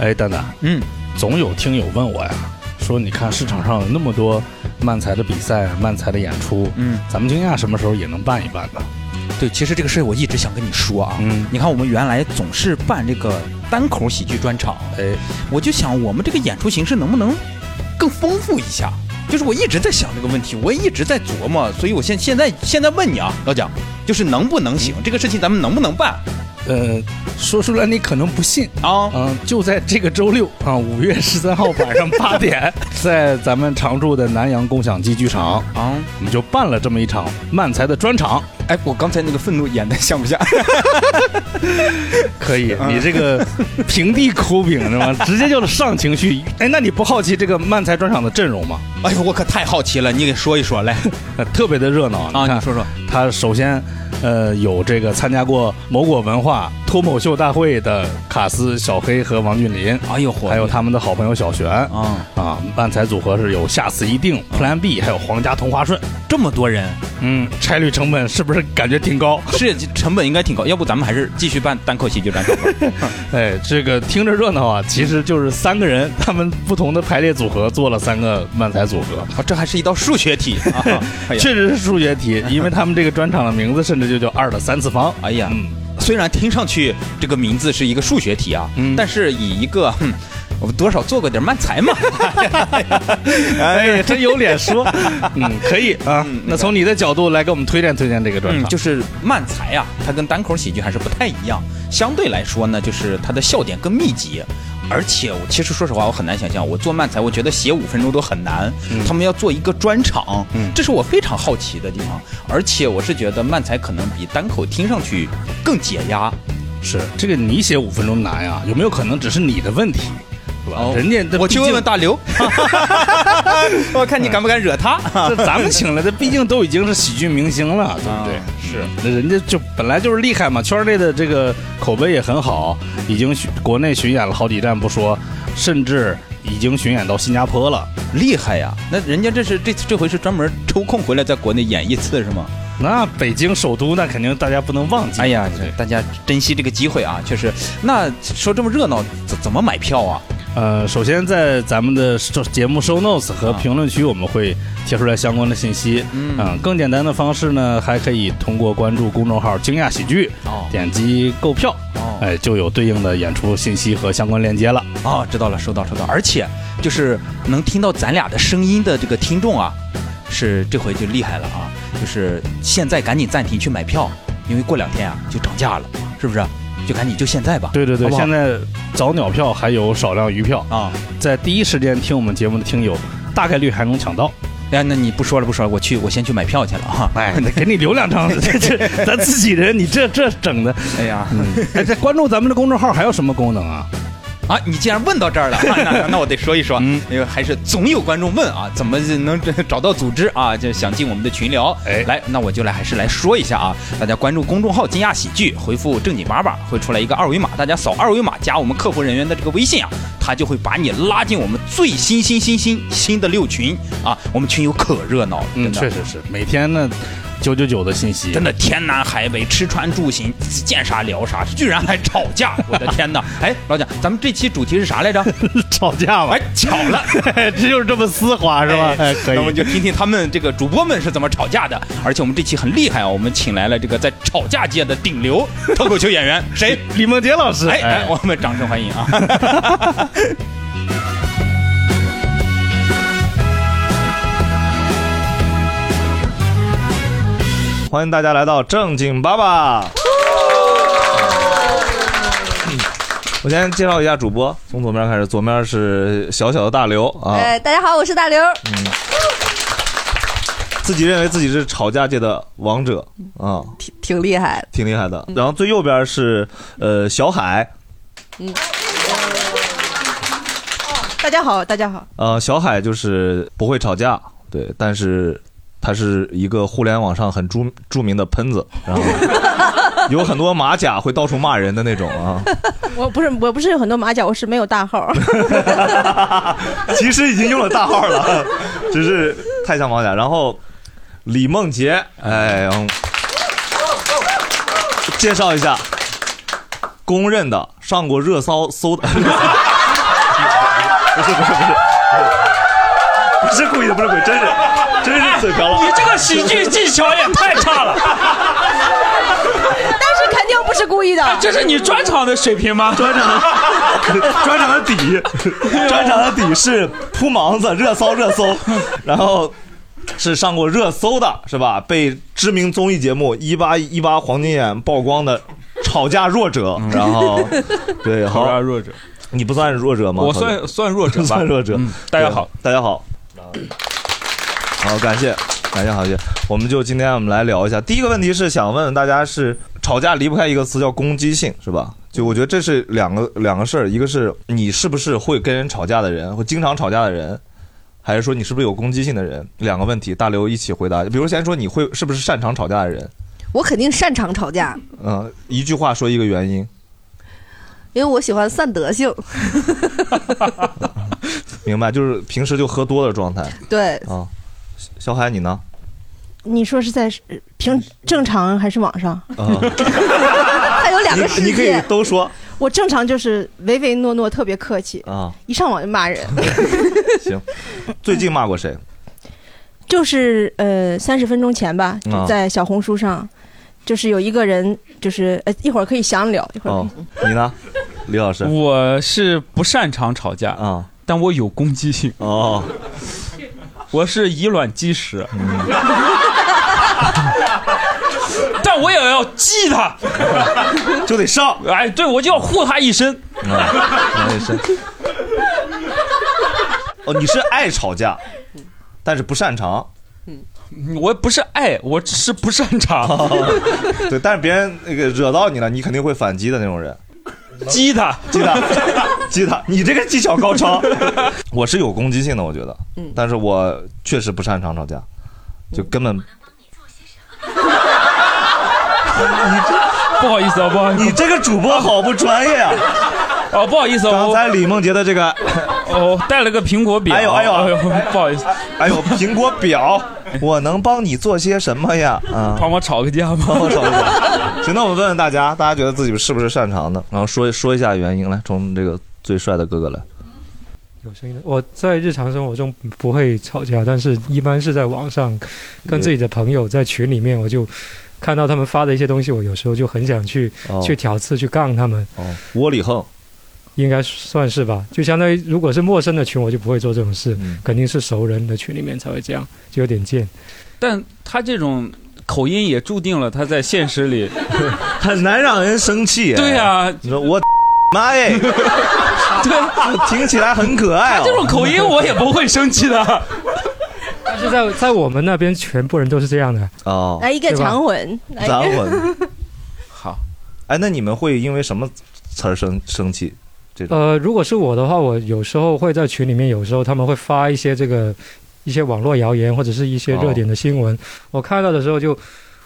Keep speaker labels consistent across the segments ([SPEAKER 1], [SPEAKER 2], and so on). [SPEAKER 1] 哎，蛋蛋，
[SPEAKER 2] 嗯，
[SPEAKER 1] 总有听友问我呀，说你看市场上有那么多漫才的比赛、漫才的演出，
[SPEAKER 2] 嗯，
[SPEAKER 1] 咱们惊讶什么时候也能办一办呢？
[SPEAKER 2] 对，其实这个事儿我一直想跟你说啊。
[SPEAKER 1] 嗯，
[SPEAKER 2] 你看，我们原来总是办这个单口喜剧专场，
[SPEAKER 1] 哎，
[SPEAKER 2] 我就想我们这个演出形式能不能更丰富一下？就是我一直在想这个问题，我也一直在琢磨，所以我现现在现在问你啊，老蒋，就是能不能行
[SPEAKER 1] 嗯
[SPEAKER 2] 这个事情，咱们能不能办
[SPEAKER 1] 呃，说出来你可能不信。
[SPEAKER 2] 啊？
[SPEAKER 1] 嗯，就在这个周六啊，五月十三号晚上八 点，在咱们常驻的南阳共享机剧场，
[SPEAKER 2] 啊，
[SPEAKER 1] 我们就办了这么一场漫才的专场。
[SPEAKER 2] 哎，我刚才那个愤怒演的像不像？
[SPEAKER 1] 可以，你这个平地抠饼是 吗？直接就上情绪。哎，那你不好奇这个漫才专场的阵容吗？
[SPEAKER 2] 哎呦，我可太好奇了，你给说一说来
[SPEAKER 1] 呃 特别的热闹
[SPEAKER 2] 啊，
[SPEAKER 1] 看
[SPEAKER 2] 你说说，
[SPEAKER 1] 他首先，呃，有这个参加过某果文化脱口秀大会的卡斯、小黑和王俊林，
[SPEAKER 2] 哎呦火，
[SPEAKER 1] 还有他们的好朋友小璇啊
[SPEAKER 2] 啊，
[SPEAKER 1] 漫才组合是有下次一定、Plan B，还有皇家同花顺。
[SPEAKER 2] 这么多人，
[SPEAKER 1] 嗯，拆率成本是不是感觉挺高？
[SPEAKER 2] 是成本应该挺高，要不咱们还是继续办单口喜剧专场吧？
[SPEAKER 1] 哎，这个听着热闹啊，其实就是三个人，他们不同的排列组合做了三个漫才组合。
[SPEAKER 2] 啊，这还是一道数学题 啊！哎呀，
[SPEAKER 1] 确实是数学题，因为他们这个专场的名字甚至就叫二的三次方。
[SPEAKER 2] 哎呀，
[SPEAKER 1] 嗯，
[SPEAKER 2] 虽然听上去这个名字是一个数学题啊，
[SPEAKER 1] 嗯
[SPEAKER 2] 但是以一个哼，我多少做过点漫才嘛，
[SPEAKER 1] 哎，真有脸说，嗯，可以啊。那从你的角度来给我们推荐推荐这个专
[SPEAKER 2] 嗯
[SPEAKER 1] 场，，
[SPEAKER 2] 就是漫才啊，它跟单口喜剧还是不太一样，相对来说呢，就是它的笑点更密集。
[SPEAKER 1] 嗯
[SPEAKER 2] 而且我其实说实话，我很难想象，我做漫才，我觉得写五分钟都很难。他们要做一个专场，
[SPEAKER 1] 嗯
[SPEAKER 2] 这是我非常好奇的地方。而且我是觉得漫才可能比单口听上去更解压。
[SPEAKER 1] 是这个你写五分钟难呀？有没有可能只是你的问题，是吧？人家这
[SPEAKER 2] 哦我去
[SPEAKER 1] 毕
[SPEAKER 2] 问
[SPEAKER 1] 竟
[SPEAKER 2] 问，大 刘， 我看你敢不敢惹他。
[SPEAKER 1] 这咱们请来的毕竟都已经是喜剧明星了，对不对
[SPEAKER 2] 啊？
[SPEAKER 1] 是，那人家就本来就是厉害嘛，圈内的这个口碑也很好，已经巡国内巡演了好几站不说，甚至已经巡演到新加坡了。
[SPEAKER 2] 厉害呀！那人家这是这这回是专门抽空回来在国内演一次是吗？
[SPEAKER 1] 那北京首都，那肯定大家不能忘记。
[SPEAKER 2] 哎呀，这大家珍惜这个机会啊，确实。那说这么热闹，怎怎么买票啊？
[SPEAKER 1] 呃，首先在咱们的收节目 show notes 和
[SPEAKER 2] 啊
[SPEAKER 1] 评论区，我们会贴出来相关的信息。啊
[SPEAKER 2] 嗯
[SPEAKER 1] 更简单的方式呢，还可以通过关注公众号“惊讶喜剧”，
[SPEAKER 2] 哦
[SPEAKER 1] 点击购票，
[SPEAKER 2] 哦
[SPEAKER 1] 哎，就有对应的演出信息和相关链接了。
[SPEAKER 2] 哦，知道了，收到收到。而且就是能听到咱俩的声音的这个听众啊，是这回就厉害了啊！就是现在赶紧暂停去买票，因为过两天啊就涨价了，是不是？就赶紧就现在吧。
[SPEAKER 1] 对对对，
[SPEAKER 2] 好不好
[SPEAKER 1] 现在早鸟票还有少量余票，
[SPEAKER 2] 啊，
[SPEAKER 1] 在第一时间听我们节目的听友，大概率还能抢到。
[SPEAKER 2] 哎，那你不说了不说了，我去我先去买票去了啊。
[SPEAKER 1] 哎，给你留两张，这这咱自己人，你这这整的。
[SPEAKER 2] 哎呀。
[SPEAKER 1] 哎，这关注咱们的公众号还有什么功能啊？
[SPEAKER 2] 啊，你既然问到这 儿了，啊那那那我得说一说，
[SPEAKER 1] 嗯
[SPEAKER 2] 因为还是总有观众问啊，怎么能 找到组织啊？就想进我们的群聊，
[SPEAKER 1] 哎
[SPEAKER 2] 来，那我就来还是来说一下啊，大家关注公众号“惊讶喜剧”，回复“正经八百”会出来一个二维码，大家扫二维码加我们客服人员的这个微信啊，他就会把你拉进我们最新新新新新的六群啊，我们群友可热闹了，真
[SPEAKER 1] 嗯，
[SPEAKER 2] 的。
[SPEAKER 1] 确实是每天呢九九九的信息，
[SPEAKER 2] 真的天南海北，吃穿住行，见啥聊啥，居然还吵架！ 我的天哪！哎，老蒋，咱们这期主题是啥来着？
[SPEAKER 1] 吵架嘛
[SPEAKER 2] 哎，，巧了，
[SPEAKER 1] 这就是这么丝滑是吧？哎，可
[SPEAKER 2] 那我们
[SPEAKER 1] 以。
[SPEAKER 2] 就听听他们这个主播们是怎么吵架的。而且我们这期很厉害啊，我们请来了这个在吵架界的顶流脱口秀演员，谁？
[SPEAKER 1] 李梦洁老师，
[SPEAKER 2] 哎哎，我们掌声欢迎 啊！
[SPEAKER 3] 欢迎大家来到正经爸爸。嗯我先介绍一下主播，从左面开始，左面是小小的大刘啊，
[SPEAKER 4] 哎，大家好，我是大刘。
[SPEAKER 3] 自己认为自己是吵架界的王者啊，
[SPEAKER 4] 挺挺厉害的。
[SPEAKER 3] 挺厉害的。然后最右边是呃小海，
[SPEAKER 4] 大家好，大家好。
[SPEAKER 3] 呃小海就是不会吵架，对，但是他是一个互联网上很著著名的喷子，然后 有很多马甲会到处骂人的那种啊。
[SPEAKER 5] 我不是我不是有很多马甲，我是没有大号。
[SPEAKER 3] 其实已经用了大号了， 只是太像马甲。然后李梦洁，哎，嗯介绍一下，公认的上过热搜搜的，
[SPEAKER 6] 不是不是不是，不是故意的，不是故意，真是 真是嘴瓢了。
[SPEAKER 7] 你这个喜剧技巧也太差了，
[SPEAKER 5] 但是肯定不是故意的。
[SPEAKER 7] 这哎是你 专场的水平吗？
[SPEAKER 6] 专场， 专场的底，专场的底是
[SPEAKER 3] 扑盲子热搜热搜，然后是上过热搜的是吧？被知名综艺节目一八一八黄金眼曝光的吵架弱者，然后
[SPEAKER 6] 嗯
[SPEAKER 3] 对
[SPEAKER 7] 吵架
[SPEAKER 3] 弱者，你不算弱者吗？
[SPEAKER 7] 我
[SPEAKER 3] 吵架
[SPEAKER 7] 算算弱者吧，
[SPEAKER 3] 算弱者
[SPEAKER 7] 嗯。大家好，
[SPEAKER 3] 对，大家好，好，感谢，感谢，感谢。我们就今天我们来聊一下，第一个问题是想问问大家是吵架离不开一个词叫攻击性，是吧？就我觉得这是两个两个事儿，一个是你是不是会跟人吵架的人，会经常吵架的人，还是说你是不是有攻击性的人？两个问题，大刘一起回答。比如先说你会是不是擅长吵架的人？
[SPEAKER 8] 我肯定擅长吵架，
[SPEAKER 3] 嗯、一句话说一个原因，
[SPEAKER 8] 因为我喜欢散德性。
[SPEAKER 3] 明白？就是平时就喝多的状态
[SPEAKER 8] 对，
[SPEAKER 3] 啊。小海，你呢？
[SPEAKER 5] 你说是在呃
[SPEAKER 3] 嗯
[SPEAKER 5] 平正常还是网 上？
[SPEAKER 3] 啊、
[SPEAKER 5] 它有两个世
[SPEAKER 3] 你可以
[SPEAKER 5] 界。
[SPEAKER 3] 都说
[SPEAKER 5] 我正常就是唯唯诺诺，特别客气，
[SPEAKER 3] 啊。
[SPEAKER 5] 一上网就骂 人。
[SPEAKER 3] 行，最近骂过谁？
[SPEAKER 5] 就是呃，三十分钟前吧，
[SPEAKER 3] 啊
[SPEAKER 5] 就在小红书上，就是有一个人，就是呃，一会儿可以详聊，一会儿
[SPEAKER 3] 哦，你呢，李老师？
[SPEAKER 7] 我是不擅长吵架，
[SPEAKER 3] 啊，
[SPEAKER 7] 但我有攻击性，
[SPEAKER 3] 哦，
[SPEAKER 7] 我是以卵击石，但我也要击他，
[SPEAKER 3] 就得上。
[SPEAKER 7] 哎，对，我就要护他一身。
[SPEAKER 3] 啊，也是。哦，你是爱吵架，但是不擅长。
[SPEAKER 7] 嗯我不是爱，我只是不擅长
[SPEAKER 3] 对，但是别人那个惹到你了，你肯定会反击的那种人。
[SPEAKER 7] 击他。
[SPEAKER 3] 记得，记得，你这个技巧高 超。我是有攻击性的，我觉得，
[SPEAKER 5] 嗯
[SPEAKER 3] 但是我确实不擅长吵架，就根本。
[SPEAKER 7] 不好意思啊，不好意
[SPEAKER 3] 你
[SPEAKER 7] 思
[SPEAKER 3] 这个主播好不专业啊！
[SPEAKER 7] 哦，不好意思啊，
[SPEAKER 3] 刚
[SPEAKER 7] 我
[SPEAKER 3] 才李梦洁的 这个，
[SPEAKER 7] 我带了个苹果表。
[SPEAKER 3] 哎呦哎呦
[SPEAKER 7] 不好意思，
[SPEAKER 3] 哎呦，苹果表，我能帮你做些什么呀？啊。
[SPEAKER 7] 帮我吵个架
[SPEAKER 3] 帮
[SPEAKER 7] 吗？
[SPEAKER 3] 我找一 找。行，那我们问问大家，大家觉得自己是不是擅长的？然后说说一下原因来，从这个最帅的哥哥来。
[SPEAKER 9] 有声音的。我在日常生活中不会吵架，但是一般是在网上跟自己的朋友在群里面，我就看到他们发的一些东西，我有时候就很想去、
[SPEAKER 3] 哦
[SPEAKER 9] 去挑刺、去杠他们，
[SPEAKER 3] 哦，窝里横，
[SPEAKER 9] 应该算是吧。就相当于如果是陌生的群，我就不会做这种事，
[SPEAKER 3] 嗯
[SPEAKER 9] 肯定是熟人的群里面才会这样，就有点贱。
[SPEAKER 7] 但他这种口音也注定了他在现实里。
[SPEAKER 3] 很难让人生气。
[SPEAKER 7] 对呀、，啊，
[SPEAKER 3] 你说我 妈耶，
[SPEAKER 7] 对，
[SPEAKER 3] 听起来很可爱、哦。
[SPEAKER 7] 这种口音我也不会生气的。
[SPEAKER 9] 但是在在我们那边，全部人都是这样的。
[SPEAKER 3] 哦，
[SPEAKER 5] 来一个
[SPEAKER 9] 对吧
[SPEAKER 5] 长吻，来 一
[SPEAKER 3] 咱
[SPEAKER 5] 个
[SPEAKER 3] 混。
[SPEAKER 7] 好，
[SPEAKER 3] 哎，那你们会因为什么词儿生生气？这种
[SPEAKER 9] 呃，如果是我的话，我有时候会在群里面，有时候他们会发一些这个一些网络谣言或者是一些热点的新闻，我看到的时候就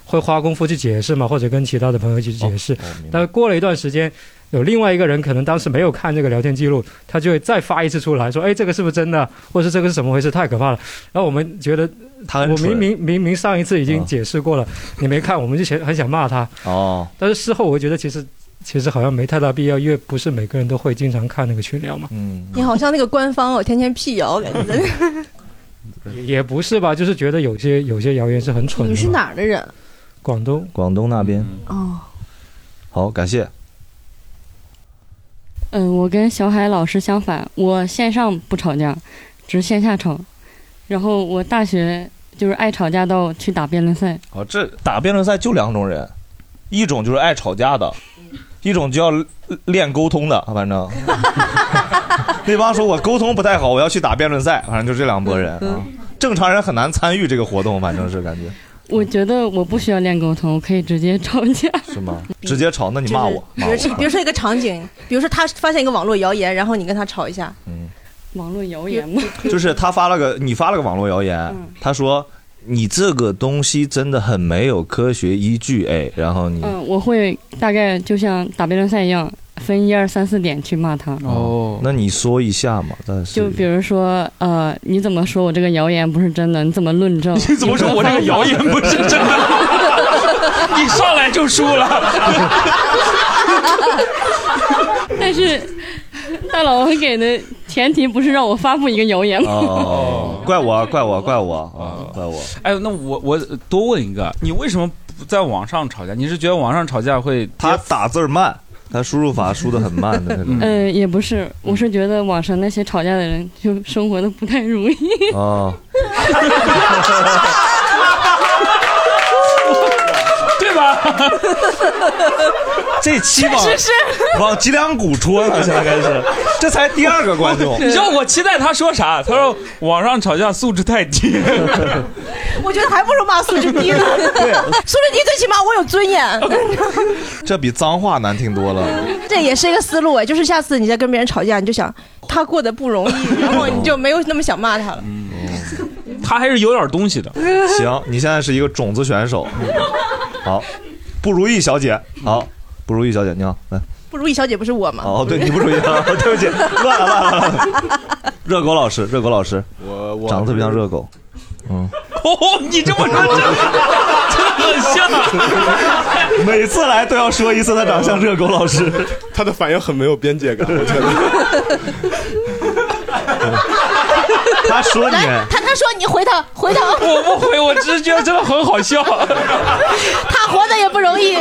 [SPEAKER 9] 会花功夫去解释嘛，或者跟其他的朋友一起解释。
[SPEAKER 3] 哦明白
[SPEAKER 9] 但过了一段时间，有另外一个人可能当时没有看这个聊天记录，他就会再发一次出来说：“哎，这个是不是真的？或者是这个是怎么回事？太可怕了。”然后我们觉得，
[SPEAKER 3] 他
[SPEAKER 9] 我
[SPEAKER 3] 很蠢
[SPEAKER 9] 明明明明上一次已
[SPEAKER 3] 啊
[SPEAKER 9] 经解释 过了，你没看，我们就想很想骂他，
[SPEAKER 3] 哦，
[SPEAKER 9] 但是事后我会觉得其实其实好像没太大必要，因为不是每个人都会经常看那个群聊嘛。
[SPEAKER 3] 嗯，
[SPEAKER 5] 你好像那个官方哦，天天辟谣，感觉
[SPEAKER 9] 也也不是吧，就是觉得有些有些谣言是很蠢的。
[SPEAKER 8] 你是？哪儿的人？
[SPEAKER 9] 广东。
[SPEAKER 3] 广东那边
[SPEAKER 8] 哦，
[SPEAKER 3] 好，哦感谢。
[SPEAKER 10] 嗯，我跟小海老师相反，我线上不吵架，只是线下吵。然后我大学就是爱吵架到去打辩论赛，
[SPEAKER 3] 哦，这打辩论赛就两种人，一种就是爱吵架的，一种就要呃练沟通的，反正。那帮说我沟通不太好，我要去打辩论赛，反正就这两拨人啊。 正常人很难参与这个活动，反正是感觉
[SPEAKER 10] 我觉得我不需要练沟通，我可以直接吵架。
[SPEAKER 3] 是吗？直接吵，那你骂我，
[SPEAKER 5] 比
[SPEAKER 3] 骂
[SPEAKER 5] 如
[SPEAKER 3] 我
[SPEAKER 5] 说比如说一个场景，比如说他发现一个网络谣言，然后你跟他吵一下，
[SPEAKER 3] 嗯
[SPEAKER 10] 网络谣言嘛，
[SPEAKER 3] 就是他发了个，你发了个网络谣言
[SPEAKER 10] 嗯，
[SPEAKER 3] 他说你这个东西真的很没有科学依据，哎，然后你
[SPEAKER 10] 嗯，我会大概就像打辩论赛一样，分一二三四点去骂他。
[SPEAKER 7] 哦，
[SPEAKER 3] 那你说一下嘛，但是
[SPEAKER 10] 就比如说，呃，你怎么说我这个谣言不是真的？你怎么论 证？
[SPEAKER 7] 你怎么说我这个谣言不是真 的？你上来就输了。
[SPEAKER 10] 但是大佬给的前提不是让我发布一个谣言吗？
[SPEAKER 3] 哦，怪我，怪我，怪我啊，怪我。
[SPEAKER 4] 哎，那我我多问一个，你为什么不在网上吵架？你是觉得网上吵架会
[SPEAKER 3] 他打字慢，他输入法输的很慢的那种。
[SPEAKER 4] 嗯
[SPEAKER 10] 呃，也不是，我是觉得网上那些吵架的人，就生活的不太容易。
[SPEAKER 3] 哦，
[SPEAKER 7] 对吧？
[SPEAKER 3] 这期往
[SPEAKER 10] 是是
[SPEAKER 3] 往脊梁骨戳了，现在开始，这才第二个观 众。
[SPEAKER 7] 你知道我期待他说啥？他说网上吵架素质太低。
[SPEAKER 5] 我觉得还不如骂素质低呢。 素质低最起码我有尊 严，
[SPEAKER 3] 这比脏话难听多了。
[SPEAKER 5] 这也是一个思路哎。就是下次你再跟别人吵架，你就想他过得不容易，然后你就没有那么想骂他了。
[SPEAKER 3] 嗯
[SPEAKER 7] 他还是有点东西的。
[SPEAKER 3] 行，你现在是一个种子选手。好，不如意小姐，好，不如意小姐，你好，来。
[SPEAKER 5] 不如意小姐不是我吗？
[SPEAKER 3] 哦，对，你不如意啊， 对不起，乱了乱了乱了。热狗老师，热狗老师，我我长得特别像热狗。
[SPEAKER 7] 哦，你这么说真的真的很像。
[SPEAKER 3] 每次来都要说一次他长相热狗老师，
[SPEAKER 11] 他的反应很没有边界感，我觉得。
[SPEAKER 3] 他说你，
[SPEAKER 5] 他他说你回他回他，
[SPEAKER 7] 我不回，我只是觉得真的很好笑。
[SPEAKER 3] 哦
[SPEAKER 5] 他活得也不容 易。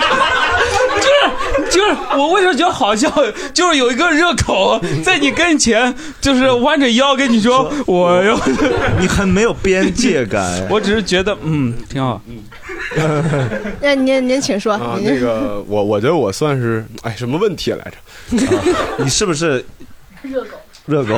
[SPEAKER 7] 就是就是，我为什么觉得好笑？就是有一个热狗在你跟前，就是弯着腰跟你说，我要。。
[SPEAKER 3] 你很没有边界感
[SPEAKER 7] 我只是觉得，嗯，挺好。
[SPEAKER 5] 那哎您您请说，
[SPEAKER 11] 啊，
[SPEAKER 5] 您
[SPEAKER 11] 那个我我觉得我算是哎什么问题来着？啊
[SPEAKER 3] 你是不是热 狗？热狗，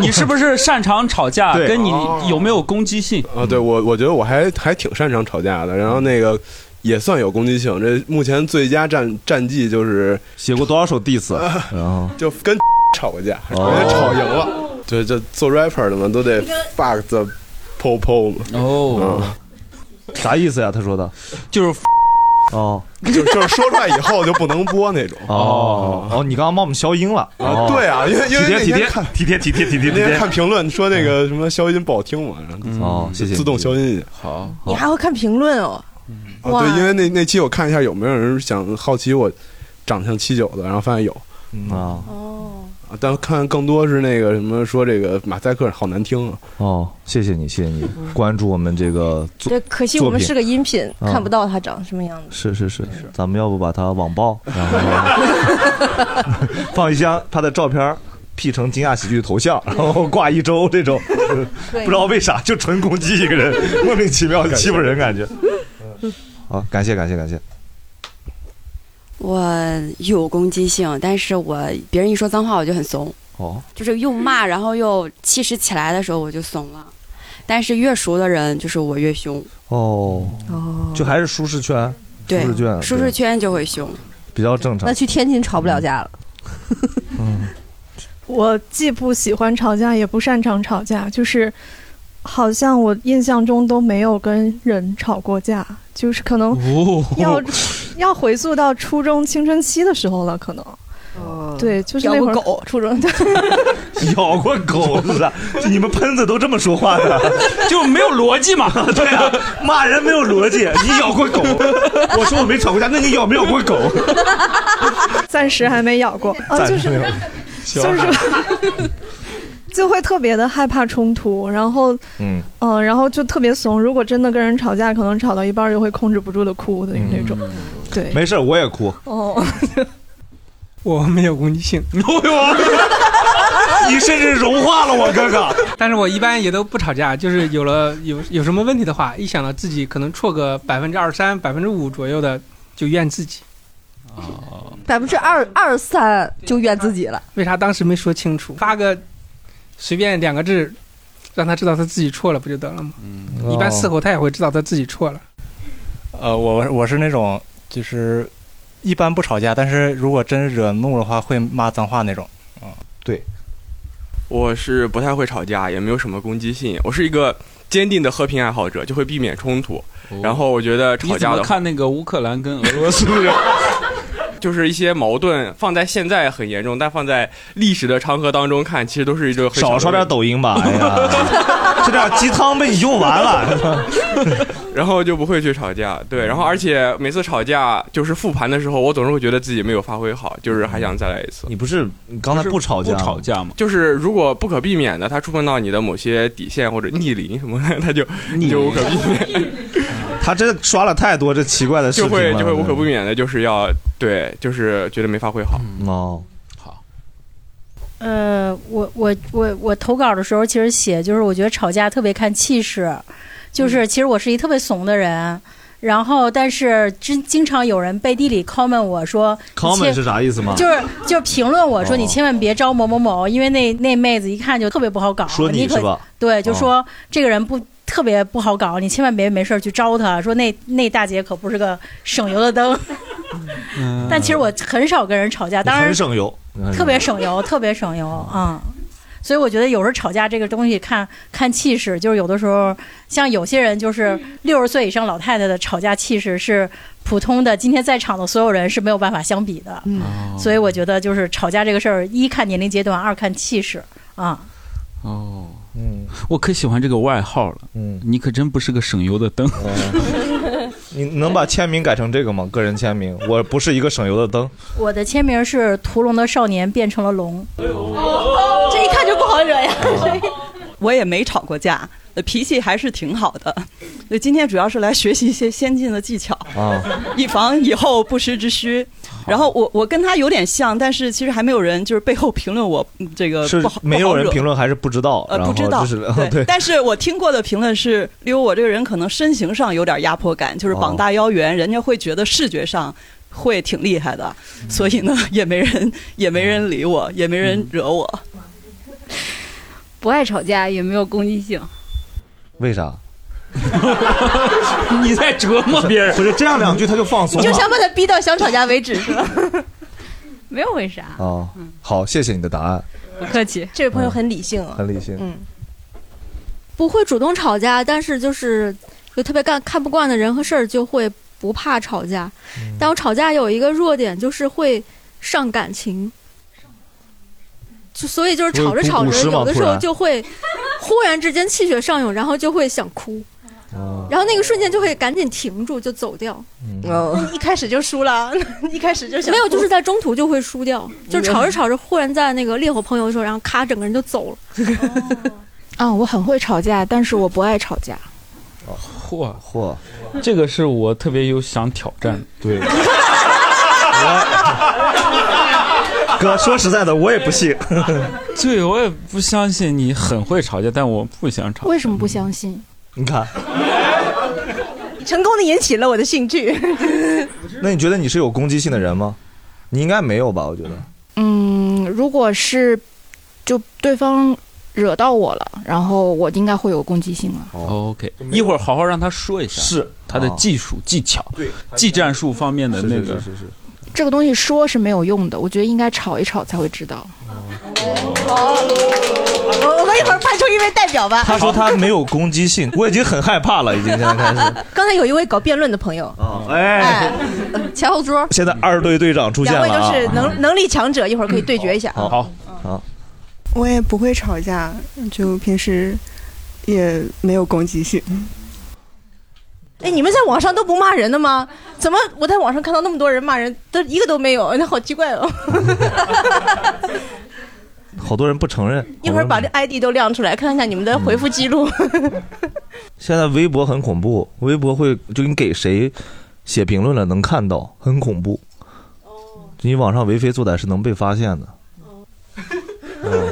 [SPEAKER 7] 你是不是擅长吵架？
[SPEAKER 3] 对
[SPEAKER 7] 跟你有没有攻击性？
[SPEAKER 11] 啊，对我我觉得我还还挺擅长吵架的，然后那个也算有攻击性。这目前最佳战战绩就是啊
[SPEAKER 3] 写过多少首 diss？然后 哦
[SPEAKER 11] 就 跟吵过架，我也吵赢了。对，这做 rapper 的嘛，都得 fuck the po po 嘛，啊
[SPEAKER 7] 哦，
[SPEAKER 3] 啥意思呀？他说的。
[SPEAKER 7] 就是
[SPEAKER 3] 哦
[SPEAKER 11] 就就是说出来以后就不能播那种。
[SPEAKER 3] 哦哦，你刚刚帮我们消音了。
[SPEAKER 11] 啊，
[SPEAKER 3] 哦
[SPEAKER 11] 对啊，因为因为那
[SPEAKER 3] 体
[SPEAKER 11] 天
[SPEAKER 3] 贴
[SPEAKER 11] 看
[SPEAKER 3] 体贴体贴体贴体贴体
[SPEAKER 11] 那天
[SPEAKER 3] 贴。嗯
[SPEAKER 11] 看评论说那个什么消音不好听嘛，然后
[SPEAKER 3] 哦，谢谢。
[SPEAKER 11] 自动消音一下。
[SPEAKER 7] 好，
[SPEAKER 5] 你还会看评论哦。
[SPEAKER 11] 啊，
[SPEAKER 5] 哇
[SPEAKER 11] 对，因为那那期我看一下有没有人想好奇我长相七九的，然后发现有，
[SPEAKER 3] 嗯啊
[SPEAKER 5] 哦，
[SPEAKER 11] 啊但看更多是那个什么说这个马赛克好难听啊，
[SPEAKER 3] 哦，谢谢你，谢谢 你关注我们这个作。
[SPEAKER 5] 对，可惜我们是个音频，
[SPEAKER 3] 啊
[SPEAKER 5] 看不到他长什么样子。
[SPEAKER 3] 是是是，咱们要不把它网 暴，然后放一张他的照片儿，P 成惊讶喜剧头 像，然后挂一周这种，
[SPEAKER 5] 对
[SPEAKER 3] 不知道为啥就纯攻击一个人， 莫名其妙欺负人感觉。好，感谢感谢感谢。
[SPEAKER 12] 我有攻击性，但是我别人一说脏话我就很怂，
[SPEAKER 3] 哦，
[SPEAKER 12] 就是又骂，然后又气势起来的时候我就怂了。但是越熟的人，就是我越凶，
[SPEAKER 3] 哦，就还是舒适圈，舒
[SPEAKER 12] 对
[SPEAKER 3] 适，圈，
[SPEAKER 12] 舒适圈就会凶。
[SPEAKER 3] 比较正常
[SPEAKER 8] 那。去天津吵不了架了。
[SPEAKER 13] 我既不喜欢吵架，也不擅长吵架，就是好像我印象中都没有跟人吵过架，就是可
[SPEAKER 3] 哦
[SPEAKER 13] 能要、要回溯到初中青春期的时候了，可能对， 就是
[SPEAKER 5] 哦
[SPEAKER 13] 那
[SPEAKER 5] 养
[SPEAKER 13] 会
[SPEAKER 5] 过
[SPEAKER 13] 儿
[SPEAKER 5] 狗，初中
[SPEAKER 3] 咬过狗是吧？你们喷子都这么说话的？
[SPEAKER 7] 就没有逻辑嘛。
[SPEAKER 3] 对啊，骂人没有逻 辑。你咬过狗？我说我没吵过架，那你咬没咬过狗？
[SPEAKER 13] 暂时还没 咬过，啊，就是
[SPEAKER 3] 没有
[SPEAKER 13] 就是说 就会特别的害怕冲突，然后
[SPEAKER 3] 嗯，
[SPEAKER 13] 嗯、然后就特别怂，如果真的跟人吵架，可能吵到一半儿就会控制不住的哭的那种，对，
[SPEAKER 3] 嗯没事，我也哭。
[SPEAKER 13] 哦，
[SPEAKER 14] 我没有攻击性，
[SPEAKER 3] 你甚至融化了我哥哥。
[SPEAKER 14] 但是我一般也都不吵架，就是有了有有什么问题的话，一想到自己可能错个百分之二三、百分之五左右的，就怨自己，
[SPEAKER 8] 百分之二二三就怨自己了，
[SPEAKER 14] 为啥当时没说清楚，发个随便两个字，让他知道他自己错了不就得了吗？
[SPEAKER 3] 嗯
[SPEAKER 9] 哦
[SPEAKER 14] 一般事后他也会知道他自己错了。
[SPEAKER 15] 呃，我我是那种就是一般不吵架，但是如果真惹怒的话，会骂脏话那种。
[SPEAKER 11] 我是不太会吵架，也没有什么攻击性，我是一个坚定的和平爱好者，就会避免冲突。然后我觉得
[SPEAKER 7] 哦你
[SPEAKER 11] 吵
[SPEAKER 7] 怎
[SPEAKER 11] 架
[SPEAKER 7] 么
[SPEAKER 11] 的话，
[SPEAKER 7] 看那个乌克兰跟俄罗斯人？
[SPEAKER 16] 就是一些矛盾放在现在很严重，但放在历史的长河当中看，其实都是一个很
[SPEAKER 3] 少
[SPEAKER 16] 小
[SPEAKER 3] 刷
[SPEAKER 16] 的
[SPEAKER 3] 点抖音吧，哎 呀，这点鸡汤被你用完了。
[SPEAKER 16] 然后就不会去吵架，对，然后而且每次吵架就是复盘的时候，我总是会觉得自己没有发挥好，就是还想再来一次。
[SPEAKER 3] 你不是你刚才不吵架吗
[SPEAKER 16] 不吵架吗？就是如果不可避免的，他触碰到你的某些底线或者逆鳞什么 的，他就你就无可避免，
[SPEAKER 3] 他真刷了太多这奇怪的视
[SPEAKER 16] 就
[SPEAKER 3] 频
[SPEAKER 16] 会
[SPEAKER 3] 了
[SPEAKER 16] 就会无可避免的，就是要对，就是觉得没发挥好。
[SPEAKER 3] 哦，
[SPEAKER 8] 呃，我我我我投稿的时候，其实写就是我觉得吵架特别看气势，
[SPEAKER 3] 嗯
[SPEAKER 8] 就是其实我是一特别怂的人，然后但是经经常有人背地里 comment 我说你切
[SPEAKER 3] Comment 是啥意思吗
[SPEAKER 8] 就是就是评论我说
[SPEAKER 3] 哦
[SPEAKER 8] 你千万别招某某某，因为那那妹子一看就特别不好搞，
[SPEAKER 3] 说你
[SPEAKER 8] 可
[SPEAKER 3] 是吧
[SPEAKER 8] 对，就
[SPEAKER 3] 哦
[SPEAKER 8] 说这个人不。特别不好搞，你千万别没事儿去招她。说那那大姐可不是个省油的灯， 但其实我很少跟人吵架，
[SPEAKER 3] 嗯你
[SPEAKER 8] 当然
[SPEAKER 3] 很省油，嗯
[SPEAKER 8] 特别省油，特别省油啊、嗯！所以我觉得有时候吵架这个东西看看气势，就是有的时候像有些人就是六十岁以上老太太的吵架气势是普通的，今天在场的所有人是没有办法相比的。嗯，所以我觉得就是吵架这个事儿，一看年龄阶段，二看气势啊。
[SPEAKER 7] 哦，
[SPEAKER 3] 嗯，
[SPEAKER 7] 我可喜欢这个外号了。
[SPEAKER 3] 嗯，哦
[SPEAKER 7] 你可真不是个省油的灯。
[SPEAKER 3] 你能把签名改成这个吗？个人签名，我不是一个省油的灯。
[SPEAKER 8] 我的签名是屠龙的少年变成了龙，这一看就不好惹呀。
[SPEAKER 17] 我也没吵过架，呃脾气还是挺好的。那今天主要是来学习一些先进的技巧，
[SPEAKER 3] 啊，
[SPEAKER 17] 以防以后不时之需。然后我我跟他有点像，但是其实还没有人就是背后评论我嗯这个
[SPEAKER 3] 是
[SPEAKER 17] 不好，
[SPEAKER 3] 没有
[SPEAKER 17] 不好
[SPEAKER 3] 人
[SPEAKER 17] 惹
[SPEAKER 3] 评论还是不知道？
[SPEAKER 17] 呃，
[SPEAKER 3] 然
[SPEAKER 17] 不
[SPEAKER 3] 后
[SPEAKER 17] 知道，
[SPEAKER 3] 就是 对，
[SPEAKER 17] 但是我听过的评论是，因为我这个人可能身形上有点压迫感，就是
[SPEAKER 3] 哦
[SPEAKER 17] 膀大腰圆，人家会觉得视觉上会挺厉害的，所以呢，也没人也没人理我，也没
[SPEAKER 3] 嗯
[SPEAKER 17] 人惹我。
[SPEAKER 12] 不爱吵架，也没有攻击性。
[SPEAKER 3] 为啥？
[SPEAKER 7] 你在折 磨别人？
[SPEAKER 3] 不是这样两句他就放松
[SPEAKER 5] 你
[SPEAKER 3] 了。
[SPEAKER 5] 就想把他逼到想吵架为止是吧？
[SPEAKER 12] 没有为啥，
[SPEAKER 3] 哦，好，谢谢你的答案，
[SPEAKER 12] 不客气。
[SPEAKER 5] 这位朋友很理性啊，
[SPEAKER 3] 很理性。
[SPEAKER 5] 嗯，
[SPEAKER 18] 不会主动吵架，但是就是有特别干看不惯的人和事儿，就会不怕吵架。
[SPEAKER 4] 嗯
[SPEAKER 18] 但我吵架有一个弱点，就是会上感情。就所以就是吵着吵
[SPEAKER 4] 不会哭
[SPEAKER 18] 着，有的时
[SPEAKER 4] 哭是吗突
[SPEAKER 18] 候
[SPEAKER 4] 然
[SPEAKER 18] 就会忽然之间气血上涌，然后就会想哭，
[SPEAKER 4] 哦
[SPEAKER 18] 然后那个瞬间就会赶紧停住，就走掉。
[SPEAKER 5] 哦，一开始就输了， 一开始就想
[SPEAKER 18] 没有，就是在中途就会输掉，就吵着吵着，忽然在那个烈火烹油的时候，然后咔，整个人就走了。
[SPEAKER 10] 啊、我很会吵架，但是我不爱吵架。
[SPEAKER 7] 哦嚯
[SPEAKER 3] 嚯，
[SPEAKER 7] 这个是我特别有想挑战。 对，
[SPEAKER 3] 哥，说实在的，我也不信。
[SPEAKER 7] 对，我也不相信你很会吵架，但我不想吵。
[SPEAKER 10] 为什么不相信？
[SPEAKER 3] 你看，
[SPEAKER 5] 成功的引起了我的兴趣。
[SPEAKER 3] 那你觉得你是有攻击性的人吗？你应该没有吧？我觉得。
[SPEAKER 10] 嗯，如果是就对方惹到我了，然后我应该会有攻击性啊了。
[SPEAKER 7] OK，一会儿好好让他说一下，
[SPEAKER 3] 哦是
[SPEAKER 7] 他的技术、技巧、
[SPEAKER 3] 对
[SPEAKER 7] 技战术方面的那个。
[SPEAKER 3] 是是是
[SPEAKER 10] 这个东西说是没有用的，我觉得应该吵一吵才会知道。
[SPEAKER 5] 我我们一会儿派出一位代表吧。
[SPEAKER 3] 他说他没有攻击性，我已经很害怕了，已经现在开始。
[SPEAKER 5] 刚才有一位搞辩论的朋友，
[SPEAKER 3] 哦哎，
[SPEAKER 5] 前后桌，
[SPEAKER 3] 现在二队队长出现
[SPEAKER 5] 两位
[SPEAKER 3] 了
[SPEAKER 5] 都
[SPEAKER 3] 啊！哦
[SPEAKER 5] 是能能力强者，一会儿可以对决一下。
[SPEAKER 3] 好好好，
[SPEAKER 19] 我也不会吵架，就平时也没有攻击性。
[SPEAKER 5] 哎，你们在网上都不骂人的吗？怎么我在网上看到那么多人骂人，都一个都没有？那 好奇怪哦！
[SPEAKER 3] 好多人不承认。
[SPEAKER 5] 一会儿把这 ID 都亮出来，看看你们的回复记录。
[SPEAKER 3] 嗯现在微博很恐怖，微博会就你给谁写评论了能看到，很恐怖。
[SPEAKER 5] 哦
[SPEAKER 3] 你网上为非作歹是能被发现的。嗯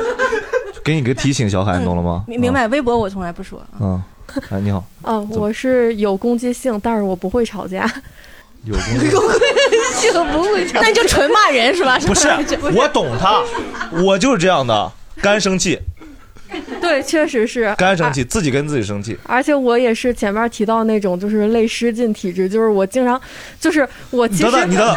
[SPEAKER 3] 给你个提醒，小海，你懂了 吗？哦
[SPEAKER 5] 明明白，微博我从来不说。
[SPEAKER 3] 嗯，哎，你 好，
[SPEAKER 20] 哦，我是有攻击性，但是我不会吵 架。
[SPEAKER 3] 有功。
[SPEAKER 5] 这个不会那就纯骂人是吧？
[SPEAKER 3] 不是啊我懂他，我就是这样的，干生气，
[SPEAKER 20] 对，确实是
[SPEAKER 3] 干生
[SPEAKER 5] 啊
[SPEAKER 3] 气，自己跟自己生气。
[SPEAKER 20] 而且我也是前面提到那种就是类失禁体质，就是我经常就是我
[SPEAKER 3] 你
[SPEAKER 20] 其实
[SPEAKER 3] 等等，你等 等，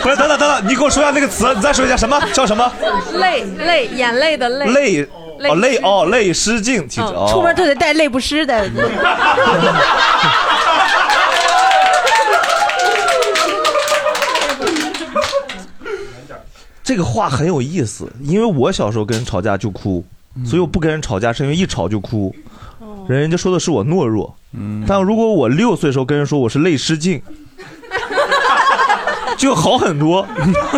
[SPEAKER 3] 不是等等等等，你给我说一下那个词，你再说一下什么叫什么？
[SPEAKER 20] 泪泪眼泪的嗯泪
[SPEAKER 3] 泪哦泪
[SPEAKER 20] 泪
[SPEAKER 3] 哦泪失禁体质哦。
[SPEAKER 5] 出门都得带泪不湿 的。
[SPEAKER 3] 这个话很有意思，因为我小时候跟人吵架就哭，
[SPEAKER 7] 嗯
[SPEAKER 3] 所以我不跟人吵架是因为一吵就哭，
[SPEAKER 5] 哦
[SPEAKER 3] 人家说的是我懦弱。
[SPEAKER 7] 嗯
[SPEAKER 3] 但如果我六岁时候跟人说我是泪 失禁，就好很多。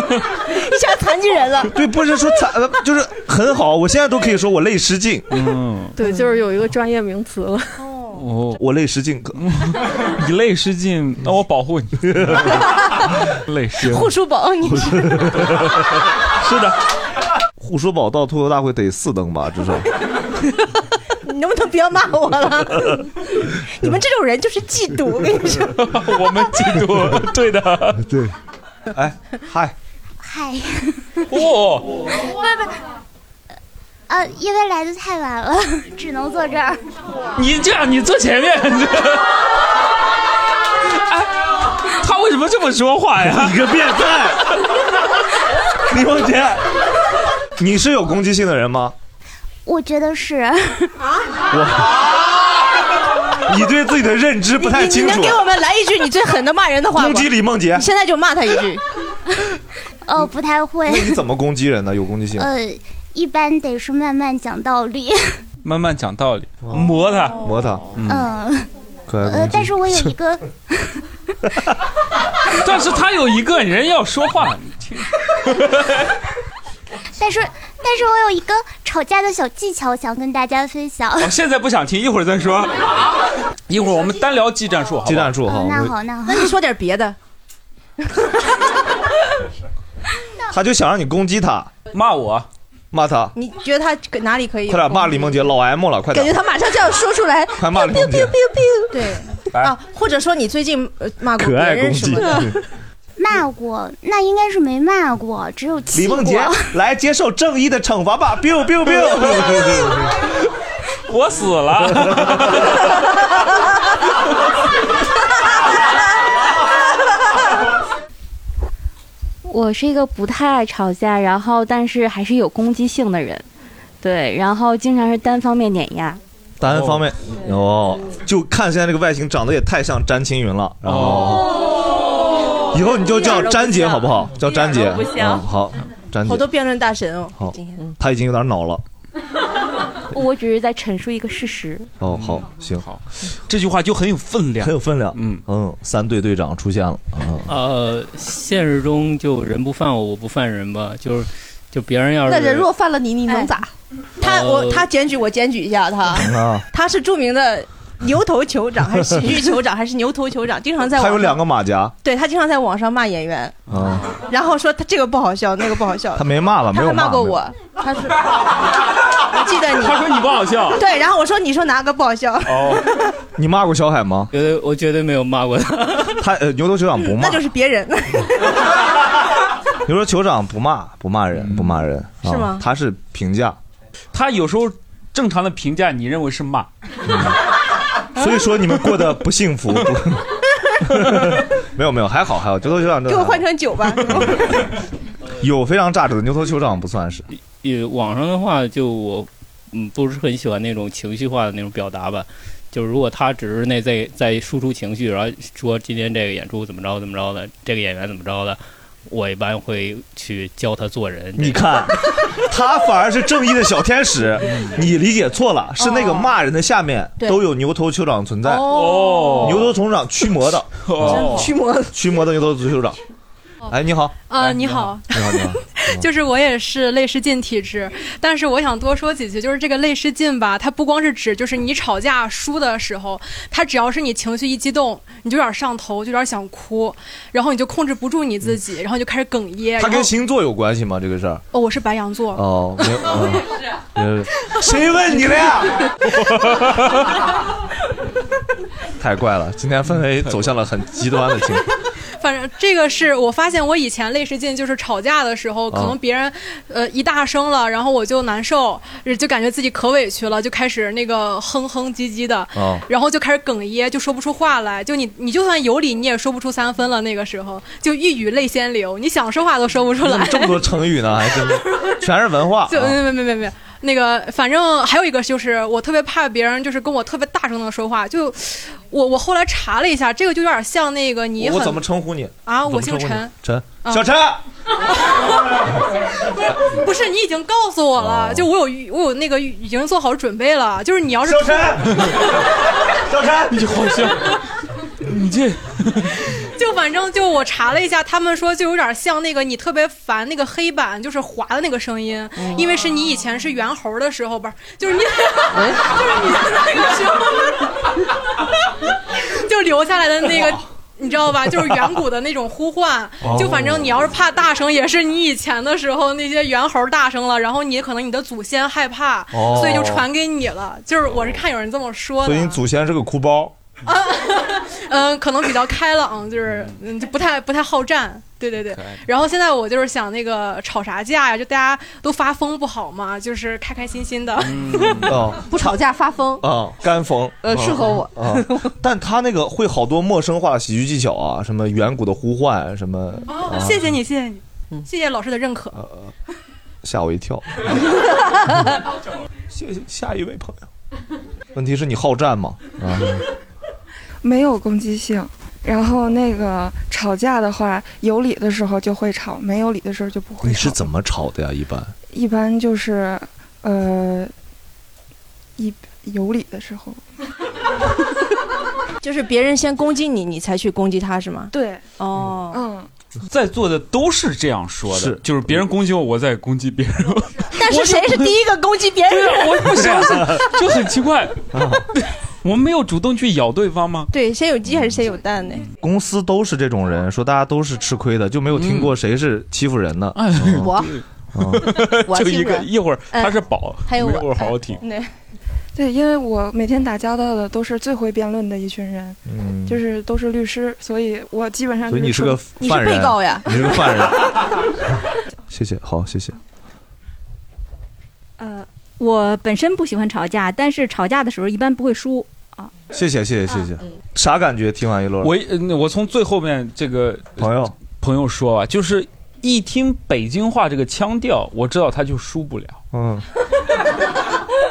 [SPEAKER 5] 一下残疾人了。
[SPEAKER 3] 对，不是说惨，呃就是很好。我现在都可以说我泪失禁。嗯，
[SPEAKER 13] 对，就是有一个专业名词了。
[SPEAKER 3] 哦，我泪失禁。
[SPEAKER 7] 你泪失禁，那我保 护你。
[SPEAKER 3] 泪失
[SPEAKER 5] 护舒宝，你
[SPEAKER 3] 是的，护舒宝到脱口大会得四登吧，至少。
[SPEAKER 5] 你能不能不要骂我 了？你们这种人就是嫉妒，我跟你说。
[SPEAKER 7] 我们嫉妒，对的，
[SPEAKER 3] 对。哎，嗨，
[SPEAKER 6] 嗨，
[SPEAKER 7] 哦，
[SPEAKER 6] 呃，因为来的太晚了，只能坐这儿。
[SPEAKER 7] 你这样，你坐前面。哎，他为什么这么说话呀？
[SPEAKER 3] 你个变态！哎李梦洁，你是有攻击性的人吗？
[SPEAKER 6] 我觉得是，
[SPEAKER 3] 你对自己的认知不太
[SPEAKER 5] 你
[SPEAKER 3] 清
[SPEAKER 5] 能
[SPEAKER 3] 楚
[SPEAKER 5] 给。我们哎来一句你最狠的骂人的话吗？
[SPEAKER 3] 攻击李梦洁
[SPEAKER 5] 你现在就骂他一句。
[SPEAKER 6] 呃，不太会。
[SPEAKER 3] 那你怎么攻击人呢？有攻击性？
[SPEAKER 6] 呃，一般得是慢慢讲道理。
[SPEAKER 7] 慢慢讲道理，磨他，
[SPEAKER 3] 哦磨他。
[SPEAKER 6] 嗯，
[SPEAKER 3] 可爱
[SPEAKER 6] 呃，但是我有 一个，
[SPEAKER 7] 但是他有一个人要说 话，你听。
[SPEAKER 6] 但是但是我有一个吵架的小技巧想跟大家分享。
[SPEAKER 3] 哦
[SPEAKER 7] 我哦现在不想听，一会儿再说。一会儿我们单聊技战术，好不好？技战
[SPEAKER 3] 术
[SPEAKER 6] 嗯那好，那好，
[SPEAKER 5] 那你说点别的。
[SPEAKER 3] 他就想让你攻击他，
[SPEAKER 7] 骂我，
[SPEAKER 3] 骂他，
[SPEAKER 5] 你觉得他哪里可以？
[SPEAKER 3] 快点骂李梦洁，老 M 了，快
[SPEAKER 5] 感
[SPEAKER 3] 点。
[SPEAKER 5] 觉他马上就要说出来。
[SPEAKER 3] 快骂李
[SPEAKER 5] biu
[SPEAKER 3] 梦
[SPEAKER 5] biu
[SPEAKER 3] 洁
[SPEAKER 5] biu biu。对
[SPEAKER 3] 来
[SPEAKER 5] 啊，或者说你最近呃骂过别
[SPEAKER 3] 可爱
[SPEAKER 5] 人什么的
[SPEAKER 3] 攻击。
[SPEAKER 6] 骂过，那应该是没骂过，只有
[SPEAKER 3] 李
[SPEAKER 6] 气过
[SPEAKER 3] 梦。洁，来接受正义的惩罚吧 ！biu biu biu。
[SPEAKER 7] 我死了。
[SPEAKER 21] 我是一个不太爱吵架，然后但是还是有攻击性的人，对，然后经常是单方面碾压。
[SPEAKER 3] 单方面哦，就看现在这个外形长得也太像詹青云了，然后以后你就叫詹姐好不
[SPEAKER 5] 哦
[SPEAKER 3] 好？叫詹姐，
[SPEAKER 5] 不像
[SPEAKER 3] 嗯好，詹
[SPEAKER 5] 好
[SPEAKER 3] 姐
[SPEAKER 5] 多，辩论大神哦。
[SPEAKER 3] 好，她已经有点恼了。
[SPEAKER 21] 我只是在陈述一个事实。
[SPEAKER 3] 哦，
[SPEAKER 5] 嗯
[SPEAKER 3] 好，行，好，
[SPEAKER 7] 这句话就很有分量，
[SPEAKER 3] 很有分量。嗯嗯，三队队长出现了啊，
[SPEAKER 22] 呃，现实中就人不犯我，我不犯人吧，就是就别人要是呃
[SPEAKER 5] 那人若犯了你，你能咋？他哎
[SPEAKER 3] 呃
[SPEAKER 5] 我他检举我检举一下他。
[SPEAKER 3] 啊，
[SPEAKER 5] 他是著名的牛头酋长，还是喜剧酋长，还是牛头酋长？经常在网
[SPEAKER 3] 还
[SPEAKER 5] 上
[SPEAKER 3] 有两个马甲
[SPEAKER 5] 对他经常在网上骂演员，
[SPEAKER 3] 啊，
[SPEAKER 5] 然后说他这个不好笑，那个不好笑。
[SPEAKER 3] 他没骂吧？没
[SPEAKER 5] 他还
[SPEAKER 3] 有
[SPEAKER 5] 骂过
[SPEAKER 3] 没有
[SPEAKER 5] 我，他说我记得你，
[SPEAKER 22] 他说你不好笑
[SPEAKER 5] 对，然后我说你说哪个不好笑？
[SPEAKER 3] 哦， 你骂过小海吗？
[SPEAKER 22] 觉得我绝对没有骂过他。
[SPEAKER 3] 他呃，牛头酋长不骂
[SPEAKER 5] 那，就是别人。
[SPEAKER 3] 牛头酋长不骂，不骂人，不骂人，啊
[SPEAKER 5] 嗯是吗
[SPEAKER 3] 他是评价，
[SPEAKER 7] 他有时候正常的评价，你认为是骂，
[SPEAKER 3] 嗯所以说你们过得不幸福。 没有没有，还好还好，牛头酋长真
[SPEAKER 5] 给
[SPEAKER 3] 的
[SPEAKER 5] 我
[SPEAKER 3] 还好
[SPEAKER 5] 换成酒吧。
[SPEAKER 3] 有非常炸着的，牛头酋长不算是。
[SPEAKER 22] 也网上的话，就我嗯不是很喜欢那种情绪化的那种表达吧。就是如果他只是那在在输出情绪，然后说今天这个演出怎么着怎么着的，这个演员怎么着的，我一般会去教他做人。
[SPEAKER 3] 你看，他反而是正义的小天使，
[SPEAKER 20] 嗯
[SPEAKER 3] 你理解错
[SPEAKER 20] 哦
[SPEAKER 3] 了，是那个骂人的下面
[SPEAKER 22] 对
[SPEAKER 3] 都有牛头酋长存在。
[SPEAKER 22] 哦
[SPEAKER 3] 牛头酋长 驱魔的，
[SPEAKER 22] 哦
[SPEAKER 3] 驱
[SPEAKER 5] 魔
[SPEAKER 3] 驱魔的牛头酋长。哎，你好，
[SPEAKER 20] 啊，你好，
[SPEAKER 3] 你好，你好，
[SPEAKER 20] 就是我也是泪失禁体质，但是我想多说几句，就是这个泪失禁吧，它不光是指就是你吵架输的时候，它只要是你情绪一激动，你就有点上头，就有点想哭，然后你就控制不住你自己，然后你就开始哽咽。
[SPEAKER 3] 他
[SPEAKER 20] 然
[SPEAKER 3] 跟
[SPEAKER 20] 后
[SPEAKER 3] 星座有关系吗？这个事儿？
[SPEAKER 20] 哦，我是白羊座，
[SPEAKER 3] 哦，没 有，嗯
[SPEAKER 20] 啊
[SPEAKER 3] 没有谁问你了呀？太怪了，今天氛围走向了很极端的情况。
[SPEAKER 20] 反正这个是我发现我以前泪失禁，就是吵架的时候，可能别
[SPEAKER 3] 哦
[SPEAKER 20] 人呃一大声了，然后我就难受，就感觉自己可委屈了，就开始那个哼哼唧唧的，
[SPEAKER 23] 哦
[SPEAKER 20] 然后就开始哽咽，就说不出话来。就你你就算有理，你也说不出三分了。那个时候就一语泪先流，你想说话都说不出
[SPEAKER 3] 怎
[SPEAKER 20] 来
[SPEAKER 3] 么。这么多成语呢？还 真的全是文化。啊
[SPEAKER 20] 就没没没没没，那个反正还有一个就是我特别怕别人就是跟我特别大声的说话，就我我后来查了一下，这个就有点像那个你
[SPEAKER 3] 我
[SPEAKER 20] 很
[SPEAKER 3] 怎么称呼你
[SPEAKER 20] 啊
[SPEAKER 3] 怎么
[SPEAKER 20] 我姓
[SPEAKER 3] 称呼你
[SPEAKER 20] 陈
[SPEAKER 3] 陈，
[SPEAKER 20] 啊
[SPEAKER 3] 小陈，
[SPEAKER 20] 不是你已经告诉我
[SPEAKER 3] 哦
[SPEAKER 20] 了，就我有预我有那个预已经做好准备了，就是你要是
[SPEAKER 3] 小陈，小陈，
[SPEAKER 7] 你好像，你这
[SPEAKER 20] 就反正就我查了一下，他们说就有点像那个你特别烦那个黑板就是滑的那个声音，
[SPEAKER 3] 哦
[SPEAKER 20] 因为是你以前是猿猴的时候，不是就是你就是你那个时候就留下来的那个。你知道吧？就是远古的那种呼唤
[SPEAKER 4] 哦，
[SPEAKER 20] 就反正你要是怕大声，也是你以前的时候那些猿猴大声了，然后你可能你的祖先害怕，
[SPEAKER 3] 哦
[SPEAKER 20] 所以就传给你了。就是我是看有人这么说
[SPEAKER 3] 所
[SPEAKER 20] 的啊
[SPEAKER 3] 以，你祖先是个哭包。
[SPEAKER 20] 嗯，可能比较开朗，就是嗯，就不太不太好战。对对对
[SPEAKER 3] 可爱，
[SPEAKER 20] 然后现在我就是想那个吵啥架呀？就大家都发疯不好嘛，就是开开心心的，
[SPEAKER 3] 哦
[SPEAKER 5] 不吵架发疯。
[SPEAKER 3] 啊，干冯，
[SPEAKER 5] 呃适合我
[SPEAKER 3] 啊，但他那个会好多陌生化的喜剧技巧啊，什么远古的呼唤，什么，啊
[SPEAKER 20] 哦谢谢你，谢谢
[SPEAKER 3] 嗯
[SPEAKER 20] 你，谢谢老师的认
[SPEAKER 3] 呃
[SPEAKER 20] 可。
[SPEAKER 3] 吓我一跳。谢谢下一位朋友。问题是你好战吗？啊，
[SPEAKER 9] 没有攻击性。然后那个吵架的话，有理的时候就会吵，没有理的时候就不会。
[SPEAKER 3] 你是怎么吵的呀？一般
[SPEAKER 9] 一般就是，呃，一有理的时候，
[SPEAKER 5] 就是别人先攻击你，你才去攻击他，是吗？
[SPEAKER 9] 对，
[SPEAKER 5] 哦，嗯，
[SPEAKER 7] 在座的都是这样说的，就是别人攻击我，我在攻击别 人。
[SPEAKER 5] 但是谁是第一个攻击别人
[SPEAKER 7] 对啊
[SPEAKER 5] 的？
[SPEAKER 7] 我不相信，就很奇怪。我们没有主动去咬对方吗？
[SPEAKER 5] 对，先有鸡还是先有蛋呢？
[SPEAKER 3] 公司都是这种人，说大家都是吃亏的，就没有听过谁是欺 负人的。啊
[SPEAKER 5] 我我
[SPEAKER 7] 哎就一
[SPEAKER 9] 欺负
[SPEAKER 7] 个
[SPEAKER 9] 人
[SPEAKER 7] 一会儿
[SPEAKER 9] 嗯
[SPEAKER 7] 他是宝，
[SPEAKER 9] 还有
[SPEAKER 7] 一
[SPEAKER 9] 我哎
[SPEAKER 7] 会儿好好听。
[SPEAKER 9] 对，对，因为我每天打交道的都是最会辩论的一群人，
[SPEAKER 3] 嗯
[SPEAKER 9] 就是都是律师，所以我基本上
[SPEAKER 3] 所以你是
[SPEAKER 9] 是
[SPEAKER 3] 个犯人，你 是个犯人。 谢谢，好，谢谢。
[SPEAKER 4] 呃，我本身不喜欢吵架，但是吵架的时候一般不会输。
[SPEAKER 3] 谢谢谢谢谢
[SPEAKER 4] 嗯
[SPEAKER 3] 谢，啥感觉？听完一轮，
[SPEAKER 7] 我嗯我从最后面这个
[SPEAKER 3] 朋友
[SPEAKER 7] 朋友说啊，就是一听北京话这个腔调，我知道他就输不了。
[SPEAKER 3] 嗯，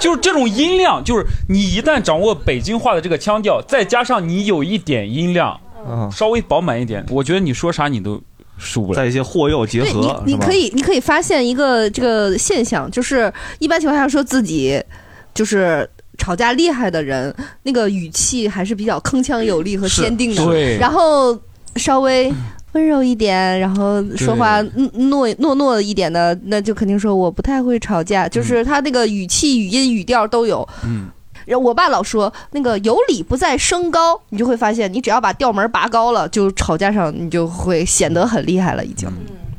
[SPEAKER 7] 就是这种音量，就是你一旦掌握北京话的这个腔调，再加上你有一点音量，稍微饱满一点，我觉得你说啥你都输不了。
[SPEAKER 3] 嗯在一些或右结
[SPEAKER 7] 合
[SPEAKER 3] 合，
[SPEAKER 4] 你
[SPEAKER 7] 是吧
[SPEAKER 4] 可以，你可以发现一个这个现象，就是一般情况下说自己就是吵架厉害的人，那个语气还是比较铿锵有力和
[SPEAKER 3] 是
[SPEAKER 4] 坚定的，
[SPEAKER 3] 对
[SPEAKER 4] 然后稍微。温柔一点，然后说话嗯诺诺诺一点的，那就肯定说我不太会吵架，就是他那个语气、语音、语调都有。
[SPEAKER 7] 嗯，
[SPEAKER 4] 然后我爸老说那个有理不在声高，你就会发现，你只要把调门拔高了，就吵架上你就会显得很厉害了，已经。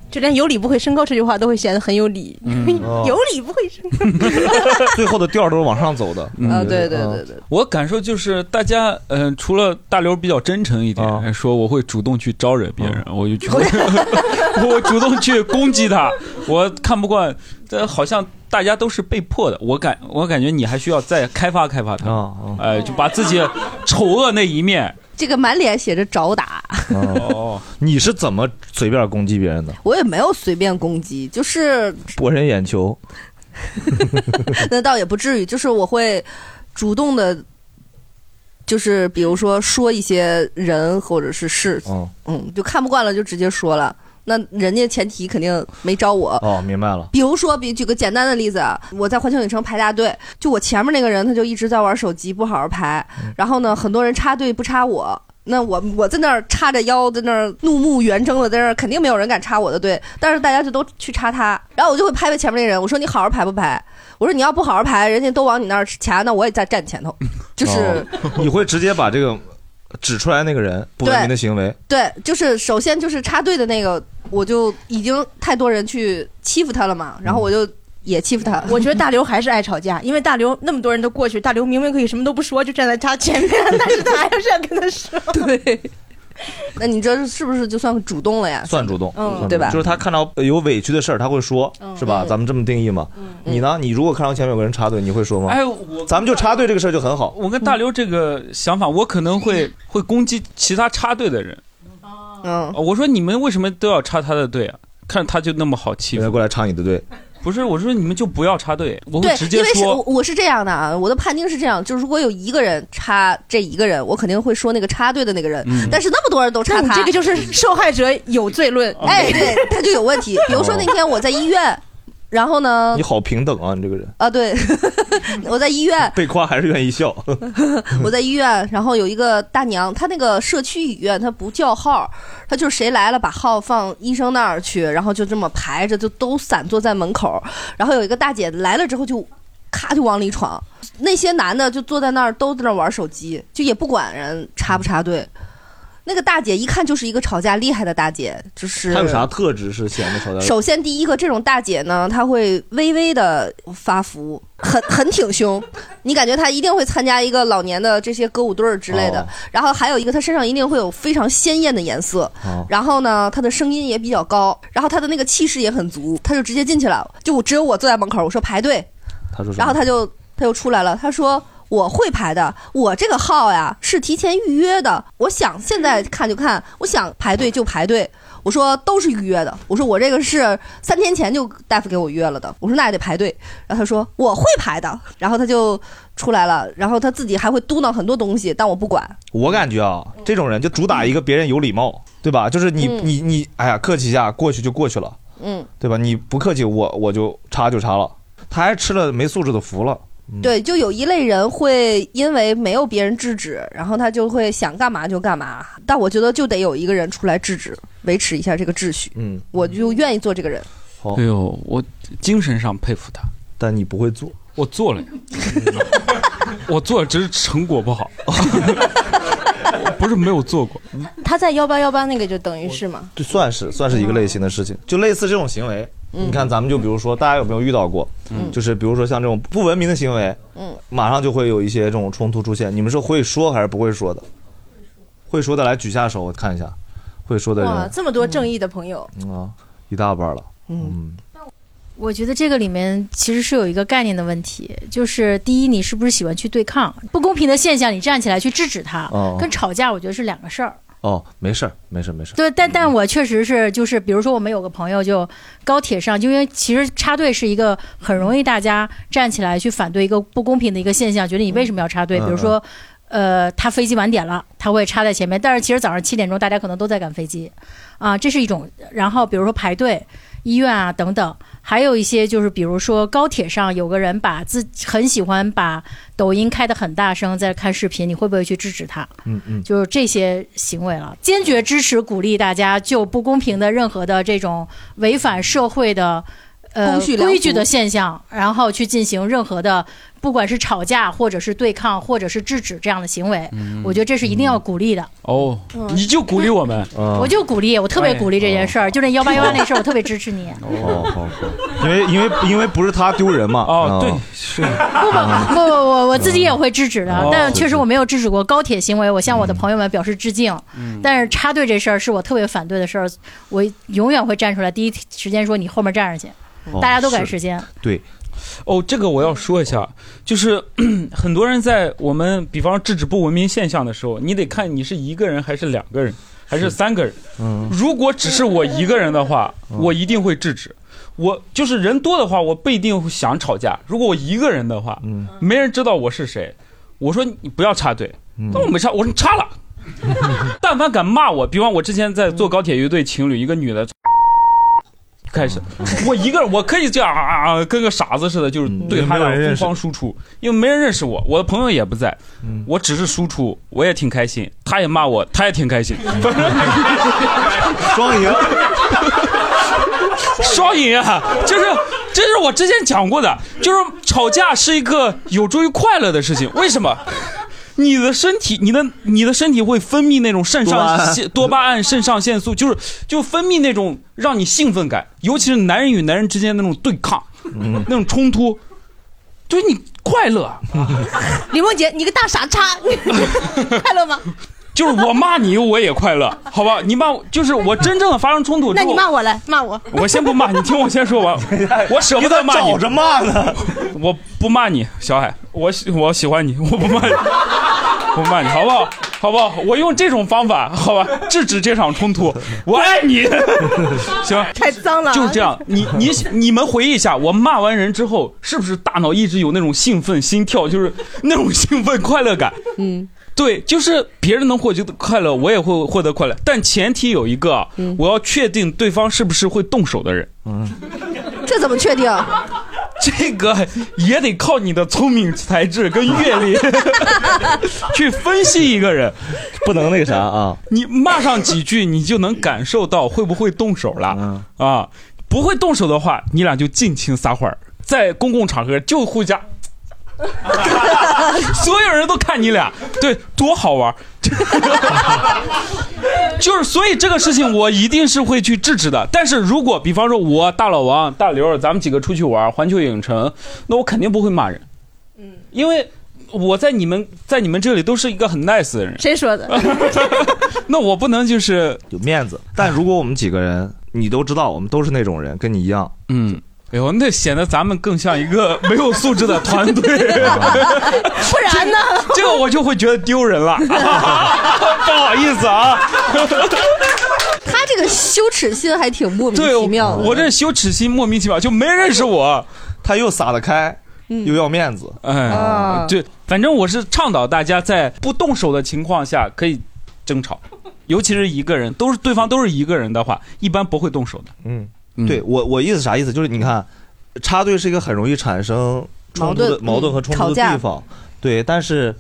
[SPEAKER 5] 就连有理不会升高这句话都会显得很有理，
[SPEAKER 3] 嗯哦
[SPEAKER 5] 有理不会升高。
[SPEAKER 3] 最后的调儿都是往上走的。
[SPEAKER 7] 啊
[SPEAKER 4] 对对
[SPEAKER 3] 对
[SPEAKER 4] 对。
[SPEAKER 7] 我感受就是大家，嗯、除了大刘比较真诚一点，说我会主动去招惹别人，我就去， 我主动去攻击他，我看不惯，这好像大家都是被迫的。我感我感觉你还需要再开发开发他，哎，就把自己丑恶那一面。
[SPEAKER 4] 这个满脸写着找打，
[SPEAKER 7] 哦，
[SPEAKER 3] 你是怎么随便攻击别人的？
[SPEAKER 4] 我也没有随便攻击，就是
[SPEAKER 3] 博人眼球，
[SPEAKER 4] 那倒也不至于，就是我会主动的，就是比如说说一些人或者是事，
[SPEAKER 3] 嗯
[SPEAKER 4] 嗯，就看不惯了就直接说了。那人家前提肯定没招我，
[SPEAKER 3] 哦，明白了。
[SPEAKER 4] 比如说，比举个简单的例子啊，我在环球影城排大队，就我前面那个人他就一直在玩手机，不好好排。然后呢，很多人插队不插我，那我我在那儿叉着腰，在那儿怒目圆睁的，在那儿肯定没有人敢插我的队，但是大家就都去插他。然后我就会拍拍前面那人，我说你好好排不排？我说你要不好好排，人家都往你那儿掐，那我也在站前头。就是
[SPEAKER 3] 哦你会直接把这个指出来那个人不文明的行为，
[SPEAKER 4] 对，就是首先就是插队的那个，我就已经太多人去欺负他了嘛，然后我就也欺负他。
[SPEAKER 5] 我觉得大刘还是爱吵架，因为大刘那么多人都过去，大刘明明可以什么都不说，就站在他前面，但是他还是要跟他 说。
[SPEAKER 4] 对，那你这是不是就算主动了呀？
[SPEAKER 3] 算主动，
[SPEAKER 4] 嗯
[SPEAKER 3] 算主动
[SPEAKER 4] 对吧嗯
[SPEAKER 3] 就是他看到呃有委屈的事儿，他会说，是吧？咱们这么定义嘛。你呢？你如果看到前面有个人插队，你会说吗？
[SPEAKER 7] 哎，我
[SPEAKER 3] 咱们就插队这个事儿就很好。
[SPEAKER 7] 我跟大刘这个想法，我可能 会会攻击其他插队的人。哦
[SPEAKER 4] 嗯，
[SPEAKER 7] 我说你们为什么都要插他的队啊？看着他就那么好欺负，
[SPEAKER 3] 过来插你的队。
[SPEAKER 7] 不是，我说你们就不要插队，我会
[SPEAKER 4] 对
[SPEAKER 7] 直，接
[SPEAKER 4] 因为是我
[SPEAKER 7] 说。
[SPEAKER 4] 我是这样的啊，我的判定是这样，就是如果有一个人插这一个人，我肯定会说那个插队的那个人，
[SPEAKER 7] 嗯
[SPEAKER 4] 但是那么多人都插
[SPEAKER 5] 那你
[SPEAKER 4] 他，
[SPEAKER 5] 这个就是
[SPEAKER 4] 受害者有罪论，
[SPEAKER 7] 哦
[SPEAKER 4] 哎，对，他就有问题。比如说那天我在医院，然后呢
[SPEAKER 3] 你，好平等啊，你这 个人
[SPEAKER 4] 啊，对， 我在医院，
[SPEAKER 3] 被夸还是愿意笑。
[SPEAKER 4] 我在医院，然后有一个大娘，她那个社区医院她不叫号，她就是谁来了把号放医生那儿去，然后就这么排着，就都散坐在门口。然后有一个大姐来了之后就。咔就往里闯，那些男的就坐在那儿都在那儿玩手机，就也不管人插不插队。那个大姐一看就是一个吵架厉害的大姐，就是
[SPEAKER 3] 他有啥特质是显得吵架？
[SPEAKER 4] 首先，第一个，这种大姐呢，她会微微的发福，很 很挺胸，你感觉她一定会参加一个老年的这些歌舞队儿之类的。
[SPEAKER 8] 哦
[SPEAKER 4] 然后还有一个，她身上一定会有非常鲜艳的颜色。
[SPEAKER 8] 哦
[SPEAKER 4] 然后呢，她的声音也比较高，然后她的那个气势也很足，她就直接进去了。就我只有我坐在门口，我说排队，
[SPEAKER 3] 他说什么，
[SPEAKER 4] 然后他就他就出来了，他说。我会排的，我这个号呀是提前预约的。我想现在看就看，我想排队就排队。我说都是预约的，我说我这个是三天前就大夫给我约了的。我说那也得排队。然后他说我会排的，然后他就出来了，然后他自己还会嘟囔很多东西，但我不管。
[SPEAKER 3] 我感觉啊，这种人就主打一个别人有礼貌，对吧？就是你、
[SPEAKER 4] 嗯
[SPEAKER 3] 你你，哎呀，客气一下，过去就过去了，
[SPEAKER 4] 嗯，
[SPEAKER 3] 对吧？你不客气，我我就插就插了。他还吃了没素质的福了，嗯、
[SPEAKER 4] 对，就有一类人会因为没有别人制止，然后他就会想干嘛就干嘛。但我觉得就得有一个人出来制止，维持一下这个秩序。
[SPEAKER 3] 嗯，
[SPEAKER 4] 我就愿意做这个人。
[SPEAKER 7] 哎呦，我精神上佩服他，
[SPEAKER 3] 但你不会做，
[SPEAKER 7] 我做了呀， 我做了，只是成果不 好，不是没有做过。
[SPEAKER 8] 他在幺八幺八那个就等于是嘛，
[SPEAKER 3] 就算是算是一个类型的事情，就类似这种行为。
[SPEAKER 8] 嗯
[SPEAKER 3] 你看，咱们就比如说，大家有没有遇到过？
[SPEAKER 8] 嗯
[SPEAKER 3] 就是比如说像这种不文明的行为，
[SPEAKER 8] 嗯，
[SPEAKER 3] 马上就会有一些这种冲突出现。你们是会说还是不会说的？会说的来举下手，我看一下。会说的人
[SPEAKER 5] 哇，这么多正义的朋友，
[SPEAKER 3] 嗯啊，一大半了。嗯
[SPEAKER 8] 我觉得这个里面其实是有一个概念的问题，就是第一，你是不是喜欢去对抗不公平的现象，你站起来去制止它，
[SPEAKER 3] 哦
[SPEAKER 8] 跟吵架我觉得是两个事儿。
[SPEAKER 3] 哦，没事儿，没事儿，没事儿。
[SPEAKER 8] 对，但
[SPEAKER 10] 嗯
[SPEAKER 8] 但我确实是，就是比如说我们有个朋友就高铁上，就因为其实插队是一个很容易大家站起来去反对一个不公平的一个现象，觉得你为什么要插队？
[SPEAKER 10] 嗯
[SPEAKER 8] 比如说，呃，他飞机晚点了，他会插在前面，但是其实早上七点钟大家可能都在赶飞机，啊，这是一种。然后比如说排队。医院啊等等，还有一些就是，比如说高铁上有个人把自很喜欢把抖音开得很大声，在看视频，你会不会去制止他？
[SPEAKER 3] 嗯嗯，
[SPEAKER 8] 就是这些行为了。坚决支持鼓励大家就不公平的任何的这种违反社会的。呃
[SPEAKER 4] 公序，良俗
[SPEAKER 8] 规矩的现象，然后去进行任何的，不管是吵架，或者是对抗，或者是制止这样的行为，
[SPEAKER 7] 嗯
[SPEAKER 8] 我觉得这是一定要鼓励的。
[SPEAKER 7] 哦
[SPEAKER 8] 嗯，
[SPEAKER 7] 你就鼓励我们，
[SPEAKER 3] 嗯
[SPEAKER 8] 我就鼓励，我特别鼓励这件事儿，就那幺八幺八那事儿，我特别支持你。
[SPEAKER 3] 哦，好，好因为因为因为不是他丢人嘛。哦，对，
[SPEAKER 7] 是。
[SPEAKER 8] 不不不不，我我自己也会制止的
[SPEAKER 3] 哦，
[SPEAKER 8] 但确实我没有制止过高铁行为，我向我的朋友们表示致敬
[SPEAKER 7] 嗯。
[SPEAKER 8] 但是插队这事儿是我特别反对的事儿，我永远会站出来，第一时间说你后面站上去
[SPEAKER 7] 哦，
[SPEAKER 8] 大家都赶
[SPEAKER 7] 是
[SPEAKER 8] 时间。
[SPEAKER 3] 对。
[SPEAKER 7] 哦，这个我要说一下，就是很多人在我们比方制止不文明现象的时候，你得看你是一个人还是两个人，还是三个人。
[SPEAKER 3] 嗯，
[SPEAKER 7] 如果只是我一个人的话，我一定会制止。我就是人多的话，我不一定会想吵架。如果我一个人的话，没人知道我是谁，我说你不要插队，那我没插，我说你插了。但凡敢骂我，比方我之前在坐高铁有一对情侣，一个女的。开始，我一个人我可以这样啊啊，啊，跟个傻子似的，就是对他俩疯狂输出，因为没人认识我，我的朋友也不在，我只是输出，我也挺开心，他也骂我，他也挺开心，反正
[SPEAKER 3] 双赢，
[SPEAKER 7] 双赢啊，就是这是我之前讲过的，就是吵架是一个有助于快乐的事情，为什么？你的身体，你的你的身体会分泌那种肾
[SPEAKER 3] 多巴
[SPEAKER 7] 上
[SPEAKER 3] 胺
[SPEAKER 7] 腺多巴胺、肾上腺素，就是就分泌那种让你兴奋感，尤其是男人与男人之间那种对抗，那种冲突，就是你快乐。啊
[SPEAKER 5] 李梦洁，你个大傻叉， 快乐吗？
[SPEAKER 7] 就是我骂你，我也快乐，好吧？你骂我，就是我真正的发生冲突之
[SPEAKER 5] 那
[SPEAKER 7] 后，
[SPEAKER 5] 你骂我来，骂我。
[SPEAKER 7] 我先不骂你，听我先说 完。我舍不得骂你，
[SPEAKER 3] 哎你咋找着骂 呢。
[SPEAKER 7] 我不骂你，小海，我喜我喜欢你，我不骂你，不骂你，好不好？好不好？我用这种方法，好吧，制止这场冲突。我爱你， 行吧？
[SPEAKER 5] 太脏了，啊
[SPEAKER 7] 就是这样，你你你们回忆一下，我骂完人之后，是不是大脑一直有那种兴奋、心跳，就是那种兴奋快乐感？
[SPEAKER 4] 嗯，
[SPEAKER 7] 对，就是别人能获得快乐，我也会获得快乐，但前提有一个啊，我要确定对方是不是会动手的人。嗯，
[SPEAKER 4] 这怎么确定？
[SPEAKER 7] 这个也得靠你的聪明才智跟阅历 去分析一个人，
[SPEAKER 3] 不能那个啥啊。
[SPEAKER 7] 你骂上几句，你就能感受到会不会动手
[SPEAKER 3] 嗯
[SPEAKER 7] 了、啊。不会动手的话，你俩就尽情撒欢儿，在公共场合就互加。 所有人都看你俩，对，多好玩儿！就是，所以这个事情我一定是会去制止的。但是如果比方说我大老王、大刘，咱们几个出去玩儿环球影城，那我肯定不会骂人，嗯，因为我在你们在你们这里都是一个很 nice 的人，
[SPEAKER 5] 谁说 的？
[SPEAKER 7] 那我不能就是
[SPEAKER 3] 有面子。但如果我们几个人，你都知道，我们都是那种人，跟你一样，
[SPEAKER 7] 嗯。哎呦，那显得咱们更像一个没有素质的团 队，
[SPEAKER 5] 不然呢？
[SPEAKER 7] 这个我就会觉得丢人了， 不好意思啊。
[SPEAKER 4] 他这个羞耻心还挺莫名
[SPEAKER 7] 对，
[SPEAKER 4] 其妙的。
[SPEAKER 7] 我这羞耻心莫名其妙，就没认识我，
[SPEAKER 3] 他又撒得开，
[SPEAKER 5] 嗯
[SPEAKER 3] 又要面子，
[SPEAKER 5] 啊
[SPEAKER 7] 哎，对，反正我是倡导大家在不动手的情况下可以争吵，尤其是一个人，都是对方都是一个人的话，一般不会动手的。
[SPEAKER 3] 嗯，对我我意思啥意思？就是你看，插队是一个很容易产生冲突的
[SPEAKER 4] 矛盾
[SPEAKER 3] 矛盾和冲
[SPEAKER 4] 嗯
[SPEAKER 3] 突
[SPEAKER 4] 吵
[SPEAKER 3] 的
[SPEAKER 4] 架
[SPEAKER 3] 地方，对。但是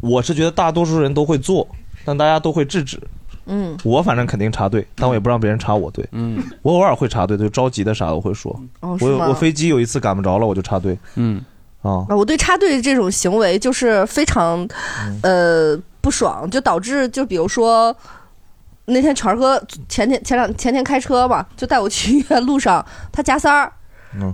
[SPEAKER 3] 我是觉得大多数人都会做，但大家都会制止。
[SPEAKER 4] 嗯，
[SPEAKER 3] 我反正肯定插队，但我也不让别人插我队。
[SPEAKER 7] 嗯，
[SPEAKER 3] 我偶尔会插队，就着急的啥我会说。
[SPEAKER 4] 哦是
[SPEAKER 3] 我有
[SPEAKER 4] 吗
[SPEAKER 3] 我飞机有一次赶不着了，我就插队。
[SPEAKER 7] 嗯，
[SPEAKER 3] 啊，
[SPEAKER 4] 啊，我对插队这种行为就是非常，呃，不爽，就导致就比如说，那天全儿哥前天前两前天开车嘛，就带我去医院，路上他加塞儿，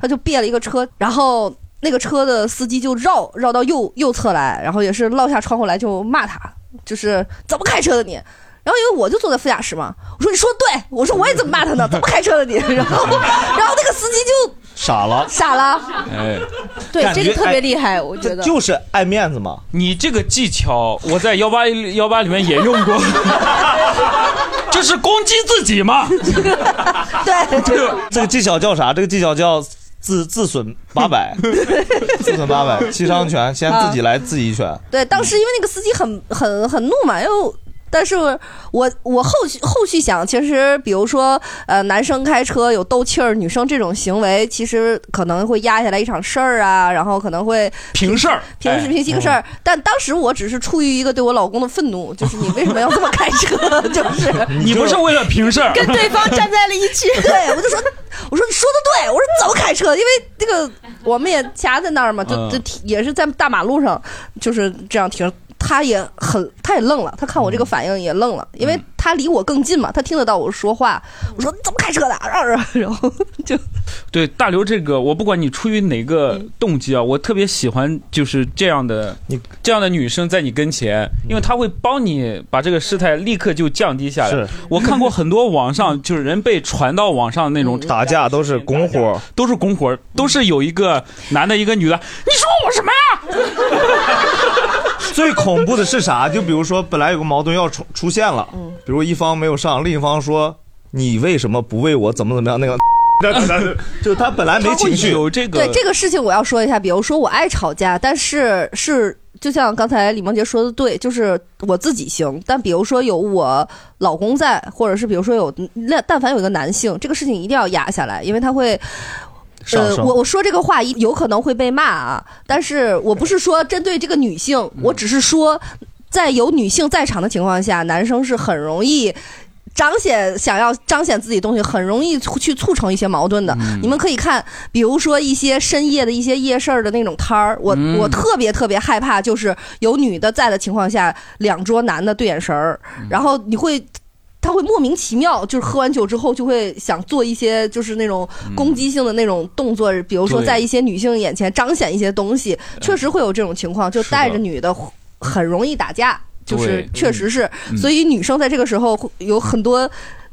[SPEAKER 4] 他就别了一个车，然后那个车的司机就绕绕到右右侧来，然后也是落下窗户来就骂他，就是怎么开车的你。然后因为我就坐在副驾驶嘛，我说你说得对，我说我也怎么骂他呢？怎么开车的你？ 然后然后那个司机就
[SPEAKER 3] 傻了，
[SPEAKER 4] 傻了，
[SPEAKER 7] 哎，
[SPEAKER 5] 对
[SPEAKER 7] 感觉
[SPEAKER 5] 这个特别
[SPEAKER 7] 哎
[SPEAKER 5] 厉害，我觉得
[SPEAKER 3] 就是爱面子嘛。
[SPEAKER 7] 你这个技巧，我在幺八幺八里面也用过，就是攻击自己 嘛。
[SPEAKER 4] 对，
[SPEAKER 3] 这个这个技巧叫啥？这个技巧叫自自损八 百，自损八百，七伤拳，先自己来自己一拳。
[SPEAKER 4] 对，当时因为那个司机很很很怒嘛，又。但是我我后续后续想，其实比如说，呃，男生开车有斗气儿，女生这种行为，其实可能会压下来一场事儿啊，然后可能会
[SPEAKER 7] 平事儿
[SPEAKER 4] 平时
[SPEAKER 7] 哎
[SPEAKER 4] 平息个事儿。但当时我只是出于一个对我老公的愤怒，就是你为什么要这么开车？ 就是
[SPEAKER 7] 你不是为了平事儿，
[SPEAKER 4] 跟对方站在了一 起。对，我就说，我说你说的对，我说你怎么开车？因为那个我们也夹在那儿嘛，就
[SPEAKER 7] 嗯
[SPEAKER 4] 就停也是在大马路上，就是这样停。他也很，他也愣了，他看我这个反应也愣了，因
[SPEAKER 7] 嗯
[SPEAKER 4] 为他离我更近嘛，他听得到我说话。我说你怎么开车的？然后就
[SPEAKER 7] 对大刘这个，我不管你出于哪个动机啊，我特别喜欢就是这样的，你这样的女生在你跟前，因为她会帮你把这个事态立刻就降低下来
[SPEAKER 3] 是。
[SPEAKER 7] 我看过很多网上就是人被传到网上那种
[SPEAKER 3] 打架都是拱火，
[SPEAKER 7] 都是拱火，都是有一个男的，一个女的，你说我什么
[SPEAKER 3] 最恐怖的是啥？就比如说，本来有个矛盾要出出现了，
[SPEAKER 4] 嗯
[SPEAKER 3] 比如一方没有上，另一方说你为什么不为我怎么怎 么样那个。就他本来没情绪，
[SPEAKER 7] 有这
[SPEAKER 4] 对这个事情我要说一下，比如说我爱吵架，但是是就像刚才李梦洁说的对，就是我自己行，但比如说有我老公在，或者是比如说有那但凡有一个男性，这个事情一定要压下来，因为他会。
[SPEAKER 3] 上
[SPEAKER 4] 呃，
[SPEAKER 3] 升
[SPEAKER 4] 我我说这个话一有可能会被骂啊，但是我不是说针对这个女性，我只是说，在有女性在场的情况下，男生是很容易彰显想要彰显自己东西，很容易促去促成一些矛盾的。你们可以看，比如说一些深夜的一些夜市儿的那种摊儿，我、
[SPEAKER 10] 嗯
[SPEAKER 4] 我特别特别害怕，就是有女的在的情况下，两桌男的对眼神儿，
[SPEAKER 7] 嗯
[SPEAKER 4] 然后你会。他会莫名其妙，就是喝完酒之后就会想做一些就是那种攻击性的那种动作，比如说
[SPEAKER 7] 对嗯
[SPEAKER 4] 在一些女性眼前彰显一些东西，确实会有这种情况，就带着女的很容易打架，就是
[SPEAKER 7] 对
[SPEAKER 4] 确实是，
[SPEAKER 7] 嗯
[SPEAKER 4] 所以女生在这个时候会有很多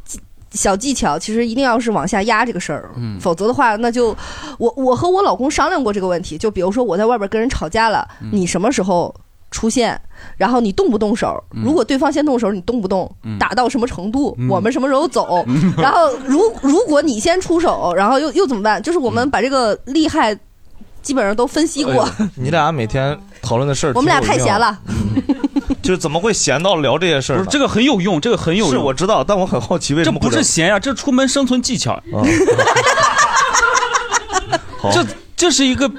[SPEAKER 4] 技小技巧，其实一定要是往下压这个事儿，
[SPEAKER 7] 嗯
[SPEAKER 4] 否则的话，那就我我和我老公商量过这个问题，就比如说我在外边跟人吵架了，
[SPEAKER 7] 嗯
[SPEAKER 4] 你什么时候？出现，然后你动不动手，
[SPEAKER 7] 嗯
[SPEAKER 4] 如果对方先动手，你动不动，
[SPEAKER 7] 嗯
[SPEAKER 4] 打到什么程度，
[SPEAKER 7] 嗯
[SPEAKER 4] 我们什么时候走，
[SPEAKER 7] 嗯
[SPEAKER 4] 然后如如果你先出手，然后又又怎么办？就是我
[SPEAKER 7] 嗯
[SPEAKER 4] 们把这个利害基本上都分析过，
[SPEAKER 3] 哎你俩每天讨论的事儿，
[SPEAKER 4] 我们俩太闲了。
[SPEAKER 3] 就是怎么会闲到聊这些事儿？
[SPEAKER 7] 不是这个很有用，这个很有用。
[SPEAKER 3] 是我知道，但我很好奇为什么
[SPEAKER 7] 这不是闲呀、这出门生存技巧。
[SPEAKER 3] 啊 嗯
[SPEAKER 7] 这这是一个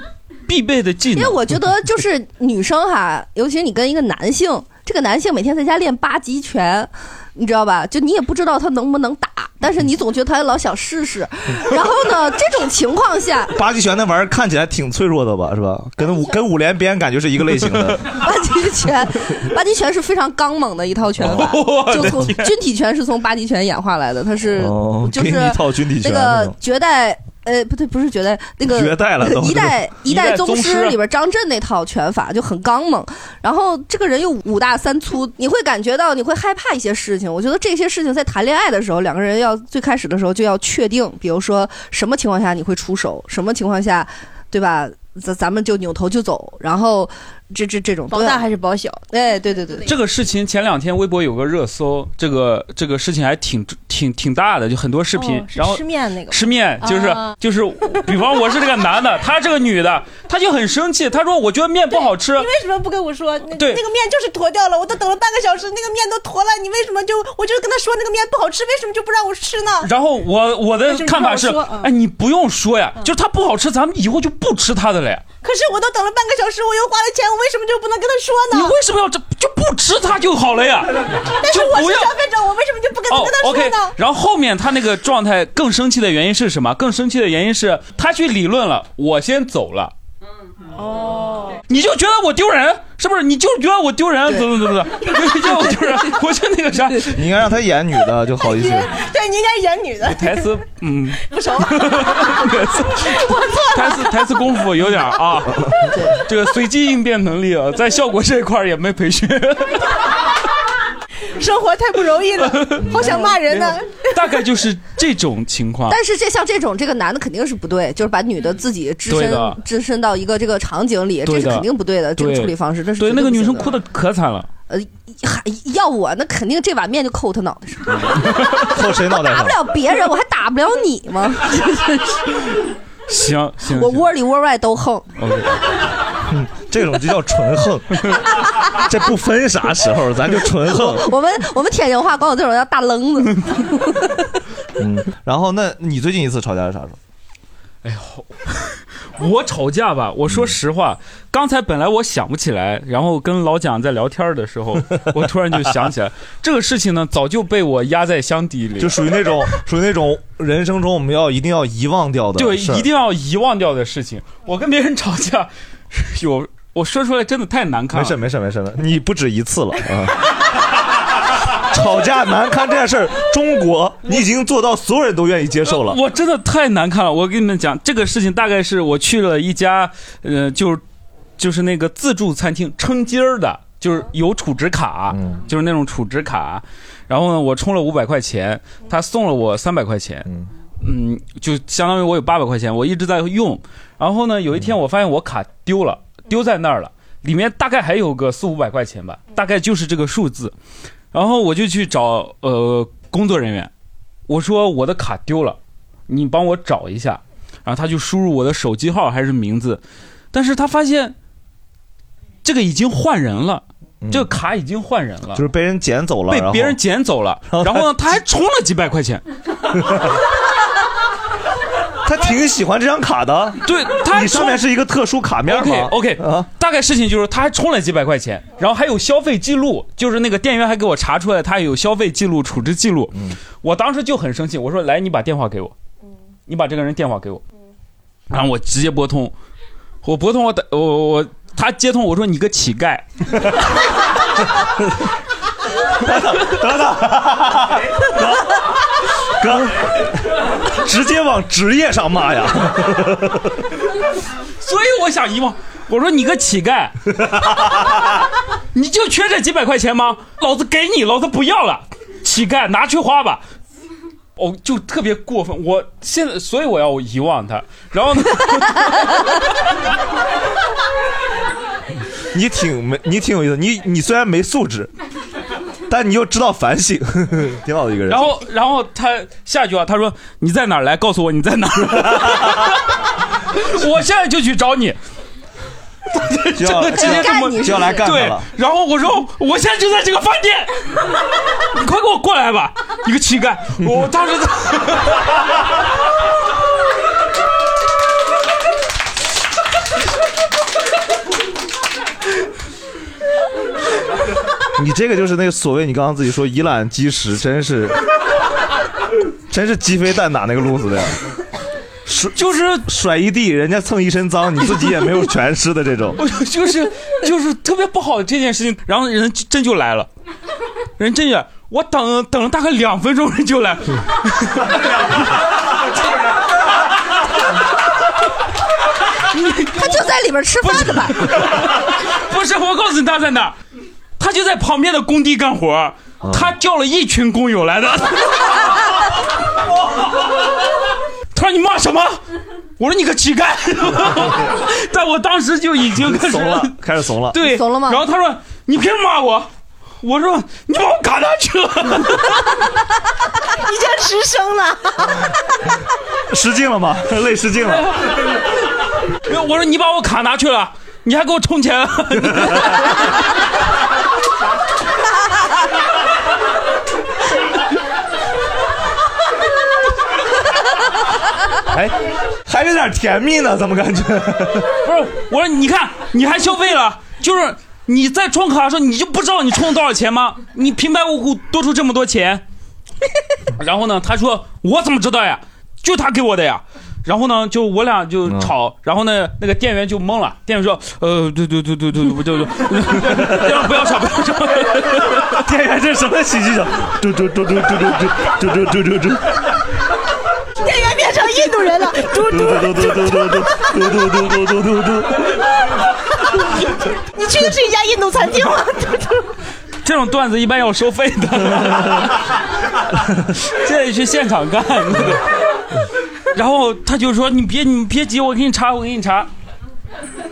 [SPEAKER 7] 必备的技
[SPEAKER 4] 因
[SPEAKER 7] 能。
[SPEAKER 4] 为我觉 得就是女生哈，尤其是你跟一个男性，这个男性每天在家练八极拳，你知道吧？就你也不知道他能不能打，但是你总觉得他老想试试。
[SPEAKER 3] 嗯
[SPEAKER 4] 然后呢，这种情况下，
[SPEAKER 3] 八极拳那玩意儿看起来挺脆弱的吧？是吧？跟五跟五连鞭感觉是一个类型的。
[SPEAKER 4] 八极拳，八极拳是非常刚猛的一套拳法，
[SPEAKER 3] 我
[SPEAKER 4] 就
[SPEAKER 3] 的
[SPEAKER 4] 从
[SPEAKER 3] 天
[SPEAKER 4] 军体拳是从八极拳演化来的，它是、
[SPEAKER 3] 哦
[SPEAKER 4] 嗯就是
[SPEAKER 3] 给你一套军体拳
[SPEAKER 4] 那
[SPEAKER 3] 那
[SPEAKER 4] 个
[SPEAKER 3] 种
[SPEAKER 4] 绝代。呃，不对，不是绝代，那个
[SPEAKER 3] 绝代了都
[SPEAKER 4] 一代
[SPEAKER 3] 一代
[SPEAKER 4] 代
[SPEAKER 3] 宗师
[SPEAKER 4] 师里边张震那套拳法就很刚猛，然后这个人又五大三粗，你会感觉到你会害怕一些事情。我觉得这些事情在谈恋爱的时候，两个人要最开始的时候就要确定，比如说什么情况下你会出手，什么情况下，对吧？咱咱们就扭头就走，然后这这这种
[SPEAKER 5] 保大还是
[SPEAKER 4] 保小？哎，对对对对，
[SPEAKER 7] 这个事情前两天微博有个热搜，这个这个事情还挺挺挺大的，就很多视频，
[SPEAKER 5] 哦是
[SPEAKER 7] 然后
[SPEAKER 5] 吃面那个吗
[SPEAKER 7] 吃面就是、
[SPEAKER 5] 啊
[SPEAKER 7] 就是，比方我是这个男的，他这个女的，他就很生气，他说我觉得面不好吃，
[SPEAKER 5] 你为什么不跟我说？那
[SPEAKER 7] 对
[SPEAKER 5] 那个面就是坨掉了，我都等了半个小时，那个面都坨了，你为什么就我就跟他说那个面不好吃，为什么就不让我吃呢？
[SPEAKER 7] 然后我我的看法是
[SPEAKER 5] 就是你不好说，嗯嗯
[SPEAKER 7] 哎，你不用说呀，就是他不好吃，咱们以后就不吃他的了呀。
[SPEAKER 5] 可是我都等了半个小时，我又花了钱，我为什么就不能跟他说呢？
[SPEAKER 7] 你为什么要这就不吃它就好了呀？
[SPEAKER 5] 但是
[SPEAKER 7] 就
[SPEAKER 5] 我
[SPEAKER 7] 不
[SPEAKER 5] 是
[SPEAKER 7] 要
[SPEAKER 5] 消费者，我为什么就不跟
[SPEAKER 7] 哦
[SPEAKER 5] 跟他说
[SPEAKER 7] ，OK
[SPEAKER 5] 呢？。
[SPEAKER 7] 然后后面他那个状态更生气的原因是什么？更生气的原因是他去理论了，我先走了。哦，你就觉得我丢人，是不是？你就觉得我丢人，怎么怎么怎么， 你就觉得我丢人，我就那 个啥，
[SPEAKER 3] 你应该让他演女的就好一些。
[SPEAKER 5] 对你应该演女的，
[SPEAKER 7] 台 词嗯，
[SPEAKER 5] 不熟，
[SPEAKER 7] 台词台词台词功夫有点儿啊，这个随机应变能力啊，在效果这一块儿也没培训。
[SPEAKER 5] 生活太不容易了，好想骂人呢。
[SPEAKER 7] 大概就是这种情况。
[SPEAKER 4] 但是这像这种，这个男的肯定是不对，就是把女的自己置
[SPEAKER 7] 对
[SPEAKER 4] 身
[SPEAKER 7] 的
[SPEAKER 4] 置身到一个这个场景里，这
[SPEAKER 7] 对
[SPEAKER 4] 是
[SPEAKER 7] 的
[SPEAKER 4] 肯定不对的，这个
[SPEAKER 7] 对
[SPEAKER 4] 处理方式，这是
[SPEAKER 7] 对
[SPEAKER 4] 绝
[SPEAKER 7] 那个
[SPEAKER 4] 不
[SPEAKER 7] 女
[SPEAKER 4] 行
[SPEAKER 7] 生
[SPEAKER 4] 的
[SPEAKER 7] 哭的可惨 了，
[SPEAKER 4] 呃，还要我那肯定这碗面就扣他脑袋上，
[SPEAKER 3] 扣谁脑袋
[SPEAKER 4] 打
[SPEAKER 3] 上
[SPEAKER 4] 不？了别人，我还打不了你 吗？
[SPEAKER 7] 行行
[SPEAKER 4] 我
[SPEAKER 7] 行
[SPEAKER 4] 窝里窝外都横，
[SPEAKER 7] ，OK，
[SPEAKER 3] 嗯这种就叫 纯横，这不分啥时候，咱就纯横。
[SPEAKER 4] 我们我们天津话管我这种叫大愣子。
[SPEAKER 3] 嗯，然后那你最近一次吵架是啥时候？
[SPEAKER 7] 我吵架吧，我说实话，刚才本来我想不起来，然后跟老蒋在聊天的时候，我突然就想起来，这个事情呢，早就被我压在箱底里，
[SPEAKER 3] 就属于那种属于那种人生中我们要一定要遗忘掉的
[SPEAKER 7] 对
[SPEAKER 3] 事儿，
[SPEAKER 7] 一定要遗忘掉的事情。我跟别人吵架， 有我说出来真的太难看
[SPEAKER 3] 没
[SPEAKER 7] 了。
[SPEAKER 3] 事没事没事没事，你不止一次了啊！ 吵架难堪这件事儿，中国你已经做到所有人都愿意接受了。
[SPEAKER 7] 我真的太难看了。我跟你们讲，这个事情大概是我去了一家，呃，就是就是那个自助餐厅，称斤儿的，就是有储值卡，
[SPEAKER 3] 嗯
[SPEAKER 7] 就是那种储值卡。然后呢，我充了五百块钱，他送了我三百块钱，
[SPEAKER 9] mm,
[SPEAKER 7] 嗯，就相当于我有八百块钱，我一直在用。然后呢，有一天我发现我卡丢了，丢在那儿了，里面大概还有个四五百块钱吧，大概就是这个数字。然后我就去找呃工作人员，我说我的卡丢了，你帮我找一下。然后他就输入我的手机号还是名字，但是他发现这个已经换人了，这个卡已经换人了，
[SPEAKER 3] 就是被人捡走了，
[SPEAKER 7] 被
[SPEAKER 3] 然后
[SPEAKER 7] 别人捡走 了。然后呢，他还充了几百块钱。
[SPEAKER 3] 他挺喜欢这张卡的，
[SPEAKER 7] 对，他
[SPEAKER 3] 你上面是一个特殊卡面吗啊
[SPEAKER 7] OK，, o 大概事情就是他还充了几百块钱，然后还有消费记录，就是那个店员还给我查出来他有消费记录、储值记录。
[SPEAKER 3] 嗯
[SPEAKER 7] 我当时就很生气，我说：“来，你把电话给我，你把这个人电话给我。”然后我直接拨通，我拨通我打我我我他接通，我说：“你个乞丐。”
[SPEAKER 3] 等等等等，哥， 直接往职业上骂呀！
[SPEAKER 7] 所以我想遗忘。我说你个乞 丐，你就缺这几百块钱吗？老子给你，老子不要了，乞丐拿去花吧。哦，就特别过分。我现在，所以我要 遗忘他。然后呢，
[SPEAKER 3] 你挺没，你挺有意思。你你虽然没素质，但你又知道反省，呵呵挺好的一个人。
[SPEAKER 7] 然后，然后他下一句啊，他说：“你在哪儿来？告诉我你在哪儿。 我现在就去找你。”
[SPEAKER 3] 就要
[SPEAKER 7] 直接这么
[SPEAKER 3] 就要来干他
[SPEAKER 7] 对
[SPEAKER 3] 了，
[SPEAKER 7] 然后我说我现在就在这个饭店，你快给我过来吧，你个乞丐！我当时
[SPEAKER 3] 你这个就是那个所谓你刚刚自己说以卵击石，真是真是鸡飞蛋打那个路子的呀。甩
[SPEAKER 7] 就是
[SPEAKER 3] 甩一地，人家蹭一身脏，你自己也没有全湿的这种。
[SPEAKER 7] 我就是就是特别不好这件事情，然后人真就来了，人真也我等等了大概两分钟人就 来，
[SPEAKER 4] 他就在里边吃饭的吧？
[SPEAKER 7] 不是我告诉你他在哪儿，他就在旁边的工地干活儿，
[SPEAKER 3] 嗯
[SPEAKER 7] 他叫了一群工友来的。 他说你骂什么？我说你个乞丐， 但我当时就已经开始
[SPEAKER 3] 怂了，开始怂了。
[SPEAKER 7] 对，然后他说你凭什么骂我？我说你把我赶哪去了？
[SPEAKER 5] 你这直升了，
[SPEAKER 3] 失敬 了吗？累失敬了。
[SPEAKER 7] 没有我说你把我卡拿去了，你还给我充 钱。啊
[SPEAKER 3] 哎， 还有点甜蜜呢，怎么感觉？
[SPEAKER 7] 不是，我说你看你还消费了，就是你在充卡的时候你就不知道你充了多少钱吗？你平白无故多出这么多钱， 然后呢，他说我怎么知道呀？就他给我的呀。然后呢，就我俩就吵，然后呢，那个店员就懵了。店员说：“呃，对对对对对，我就就，店员不要吵，不要吵。”
[SPEAKER 3] 店员这什么喜剧？嘟嘟嘟嘟嘟嘟嘟嘟嘟嘟嘟。
[SPEAKER 5] 店员变成印度人了， 嘟嘟
[SPEAKER 3] 嘟嘟嘟嘟嘟嘟嘟嘟嘟嘟嘟。
[SPEAKER 5] 你去的是一家印度餐厅吗？嘟嘟
[SPEAKER 7] 这种段子一般要收费的，这得去现场干。那个然后他就说：“你别，你别急，我给你查，我给你查。”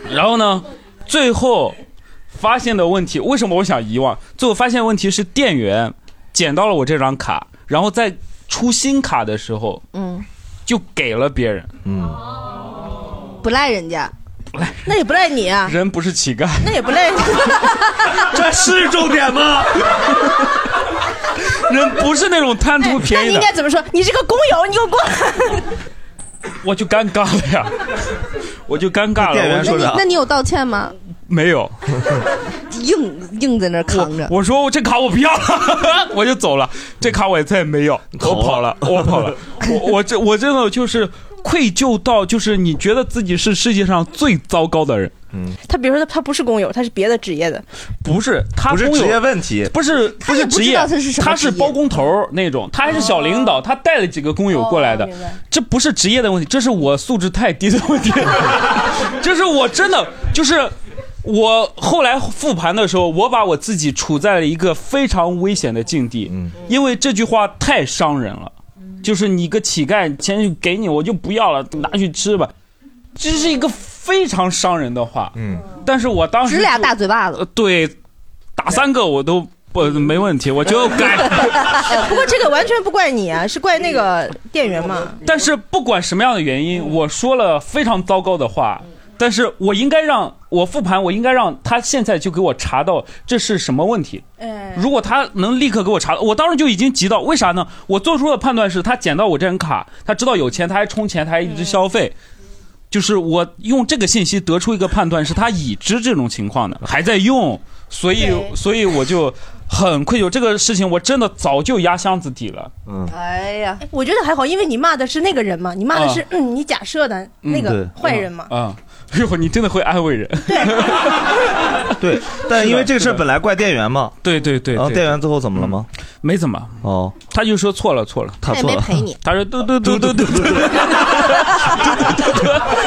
[SPEAKER 7] 然后呢，最后发现的问题，为什么我想遗忘？最后发现问题是店员捡到了我这张卡，然后在出新卡的时候
[SPEAKER 4] 嗯，
[SPEAKER 7] 就给了别人。嗯，
[SPEAKER 4] 不赖人家，
[SPEAKER 5] 那也不赖你啊，
[SPEAKER 7] 人不是乞丐，
[SPEAKER 5] 那也不赖你。
[SPEAKER 7] 这是重点吗？ 人不是那种贪图
[SPEAKER 5] 那
[SPEAKER 7] 便宜
[SPEAKER 5] 你
[SPEAKER 7] 的
[SPEAKER 5] 应，该怎么说？你这个工友，你给我滚！
[SPEAKER 7] 我就尴尬了 呀，我就尴尬了。
[SPEAKER 3] 店员
[SPEAKER 7] 我
[SPEAKER 3] 说啥
[SPEAKER 4] 那你有道歉吗？
[SPEAKER 7] 没有？
[SPEAKER 4] 硬硬在那儿扛着。
[SPEAKER 7] 我说这卡我不要 了，我就走了。这卡我也再也没有，我跑了，我跑了。我我这我真的就是愧疚到，就是你觉得自己是世界上最糟糕的人。嗯，
[SPEAKER 5] 他比如说他他不是工友，他是别的职业 的，
[SPEAKER 7] 不是他
[SPEAKER 3] 不是
[SPEAKER 7] 工友
[SPEAKER 3] 职业问题
[SPEAKER 7] 不是
[SPEAKER 5] 他
[SPEAKER 7] 不
[SPEAKER 5] 也
[SPEAKER 7] 是
[SPEAKER 5] 不知
[SPEAKER 7] 职业，
[SPEAKER 5] 道他是什么
[SPEAKER 7] 他是
[SPEAKER 5] 职业哦
[SPEAKER 7] 包工头儿那种，他还是小领导，他带了几个工友过来的，这不是职业的问题，这是我素质太低的 问题，这是我真的就是。我后来复盘的时候，我把我自己处在了一个非常危险的境地，因为这句话太伤人了，
[SPEAKER 5] 嗯
[SPEAKER 7] 就是你个乞丐，钱就给你，我就不要了，拿去吃吧，这是一个非常伤人的话。嗯，但是我当时
[SPEAKER 4] 直俩
[SPEAKER 7] 就呃
[SPEAKER 4] 大嘴巴子，
[SPEAKER 7] 对，打三个我都不没问题，我就改。
[SPEAKER 5] 不过这个完全不怪你啊，是怪那个店员嘛。
[SPEAKER 7] 但是不管什么样的原因，我说了非常糟糕的话，但是我应该让我复盘，我应该让他现在就给我查到这是什么问题。如果他能立刻给我查到，我当时就已经急到，为啥呢？我做出的判断是他捡到我这张卡，他知道有钱，他还充钱，他还一直消费。就是我用这个信息得出一个判断，是他已知这种情况的，还在用，所以所以我就很愧疚。这个事情我真的早就压箱子底了。嗯，
[SPEAKER 5] 哎呀，我觉得还好，因为你骂的是那个人嘛，你骂的是、
[SPEAKER 7] 啊
[SPEAKER 5] 嗯你假设的那个坏人嘛。
[SPEAKER 7] 啊，哎呦，你真的会安慰人。
[SPEAKER 3] 对，但因为这个事儿本来怪店员嘛。
[SPEAKER 7] 对对对。
[SPEAKER 3] 然后店员最后怎么了吗？
[SPEAKER 7] 没怎么。
[SPEAKER 3] 哦，
[SPEAKER 7] 他就说错了错了，
[SPEAKER 3] 他错了。
[SPEAKER 7] 他说嘟 嘟嘟嘟嘟嘟。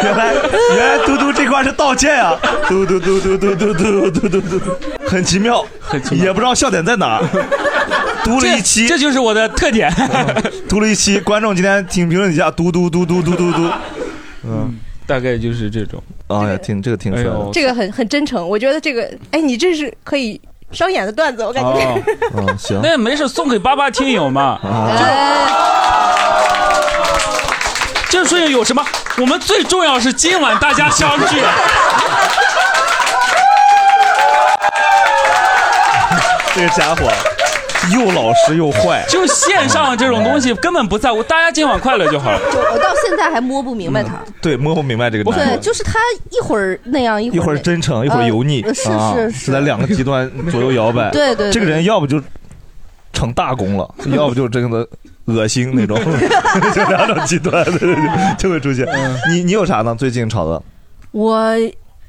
[SPEAKER 3] 原来原来嘟嘟这块是道歉啊！嘟嘟嘟嘟嘟嘟嘟嘟嘟嘟，很奇妙，
[SPEAKER 7] 很
[SPEAKER 3] 奇妙，也不知道笑点在哪儿。嘟了一期，
[SPEAKER 7] 这就是我的 特点。
[SPEAKER 3] 嘟了一期，观众今天请评论一下，嘟嘟嘟嘟嘟嘟嘟。嗯，
[SPEAKER 7] 大概就是这种。哎
[SPEAKER 3] 啊，挺这个挺帅的。
[SPEAKER 5] 这个很很真诚，我觉得这个，哎，你这是可以商演的段子，我感觉。
[SPEAKER 7] 哦，
[SPEAKER 3] 嗯，行，啊
[SPEAKER 7] 那没事，送给八八听友嘛。就这顺应有什么？我们最重要是今晚大家相聚。
[SPEAKER 3] 这个家伙又老实又坏，嗯
[SPEAKER 7] 就线上这种东西根本不在乎，大家今晚快乐就好了。
[SPEAKER 4] 我到现在还摸不明白他。
[SPEAKER 3] 对，摸不明白这个男
[SPEAKER 4] 对，
[SPEAKER 3] 人。
[SPEAKER 4] 就是他一会儿那样，一
[SPEAKER 3] 一会
[SPEAKER 4] 会
[SPEAKER 3] 儿
[SPEAKER 4] 儿
[SPEAKER 3] 真诚，一会儿
[SPEAKER 4] 呃
[SPEAKER 3] 油腻，
[SPEAKER 4] 呃是
[SPEAKER 3] 啊
[SPEAKER 4] 是
[SPEAKER 3] 在
[SPEAKER 4] 是，
[SPEAKER 3] 两个 极端左右摇摆。
[SPEAKER 4] 对对对
[SPEAKER 3] 这个人要不就成大功了，要不就真的恶心 那种，就两种极端对对对就会出现。
[SPEAKER 4] 嗯
[SPEAKER 3] 你你有啥呢？最近吵的？
[SPEAKER 5] 我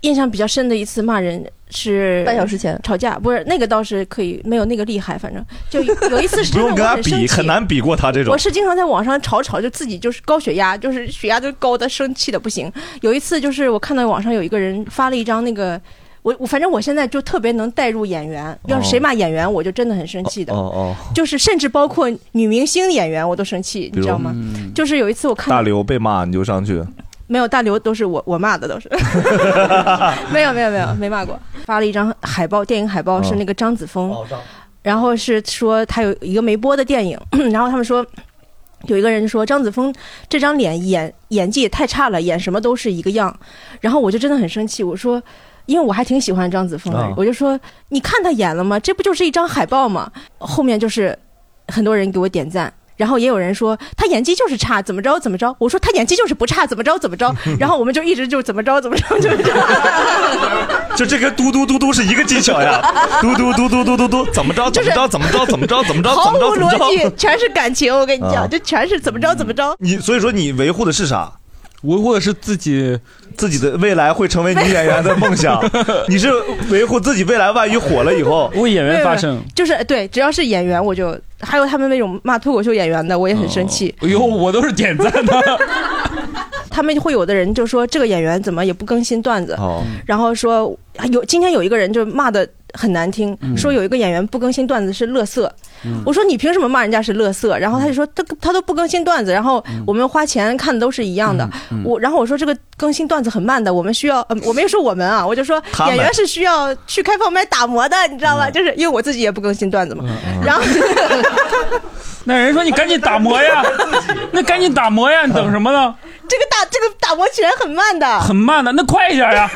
[SPEAKER 5] 印象比较深的一次骂人是
[SPEAKER 4] 半小时前
[SPEAKER 5] 吵架，不是那个倒是可以，没有那个厉害，反正就有一次是
[SPEAKER 3] 不
[SPEAKER 5] 真的
[SPEAKER 3] 用跟
[SPEAKER 5] 我
[SPEAKER 3] 他
[SPEAKER 5] 很生
[SPEAKER 3] 比，
[SPEAKER 5] 气
[SPEAKER 3] 很难比过他这种。
[SPEAKER 5] 我是经常在网上吵吵，就自己就是高血压，就是血压都高的生气的不行。有一次就是我看到网上有一个人发了一张那个，我我反正我现在就特别能代入演员，要是谁骂演员，我就真的很生气的。
[SPEAKER 3] 哦哦，
[SPEAKER 5] 就是甚至包括女明星演员我都生气，
[SPEAKER 3] 比
[SPEAKER 5] 你
[SPEAKER 3] 如嗯
[SPEAKER 5] 知道吗？就是有一次我看
[SPEAKER 3] 大刘被骂你就上去，
[SPEAKER 5] 没有大刘都是我我骂的都是， 没有没有没有没骂过，发了一张海报，电影海报
[SPEAKER 3] 哦
[SPEAKER 5] 是那个张子枫，然后是说他有一个没播的电影， 然后他们说有一个人说张子枫这张脸演演技也太差了，演什么都是一个样，然后我就真的很生气，我说。因为我还挺喜欢张子枫的，
[SPEAKER 10] 啊
[SPEAKER 5] 我就说你看他演了吗？这不就是一张海报吗？后面就是很多人给我点赞，然后也有人说他演技就是差，怎么着怎么着。我说他演技就是不差，怎么着怎么着。 然后我们就一直就怎么着怎么着，就是这样。
[SPEAKER 3] 就这跟嘟嘟嘟嘟是一个技巧呀，嘟嘟嘟嘟嘟嘟嘟，怎么着怎么着怎么着怎么着怎么着
[SPEAKER 5] 毫
[SPEAKER 3] 怎么
[SPEAKER 5] 无
[SPEAKER 3] 着怎么
[SPEAKER 5] 逻辑
[SPEAKER 3] 着，，
[SPEAKER 5] 全是感情。我跟你
[SPEAKER 3] 啊
[SPEAKER 5] 讲，这全是怎么着怎么着。
[SPEAKER 3] 你所以说你维护的是啥？
[SPEAKER 7] 维护的是自己
[SPEAKER 3] 自己的未来会成为女演员的 梦想，你是维护自己未来万一火了以后
[SPEAKER 7] 为演员发
[SPEAKER 5] 没
[SPEAKER 7] 声
[SPEAKER 5] 有。就是对，只要是演员，我就还有他们那种骂脱口秀演员的，我也很
[SPEAKER 3] 哦
[SPEAKER 5] 生气。
[SPEAKER 7] 哎呦，我都是点赞的。
[SPEAKER 5] 他们会有的人就说这个演员怎么也不更新段子，
[SPEAKER 3] 哦
[SPEAKER 5] 然后说有今天有一个人就骂的很难听，
[SPEAKER 3] 嗯
[SPEAKER 5] 说有一个演员不更新段子是乐色。
[SPEAKER 3] 嗯
[SPEAKER 5] 我说你凭什么骂人家是乐色？然后他就说他他都不更新段子，然后我们花钱看的都是一样的。
[SPEAKER 3] 嗯嗯嗯
[SPEAKER 5] 我然后我说这个更新段子很慢的，我们需要、呃、我没有说我们啊，我就说
[SPEAKER 3] 他们嗯
[SPEAKER 5] 演员是需要去开放麦打磨的，你知道吧？就是因为我自己也不更新段子嘛。然后
[SPEAKER 7] 那人说你赶紧打磨呀，那赶紧打磨呀，你等什么呢？
[SPEAKER 5] 这个打这个打磨起来很慢的，
[SPEAKER 7] 很慢的，那快一点呀！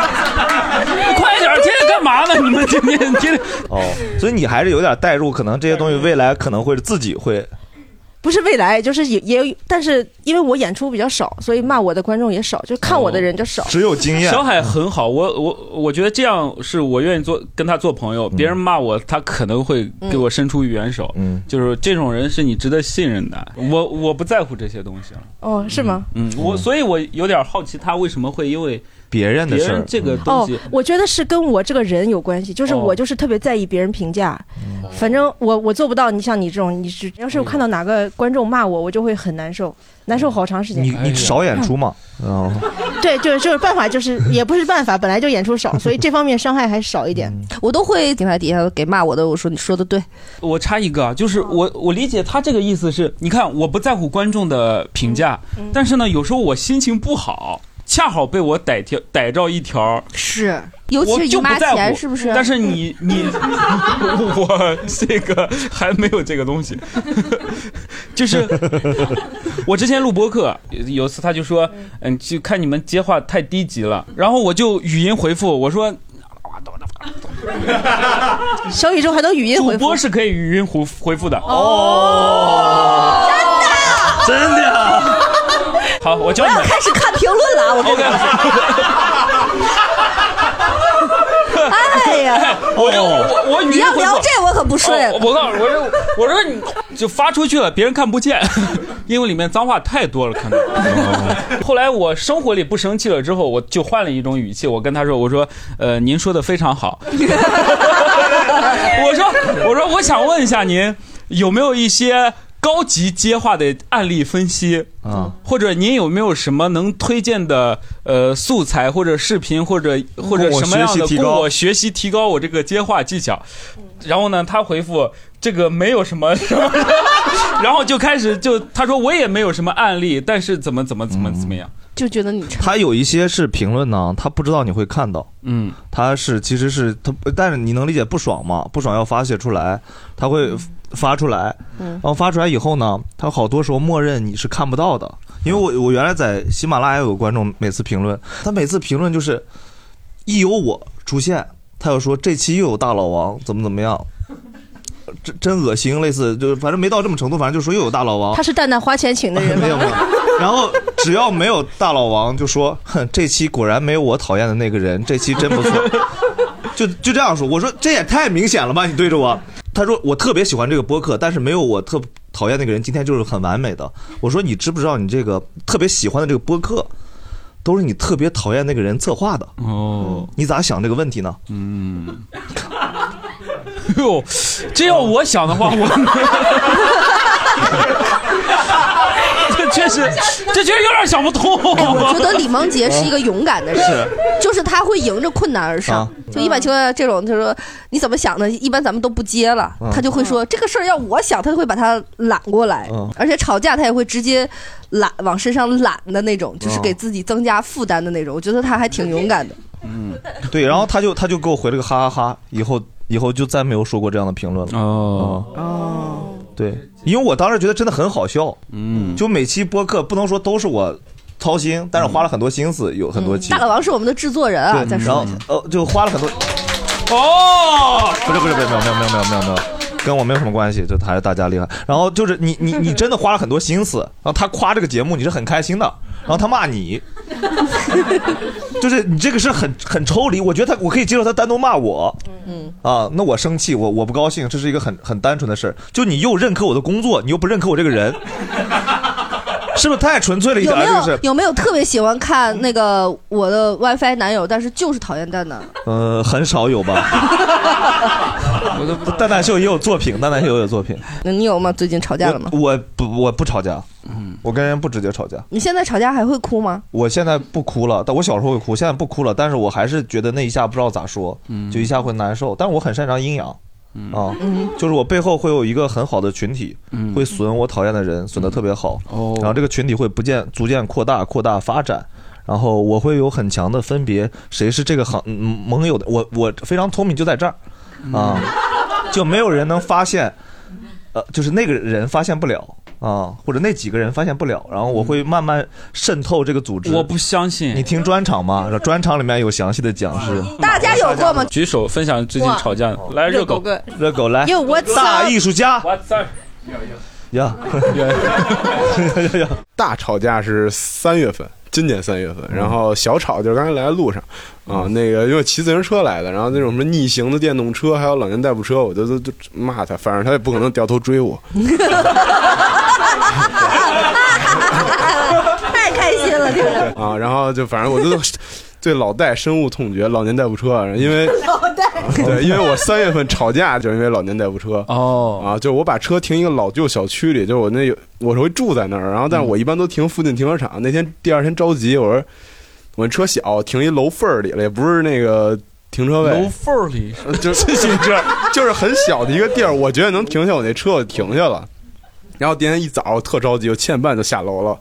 [SPEAKER 7] 快一点，今哎天干嘛呢？你们今天今天
[SPEAKER 3] 哦，所以你还是有点代入，可能这些东西未来可能会自己会
[SPEAKER 5] 不是未来，就是也也有，但是因为我演出比较少，所以骂我的观众也少，就看我的人就少。
[SPEAKER 3] 哦只有经验。
[SPEAKER 7] 小海很好，我我我觉得这样是我愿意做跟他做朋友。别人骂我，他可能会给我伸出援手。
[SPEAKER 3] 嗯，
[SPEAKER 7] 就是这种人是你值得信任的。我我不在乎这些东西了。
[SPEAKER 5] 哦，是吗？
[SPEAKER 7] 嗯，我所以，我有点好奇他为什么会因为
[SPEAKER 3] 别人
[SPEAKER 7] 别人这个东
[SPEAKER 5] 哦
[SPEAKER 7] 西，，哦
[SPEAKER 5] 我觉得是跟我这个人有关系，就是我就是特别在意别人评价，反正我我做不到。你像你这种，你是要是我看到哪个观众骂我，我就会很难受，难受好长时间。
[SPEAKER 7] 哎
[SPEAKER 3] 你你少演出嘛，嗯然后
[SPEAKER 5] 对，就是就是办法，就是也不是办法，本来就演出少，所以这方面伤害还少一点。
[SPEAKER 3] 嗯
[SPEAKER 4] 我都会平台底
[SPEAKER 3] 哦
[SPEAKER 4] 下呃给骂我的，我说你说的对，
[SPEAKER 7] 我插一个啊，就是我我理解他这个意思是，你看我不在乎观众的评价，但是呢，有时候我心情不好，恰好被我逮条逮着一条，
[SPEAKER 4] 是，尤其
[SPEAKER 7] 我
[SPEAKER 4] 是
[SPEAKER 7] 就
[SPEAKER 4] 姨
[SPEAKER 7] 不
[SPEAKER 4] 妈
[SPEAKER 7] 在乎，
[SPEAKER 4] 前，是不是？
[SPEAKER 7] 但是你 你 我这个还没有这个东西，就是我之前录播客，有一次他就说，嗯，就看你们接话太低级了，然后我就语音回复我说。
[SPEAKER 5] 小宇宙还能语音
[SPEAKER 7] 回复，主播是可以语音回回复的
[SPEAKER 5] 哦，
[SPEAKER 7] 真的，真的。 好，我教 你们。
[SPEAKER 5] 始看评论了，我跟你
[SPEAKER 7] 说。
[SPEAKER 4] 哎呀，
[SPEAKER 7] 我就我我语音
[SPEAKER 4] 你要
[SPEAKER 7] 回复
[SPEAKER 4] 聊这我可不睡了
[SPEAKER 7] 哦 我告诉你，我说我说你就发出去了，别人看不见， 因为里面脏话太多了，可能。 后来我生活里不生气了之后，我就换了一种语气，我跟他说，我说，呃，您说的非常好，我说我说我 想问一下您有没有一些高级接话的案例分析
[SPEAKER 3] 啊，
[SPEAKER 7] 或者您有没有什么能推荐的呃素材或者视频或者或者什么样
[SPEAKER 3] 供我学
[SPEAKER 7] 的
[SPEAKER 3] 习提
[SPEAKER 7] 供
[SPEAKER 3] 高
[SPEAKER 7] 我学习提高我这个接话技巧？然后呢，他回复这个没有什么什么。然后就开始就他说我也没有什么案例，但是怎么怎么怎么怎么样，
[SPEAKER 4] 就觉得你
[SPEAKER 3] 他有一些是评论呢，他不知道你会看到，
[SPEAKER 7] 嗯，
[SPEAKER 3] 他是其实是他，但是你能理解不爽吗？不爽要发泄出来，他
[SPEAKER 5] 嗯
[SPEAKER 3] 会发出来，
[SPEAKER 4] 嗯
[SPEAKER 3] 然后发出来以后呢，他好多时候默认你是看不到的，因为我我原来在喜马拉雅有个观众每次评论，他每次评论就是一有我出现，他又说这期又有大老王怎么怎么样。真真恶心，类似就是反正没到这么程度，反正就说又有大老王，
[SPEAKER 5] 他是蛋蛋花钱请的人吗？
[SPEAKER 3] 然后只要没有大老王，就说哼，这期果然没有我讨厌的那个人，这期真不错，就就这样说。我说这也太明显了吧，你对着我。他说我特别喜欢这个播客，但是没有我特讨厌那个人，今天就是很完美的。我说你知不知道你这个特别喜欢的这个播客，都是你特别讨厌那个人策划的
[SPEAKER 7] 哦？
[SPEAKER 3] 你咋想这个问题呢？
[SPEAKER 7] 嗯，哟，这要我 想的话， 我 这确实，这确实有点想不通。
[SPEAKER 4] 我觉得李梦洁是一个勇敢的人，
[SPEAKER 7] 是
[SPEAKER 4] 就是他会迎着困难而上。
[SPEAKER 7] 啊
[SPEAKER 4] 就一般情况下，这种他说你怎么想的，一般咱们都不接了。
[SPEAKER 7] 嗯
[SPEAKER 4] 他就会说这个事儿要我想，他就会把他揽过来，
[SPEAKER 7] 嗯
[SPEAKER 4] 而且吵架他也会直接揽往身上揽的那种，
[SPEAKER 7] 嗯
[SPEAKER 4] 就是
[SPEAKER 3] 哦
[SPEAKER 4] 给自己增加负担的那种。我觉得他还挺勇敢的。
[SPEAKER 3] 嗯，对，然后他就他就给我回了个哈哈哈，以后以后就再没有说过这样的评论了。
[SPEAKER 7] 哦
[SPEAKER 3] 哦，对，因为我当时觉得真的很好笑，
[SPEAKER 7] 嗯，
[SPEAKER 3] 就每期播客不能说都是我操心，但是花了很多心思，有很多期
[SPEAKER 4] 大。老王是我们的制作人嗯啊，
[SPEAKER 3] 对，
[SPEAKER 4] 再
[SPEAKER 3] 然
[SPEAKER 4] 说
[SPEAKER 3] 后
[SPEAKER 4] 一下。
[SPEAKER 3] 呃，就花了很多。
[SPEAKER 7] 哦，
[SPEAKER 3] 不是不是不是没有没有没有没有没有没有，跟我没有什么关系，这还是大家厉害。然后就是你你你真的花了很多心思，然后他夸这个节目你是很开心的，然后他骂你， 就是你这个是很很抽离。我觉得他我可以接受他单独骂我，
[SPEAKER 4] 嗯，
[SPEAKER 3] 啊，那我生气，我我不高兴，这是一个很很单纯的事儿。就你又认可我的工作，你又不认可我这个人，是不是太纯粹了一
[SPEAKER 4] 有
[SPEAKER 3] 点
[SPEAKER 4] 没
[SPEAKER 3] 儿？啊这个
[SPEAKER 4] 有
[SPEAKER 3] 是
[SPEAKER 4] 有没有特别喜欢看那个我的 WiFi 男友，但是就是讨厌蛋蛋？
[SPEAKER 3] 呃，很少有吧。 我都不蛋蛋秀也有作品，蛋蛋秀也有作品。
[SPEAKER 4] 那你有吗？最近吵架了吗？
[SPEAKER 3] 我不，我不吵架，嗯，我跟人不直接吵架。
[SPEAKER 4] 你现在吵架还会哭吗？
[SPEAKER 3] 我现在不哭了，但我小时候会哭，现在不哭了，但是我还是觉得那一下不知道咋说，就一下会难受。但是我很擅长阴阳，
[SPEAKER 7] 嗯
[SPEAKER 3] 啊，
[SPEAKER 4] 嗯
[SPEAKER 3] 就是我背后会有一个很好的群体，
[SPEAKER 7] 嗯
[SPEAKER 3] 会损我讨厌的人，损的特别好。
[SPEAKER 7] 哦
[SPEAKER 3] 然后这个群体会不见逐渐扩大、扩大发展。然后我会有很强的分别，谁是这个行嗯盟友的，我我非常聪明就在这儿，
[SPEAKER 7] 嗯
[SPEAKER 3] 啊，就没有人能发现，呃，就是那个人发现不了啊，或者那几个人发现不了，然后我会慢慢渗透这个组织。
[SPEAKER 7] 嗯我不相信
[SPEAKER 3] 你听专场吗？专场里面有详细的讲是。
[SPEAKER 4] 大家有过吗？
[SPEAKER 7] 举手分享最近吵架的，来热狗，
[SPEAKER 3] 热狗来，
[SPEAKER 7] Yo, what's
[SPEAKER 3] 大
[SPEAKER 7] up？
[SPEAKER 3] 艺术
[SPEAKER 4] 啊
[SPEAKER 3] 家，呀，
[SPEAKER 11] 大吵架是三月份，今年三月份，然后小吵就是刚才来的路上啊，那个因为骑自行车来的，然后那种什么逆行的电动车，还有老年代步车，我就都都骂他，反正他也不可能掉头追我。
[SPEAKER 4] 太开心了，这 个。
[SPEAKER 11] 啊，然后就反正我就 对老戴深恶痛绝，老年代步车，啊因为对，因为 我三月份吵架就是因为老年代步车
[SPEAKER 7] 哦
[SPEAKER 11] 啊，就我把车停一个老旧小区里，就我那有我是会住在那儿，然后但是我一般都停附近停车场。那天第二天着急，我说我车小停一楼缝儿里了，也不是那个停车位，
[SPEAKER 7] 楼缝儿里
[SPEAKER 11] 呃 就就是这，就是很小的一个地儿，我觉得能停下我那车，我就停下了。然后第二天一早我特着急，我七点半就下楼了。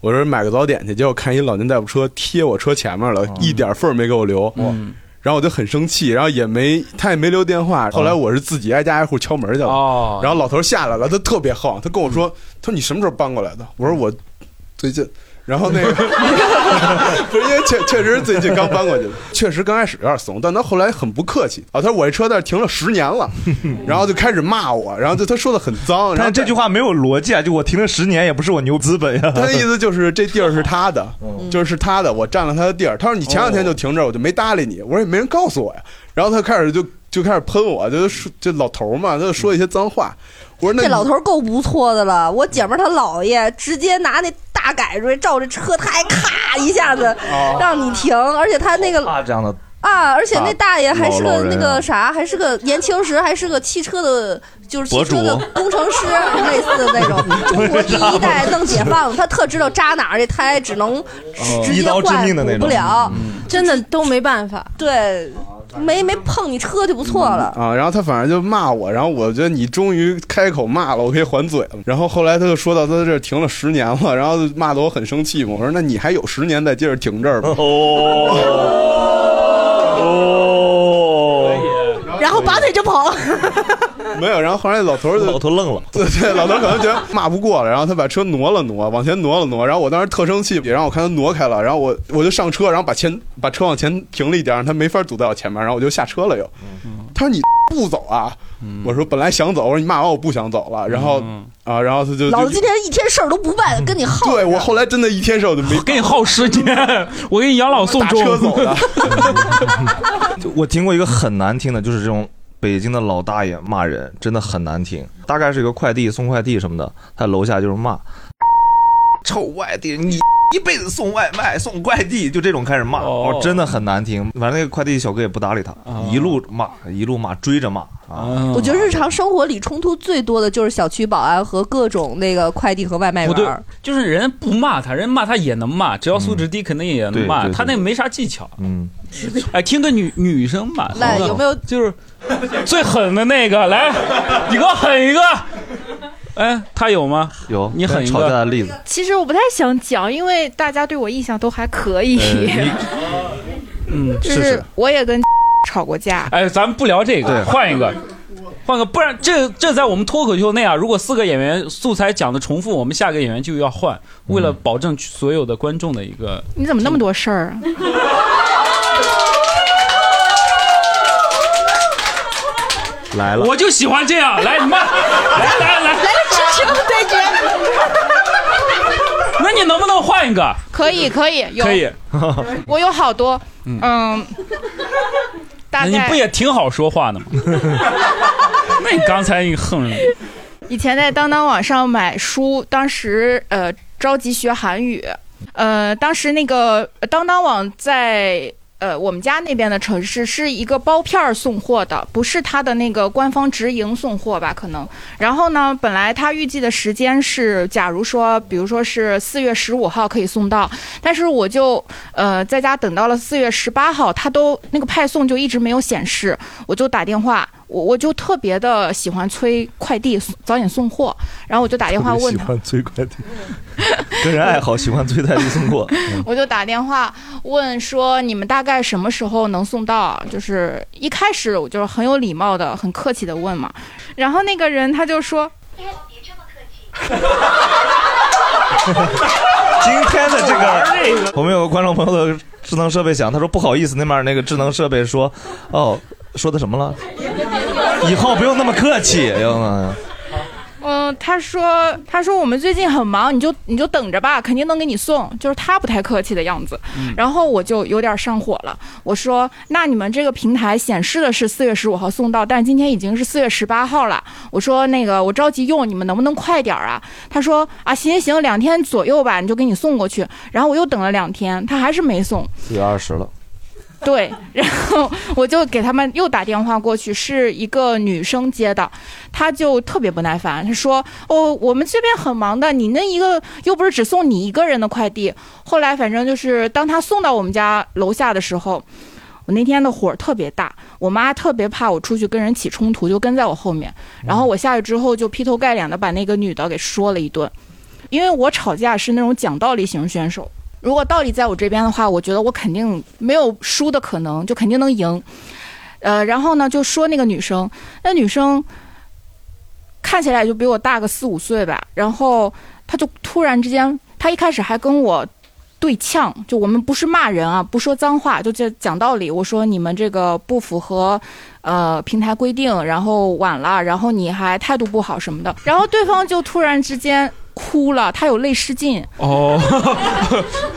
[SPEAKER 11] 我说买个早点去，结果看一老年代步车贴我车前面了，一点缝儿没给我留。然后我就很生气，然后也没他也没留电话。后来我是自己挨家挨户敲门去了。
[SPEAKER 7] 哦
[SPEAKER 11] 然后老头下来了，他特别横，他跟我说：“他说你什么时候搬过来的？”我说：“我最近。”然后那个不是因为确确实最近刚搬过去的，确实刚开始有点怂，但他后来很不客气啊。他说我这车在这停了十年 了，然后就开始骂我，然后就他说的很脏。然后
[SPEAKER 3] 但这句话没有逻辑啊，就我停了十年也不是我牛资本呀。
[SPEAKER 11] 他的意思就是这地儿是他的，就是是他的，我占了他的地儿。他说你前两天就停这儿，我就没搭理你，我说也没人告诉我呀。然后他开始就就开始喷我，就说这老头儿嘛，他就说一些脏话。我说那你
[SPEAKER 4] 这老头儿够不错的了，我姐们儿她姥爷直接拿那大改锥照着车胎，咔一下子
[SPEAKER 3] 哦
[SPEAKER 4] 让你停，而且他那个
[SPEAKER 3] 啊，这样的
[SPEAKER 4] 啊，而且那大爷还是
[SPEAKER 3] 老老
[SPEAKER 4] 个
[SPEAKER 3] 人啊
[SPEAKER 4] 那个啥，还是个年轻时还是个汽车的，就是汽车的
[SPEAKER 3] 博主
[SPEAKER 4] 工程师， 类似的那种中国第一代弄解放的，他特知道扎哪儿，这胎只能直接换，补不了。
[SPEAKER 5] 真的都没办法。
[SPEAKER 4] 对，没没碰你车就不错了。
[SPEAKER 11] 啊，然后他反正就骂我，然后我觉得你终于开口骂了，我可以还嘴了。然后后来他就说到他这儿停了十年了，然后骂得我很生气嘛。我说那你还有十年再接着停这儿吧。哦，
[SPEAKER 5] 然后拔腿就跑。
[SPEAKER 11] 没有，然后后来老头儿就老
[SPEAKER 3] 头愣了，
[SPEAKER 11] 对对，老头儿可能觉得骂不过了，然后他把车挪了挪，往前挪了挪，然后我当时特生气，也让我看他挪开了，然后我我就上车，然后把前把车往前停了一点儿，让他没法堵在我前面，然后我就下车了又。
[SPEAKER 3] 嗯
[SPEAKER 11] 他说你不走啊？我说本来想走，我说你骂完我不想走了，然后
[SPEAKER 3] 嗯
[SPEAKER 11] 啊，然后他就
[SPEAKER 4] 老
[SPEAKER 11] 就嗯
[SPEAKER 4] 子今天一天事儿都不办，跟你耗。
[SPEAKER 11] 对我后来真的一天事儿我都没
[SPEAKER 7] 跟你耗十年，我给你养老送终。
[SPEAKER 11] 打车走的。
[SPEAKER 3] 就 我听过一个很难听的，就是这种北京的老大爷骂人，真的很难听。大概是一个快递送快递什么的，他楼下就是骂，臭外地人，你一辈子送外卖送快递，就这种开始骂，哦，真的很难听。反正那个快递小哥也不搭理他，
[SPEAKER 7] 哦
[SPEAKER 3] 一路骂一路骂，追着骂啊。
[SPEAKER 4] 我觉得日常生活里冲突最多的就是小区保安和各种那个快递和外卖
[SPEAKER 7] 不
[SPEAKER 4] 员
[SPEAKER 7] 对
[SPEAKER 4] 哎儿。，
[SPEAKER 7] 就是人不骂他，人骂他也能骂，只要素质低肯定也能骂。
[SPEAKER 3] 嗯对对对
[SPEAKER 7] 他那没啥技巧。
[SPEAKER 3] 嗯，
[SPEAKER 7] 哎，听个女女生骂，
[SPEAKER 4] 来有没有
[SPEAKER 7] 就是最狠的那个？来，你给我狠一个。哎，他有吗？
[SPEAKER 3] 有，
[SPEAKER 7] 你狠一
[SPEAKER 3] 吵架的
[SPEAKER 7] 个。
[SPEAKER 3] 例子。
[SPEAKER 10] 其实我不太想讲，因为大家对我印象都还可以。
[SPEAKER 7] 嗯，
[SPEAKER 10] 就是是
[SPEAKER 7] 呃是。
[SPEAKER 10] 我也跟吵过架，
[SPEAKER 7] 哎，咱们不聊这个，换一个，换个，不然这这在我们脱口秀内啊，如果四个演员素材讲的重复，我们下个演员就要换，为
[SPEAKER 3] 嗯
[SPEAKER 7] 了保证所有的观众的一个。
[SPEAKER 10] 你怎么那么多事儿啊？
[SPEAKER 3] 来
[SPEAKER 7] 了，我就喜欢这样，来你们，
[SPEAKER 10] 啊
[SPEAKER 7] 来来来，
[SPEAKER 10] 来个直球对决。
[SPEAKER 7] 那你能不能换一个？
[SPEAKER 10] 可以可以有
[SPEAKER 7] 可以，
[SPEAKER 10] 我有好多
[SPEAKER 7] 嗯
[SPEAKER 10] 嗯，大
[SPEAKER 7] 那你
[SPEAKER 10] 概
[SPEAKER 7] 不也挺好说话的吗？ 那你刚才你横着，
[SPEAKER 10] 以前在当当网上买书，当时呃着急学韩语，呃，当时那个呃当当网在呃我们家那边的城市是一个包片儿送货的，不是它的那个官方直营送货吧？可能。然后呢，本来它预计的时间是，假如说，比如说是四月十五号可以送到，但是我就呃在家等到了四月十八号，它都那个派送就一直没有显示，我就打电话。我我就特别的喜欢催快递早点送货，然后我就打电话问
[SPEAKER 3] 喜
[SPEAKER 10] 他，
[SPEAKER 3] 欢催快 递，个人爱好喜欢催快递送 货。
[SPEAKER 10] 我就打电话问说你们大概什么时候能送到？就是一开始我就是很有礼貌的、很客气的问嘛，然后那个人他 就说，
[SPEAKER 3] 今天的这个，我们有个观众朋友的智能设备响，他说不好意思，那面那个智能设备说，哦，说的什么了？以后不用那么客气。哎呦妈呀！
[SPEAKER 10] 嗯，他说他说我们最近很忙，你就你就等着吧，肯定能给你送。就是他不太客气的样子，
[SPEAKER 12] 嗯
[SPEAKER 10] 然后我就有点上火了。我说那你们这个平台显示的是四月十五号送到，但今天已经是四月十八号了。我说那个我着急用，你们能不能快点儿啊？他说啊行行行，两天左右吧，你就给你送过去。然后我又等了两天，他还是没送。
[SPEAKER 3] 四月二十了，
[SPEAKER 10] 对，然后我就给他们又打电话过去，是一个女生接的，她就特别不耐烦，她说：“哦，我们这边很忙的，你那一个又不是只送你一个人的快递。”后来反正就是当她送到我们家楼下的时候，我那天的火特别大，我妈特别怕我出去跟人起冲突，就跟在我后面，然后我下去之后就劈头盖脸的把那个女的给说了一顿。因为我吵架是那种讲道理型选手，如果道理在我这边的话，我觉得我肯定没有输的可能，就肯定能赢。呃，然后呢，就说那个女生，那女生看起来就比我大个四五岁吧，然后她就突然之间，她一开始还跟我对呛，就我们不是骂人啊，不说脏话，就这讲道理。我说你们这个不符合呃平台规定，然后晚了，然后你还态度不好什么的，然后对方就突然之间哭了，她有泪失禁。
[SPEAKER 7] 哦，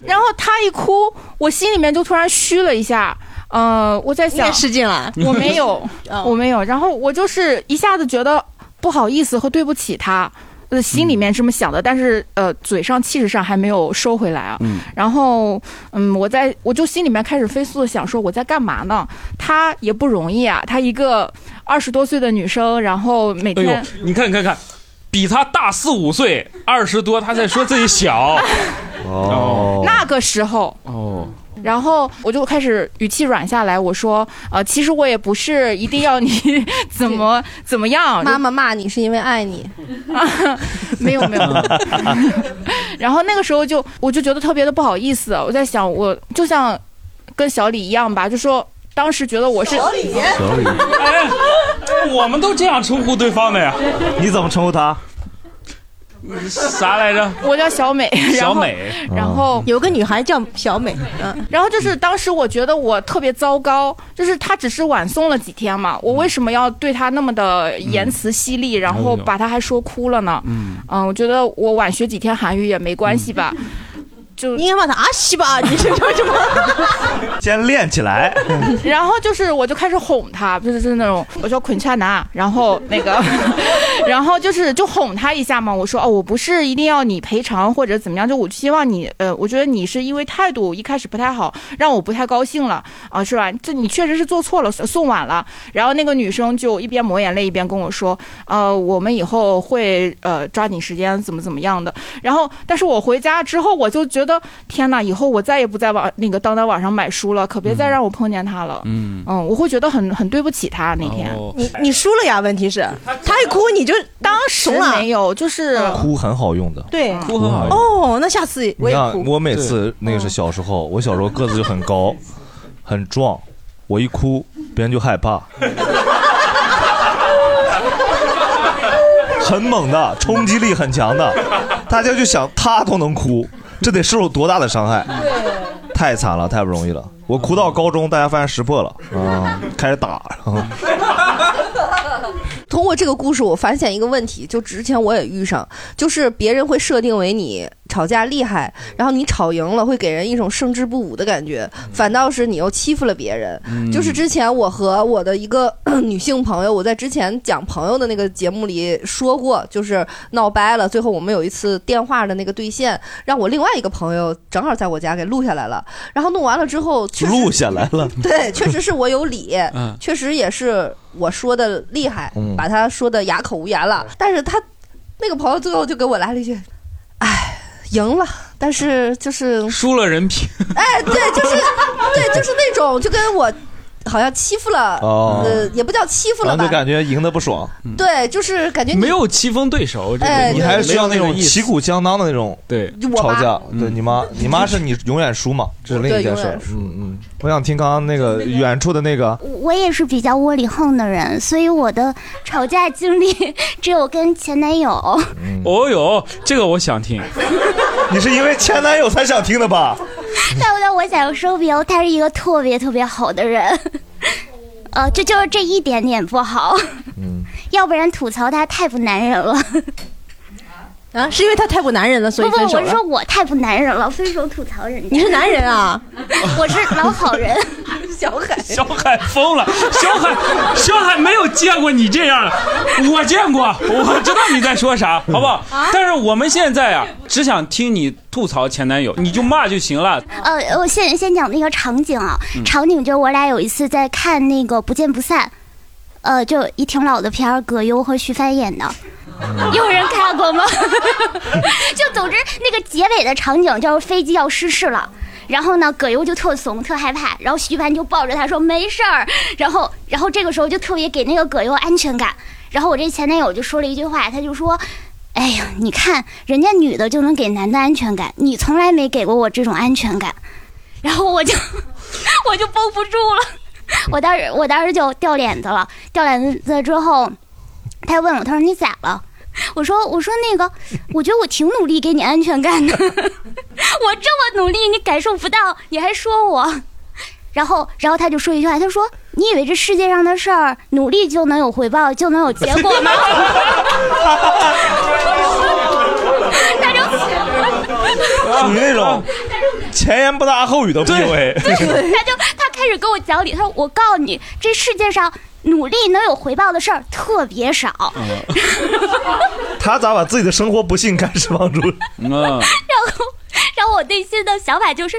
[SPEAKER 10] 然后他一哭，我心里面就突然虚了一下。呃，我在
[SPEAKER 17] 你也
[SPEAKER 10] 想，
[SPEAKER 17] 失禁了
[SPEAKER 10] 我 没有
[SPEAKER 17] 哦，
[SPEAKER 10] 我没有。然后我就是一下子觉得不好意思和对不起他，呃，心里面这么想的，但是呃，嘴上气势上还没有收回来啊。
[SPEAKER 14] 嗯
[SPEAKER 10] 然后，嗯，我在我就心里面开始飞速的想说我在干嘛呢？他也不容易啊，她一个二十多岁的女生，然后每
[SPEAKER 7] 哎
[SPEAKER 10] 天、
[SPEAKER 7] 呦，你看看看，比他大四五岁，二十多，他在说自己小。
[SPEAKER 3] 哦
[SPEAKER 10] 那个时候，
[SPEAKER 7] 哦，
[SPEAKER 10] 然后我就开始语气软下来，我说，呃，其实我也不是一定要你 怎么怎么样，
[SPEAKER 4] 妈妈骂你是因为爱你，
[SPEAKER 10] 没有没有。然后那个时候就我就觉得特别的不好意思，我在想，我就像跟小李一样吧，就说当时觉得我是小李，
[SPEAKER 3] 小李
[SPEAKER 7] 哎，我们都这样称呼对方的呀。
[SPEAKER 3] 你怎么称呼他？
[SPEAKER 7] 啥来着？
[SPEAKER 10] 我叫 小美，然
[SPEAKER 7] 小
[SPEAKER 10] 后
[SPEAKER 7] 美，哦
[SPEAKER 10] 然后有个女孩叫小美，嗯，然后就是当时我觉得我特别糟糕，就是她只是晚送了几天嘛，
[SPEAKER 7] 嗯
[SPEAKER 10] 我为什么要对她那么的言辞犀利，然后把她还说哭了呢？
[SPEAKER 7] 哎嗯，
[SPEAKER 10] 我觉得我晚学几天韩语也没关系吧，就你
[SPEAKER 5] 应该骂她啊西 吧，你这叫什么？
[SPEAKER 3] 先练起来。
[SPEAKER 10] 然后就是我就开始哄他，就是就是那种我说捆恰拿，然后那个，然后就是就哄他一下嘛。我说哦，我不是一定要你赔偿或者怎么样，就我希望你呃，我觉得你是因为态度一开始不太好，让我不太高兴了啊，是吧？这你确实是做错了，送晚了。然后那个女生就一边抹眼泪一边跟我说，呃，我们以后会呃抓紧时间怎么怎么样的。然后但是我回家之后，我就觉得天哪，以后我再也不在网那个当当网上买书了，可别再让我碰见他了。
[SPEAKER 7] 嗯
[SPEAKER 10] 我会觉得很很对不起他那天。
[SPEAKER 5] 你你输了呀？问题是，他一哭你就
[SPEAKER 10] 当时
[SPEAKER 5] 怂啊嗯了
[SPEAKER 10] 没有，就是
[SPEAKER 3] 哭很好用的。
[SPEAKER 5] 对
[SPEAKER 3] 哭很好用
[SPEAKER 5] 哦，那下次我也
[SPEAKER 3] 你看，
[SPEAKER 5] 哭。
[SPEAKER 3] 我每次那个是小时候，我小时候个子就很高，很壮，我一哭别人就害怕，很猛的，冲击力很强的，大家就想他都能哭，这得受多大的伤害？太惨了，太不容易了。我哭到高中，大家发现识破了，啊，开始打，然后
[SPEAKER 4] 通过这个故事，我发现一个问题，就之前我也遇上，就是别人会设定为你吵架厉害，然后你吵赢了，会给人一种胜之不武的感觉，反倒是你又欺负了别人。
[SPEAKER 12] 嗯
[SPEAKER 4] 就是之前我和我的一个女性朋友，我在之前讲朋友的那个节目里说过，就是闹掰了，最后我们有一次电话的那个对线，让我另外一个朋友正好在我家给录下来了，然后弄完了之后，确实
[SPEAKER 3] 录下来了。，
[SPEAKER 4] 对，确实是我有理
[SPEAKER 3] 嗯
[SPEAKER 4] 确实也是我说的厉害，
[SPEAKER 3] 嗯
[SPEAKER 4] 把他说的哑口无言了。但是他那个朋友最后就给我来了一句：“ 哎，赢了，但是就是
[SPEAKER 7] 输了人品，
[SPEAKER 4] 哎，对， 就是对，就是那种就跟我好像欺负了，
[SPEAKER 3] 哦
[SPEAKER 4] 呃，也不叫欺负
[SPEAKER 3] 然
[SPEAKER 4] 了
[SPEAKER 3] 后
[SPEAKER 4] 吧，
[SPEAKER 3] 就感觉赢得不爽。
[SPEAKER 4] 对，就是感觉你
[SPEAKER 7] 没有棋逢对手，这个
[SPEAKER 4] 哎
[SPEAKER 3] 你还是需要那种
[SPEAKER 7] 没有
[SPEAKER 3] 旗鼓相当的那种
[SPEAKER 7] 对嗯
[SPEAKER 4] 就我
[SPEAKER 3] 吵
[SPEAKER 4] 妈
[SPEAKER 3] 架，对你妈，你妈是你永远输嘛，这是另一
[SPEAKER 6] 对
[SPEAKER 3] 件
[SPEAKER 6] 永
[SPEAKER 3] 事儿
[SPEAKER 6] 远。
[SPEAKER 3] 嗯嗯，我想听刚刚那个远处的那个，
[SPEAKER 6] 我也是比较窝里横的人，所以我的吵架经历 只有跟前男友。
[SPEAKER 7] 哦哟，这个我想听。
[SPEAKER 3] 你是因为前男友才想听的吧？
[SPEAKER 6] 但但我想说明，他是一个特别特别好的人。呃，这就是这一点点不好。 要不然吐槽他太不男人了。
[SPEAKER 5] 啊，是因为他太不男 人了，所以
[SPEAKER 6] 不
[SPEAKER 5] 分
[SPEAKER 6] 不，
[SPEAKER 5] 手
[SPEAKER 6] 我是
[SPEAKER 5] 了
[SPEAKER 6] 说。我太不男人了，分手吐槽人家。
[SPEAKER 5] 你是男人啊？
[SPEAKER 6] 我是老好人。
[SPEAKER 4] 小海，
[SPEAKER 7] 小海疯了，小海，小海没有见过你这样的，我见过，我知道你在说啥，好不好？但是我们现在啊，只想听你吐槽前男友，你就骂就行了。
[SPEAKER 6] 呃，我先先讲那个场景啊，
[SPEAKER 7] 嗯
[SPEAKER 6] 场景就我俩有一次在看那个《不见不散》，呃，就一挺老的片儿，葛优和徐帆演的。 有人看过吗？就总之那个结尾的场景就是飞机要失事了，然后呢，葛优就特怂特害怕，然后徐帆就抱着他说没事儿，然后然后这个时候就特别给那个葛优安全感，然后我这前男友就说了一句话，他就说。哎呀，你看人家女的就能给男的安全感，你从来没给过我这种安全感。 然后我就我就绷不住了，我当时我当时就掉脸子了，掉脸子之后，他问我，他说你咋了？我说我说那个，我觉得我挺努力给你安全感的， 我这么努力你感受不到，你还说我。然后，然后他就说一句话，他说：“你以为这世界上的事儿，努力就能有回报，就能有结果吗？”
[SPEAKER 7] 啊
[SPEAKER 6] 他就
[SPEAKER 3] 属于那种前言不搭后语的 PUA。
[SPEAKER 6] 他就他开始跟我讲理，他说：“我告诉你，这世界上努力能有回报的事儿特别少。
[SPEAKER 3] 嗯他咋把自己的生活不幸开始帮助？
[SPEAKER 7] 嗯，
[SPEAKER 6] 然后，然后我内心的想法就是，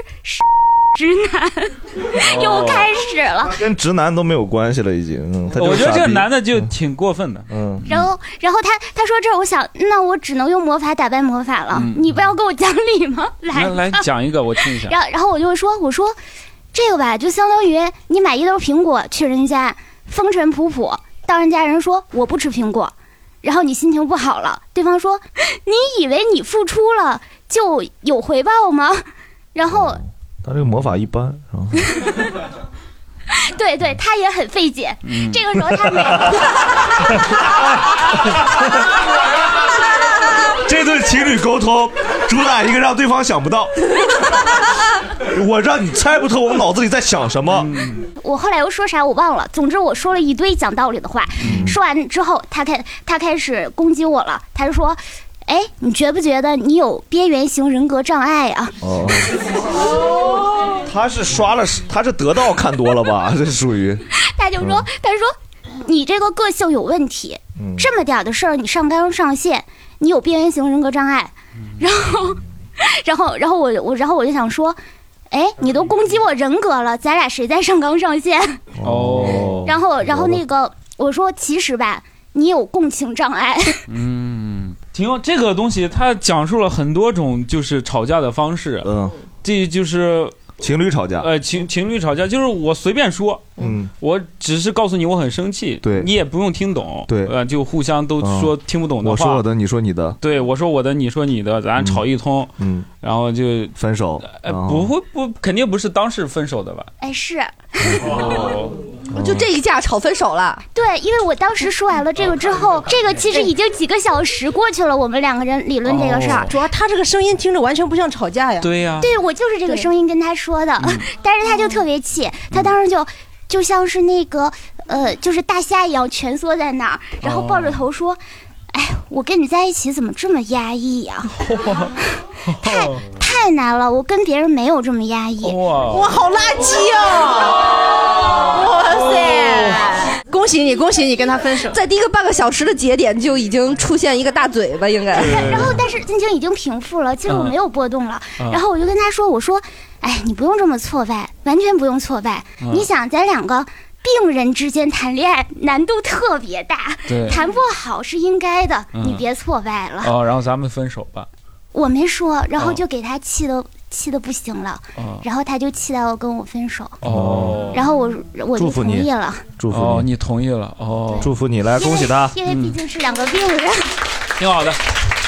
[SPEAKER 6] 直男， 又开始了。
[SPEAKER 7] 嗯
[SPEAKER 3] 跟直男都没有关系了，已经。嗯，他就是
[SPEAKER 7] 我觉得这
[SPEAKER 3] 傻
[SPEAKER 7] 个
[SPEAKER 3] 逼
[SPEAKER 7] 男的就挺过分的，
[SPEAKER 3] 嗯，
[SPEAKER 6] 然后，然后他他说这儿，我想，那我只能用魔法打败魔法了。
[SPEAKER 7] 嗯
[SPEAKER 6] 你不要跟我讲理吗？来
[SPEAKER 7] 来来
[SPEAKER 6] 吧
[SPEAKER 7] 讲一个我听一下。
[SPEAKER 6] 然后然后我就说，我说这个吧，就相当于你买一兜苹果去人家，风尘仆仆，到人家人说我不吃苹果，然后你心情不好了，对方说你以为你付出了就有回报吗？然后
[SPEAKER 7] 嗯
[SPEAKER 3] 他这个魔法一般，是吧？
[SPEAKER 6] 对对，他也很费解。
[SPEAKER 3] 嗯
[SPEAKER 6] 这个时候 他每
[SPEAKER 3] 这对情侣沟通主打一个让对方想不到，我让你猜不透我脑子里在想什么。
[SPEAKER 7] 嗯
[SPEAKER 6] 我后来又说啥我忘了，总之我说了一堆讲道理的话。
[SPEAKER 7] 嗯
[SPEAKER 6] 说完之后，他开他开始攻击我了，他就说：“哎，你觉不觉得你有边缘型人格障碍啊？”
[SPEAKER 3] 哦，他是刷了，他是得到看多了吧？这属于
[SPEAKER 6] 他就说，他说你这个个性有问题，
[SPEAKER 3] 嗯
[SPEAKER 6] 这么点儿的事儿你上纲上线，你有边缘型人格障碍。 然后，然后，然后我我然后我就想说，哎，你都攻击我人格了，咱俩谁在上纲上线？
[SPEAKER 7] 哦
[SPEAKER 6] 然后，然后那个我说，其实吧，你有共情障碍。
[SPEAKER 7] 嗯，挺有这个东西，它讲述了很多种就是吵架的方式。
[SPEAKER 3] 嗯，
[SPEAKER 7] 这就是
[SPEAKER 3] 情侣吵架。
[SPEAKER 7] 呃，情情侣吵架就是我随便说，
[SPEAKER 3] 嗯，
[SPEAKER 7] 我只是告诉你我很生气，
[SPEAKER 3] 对
[SPEAKER 7] 你也不用听懂，
[SPEAKER 3] 对
[SPEAKER 7] 呃，就互相都说
[SPEAKER 3] 嗯
[SPEAKER 7] 听不懂的话。
[SPEAKER 3] 我说我的，你说你的，
[SPEAKER 7] 对我说我的，你说你的，咱吵一通，
[SPEAKER 3] 嗯，
[SPEAKER 7] 然后就
[SPEAKER 3] 分手。
[SPEAKER 7] 呃，
[SPEAKER 3] 哦
[SPEAKER 7] 不会不，肯定不是当时分手的吧？
[SPEAKER 6] 哎，是
[SPEAKER 7] 哦，
[SPEAKER 4] 就这一架吵分手了。
[SPEAKER 6] 对，因为我当时说完了这个之
[SPEAKER 5] 哦
[SPEAKER 6] 后，这个其实已经几个小时过去了，我们两个人理论这个事儿
[SPEAKER 5] 哦主。要他这个声音听着完全不像吵架呀。
[SPEAKER 7] 对呀
[SPEAKER 6] 对我就是这个声音跟他说的，但是他就特别气，他当时就就像是那个呃，就是大虾一样蜷缩在那儿，然后抱着头
[SPEAKER 5] 哦
[SPEAKER 6] 说：“哎，我跟你在一起怎么这么压 抑呀、太太难了，我跟别人没有这么压抑。”
[SPEAKER 7] 哇
[SPEAKER 5] 好垃圾哦！哇
[SPEAKER 3] 哦
[SPEAKER 5] 塞，
[SPEAKER 4] 恭喜你，恭喜你跟他分手，在第一个半个小时的节点就已经出现一个大嘴巴，应该。
[SPEAKER 6] 然后，但是心情已经平复了，其实我没有波动了。
[SPEAKER 4] 嗯
[SPEAKER 6] 然后我就跟他说：“我说，哎，你不用这么挫败，完全不用挫败。
[SPEAKER 12] 嗯
[SPEAKER 6] 你想，咱两个病人之间谈恋爱难度特别大
[SPEAKER 7] 对，
[SPEAKER 6] 谈不好是应该的，
[SPEAKER 7] 嗯
[SPEAKER 6] 你别挫败了。
[SPEAKER 7] 哦，然后咱们分手吧。
[SPEAKER 6] 我没说，然后
[SPEAKER 7] 哦
[SPEAKER 6] 就给他气的、气的不行了，
[SPEAKER 7] 哦
[SPEAKER 6] 然后他就气到要跟我分手。
[SPEAKER 7] 哦
[SPEAKER 6] 然后我我就
[SPEAKER 3] 祝福
[SPEAKER 6] 同
[SPEAKER 3] 你
[SPEAKER 6] 意了，
[SPEAKER 3] 祝福
[SPEAKER 7] 哦，你同意了哦，嗯
[SPEAKER 3] 祝福你，来恭喜他，
[SPEAKER 6] 因为毕竟是两个病人。
[SPEAKER 7] 挺好的，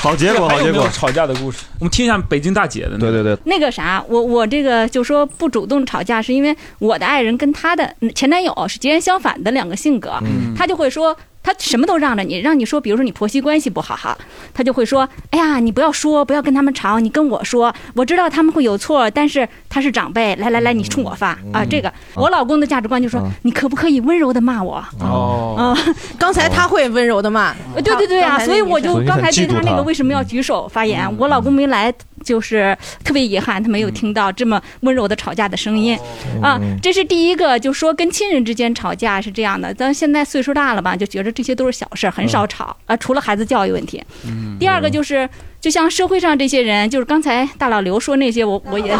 [SPEAKER 3] 好结果，
[SPEAKER 7] 还
[SPEAKER 3] 好
[SPEAKER 7] 有
[SPEAKER 3] 结
[SPEAKER 7] 没有
[SPEAKER 3] 果。
[SPEAKER 7] 吵架的故事，我们听一下北京大姐的。对
[SPEAKER 3] 对对，
[SPEAKER 12] 那个啥，我我这个就说不主动吵架，是因为我的爱人跟她的前男友是截然相反的两个性格，
[SPEAKER 14] 嗯
[SPEAKER 12] 他就会说。他什么都让着你，让你说，比如说你婆媳关系不好哈，他就会说，哎呀，你不要说，不要跟他们吵，你跟我说，我知道他们会有错，但是他是长辈，来来来，你冲我发、啊，这个我老公的价值观就说，你可不可以温柔的骂我？
[SPEAKER 7] 哦，
[SPEAKER 6] 嗯
[SPEAKER 12] 啊，
[SPEAKER 5] 嗯刚才他会温柔的骂，
[SPEAKER 12] 呃对对对
[SPEAKER 5] 刚
[SPEAKER 12] 啊，
[SPEAKER 5] 才那
[SPEAKER 12] 所以
[SPEAKER 5] 女
[SPEAKER 12] 我
[SPEAKER 5] 生
[SPEAKER 12] 就
[SPEAKER 5] 所以你
[SPEAKER 12] 刚
[SPEAKER 5] 很
[SPEAKER 12] 才
[SPEAKER 5] 嫉妒
[SPEAKER 12] 对
[SPEAKER 5] 嗯
[SPEAKER 12] 他那
[SPEAKER 5] 她
[SPEAKER 12] 个为什么要举手发言，我老公没来，就是特别遗憾，他没有听到这么温柔的吵架的声音，啊
[SPEAKER 14] 嗯，
[SPEAKER 12] 这是第一个，就说跟亲人之间吵架是这样的，咱现在岁数大了吧，就觉得这些都是小事儿，很少吵啊，除了孩子教育问题。
[SPEAKER 14] 嗯
[SPEAKER 12] 第二个就是，就像社会上这些人，就是刚才大老刘说那些，我 我也。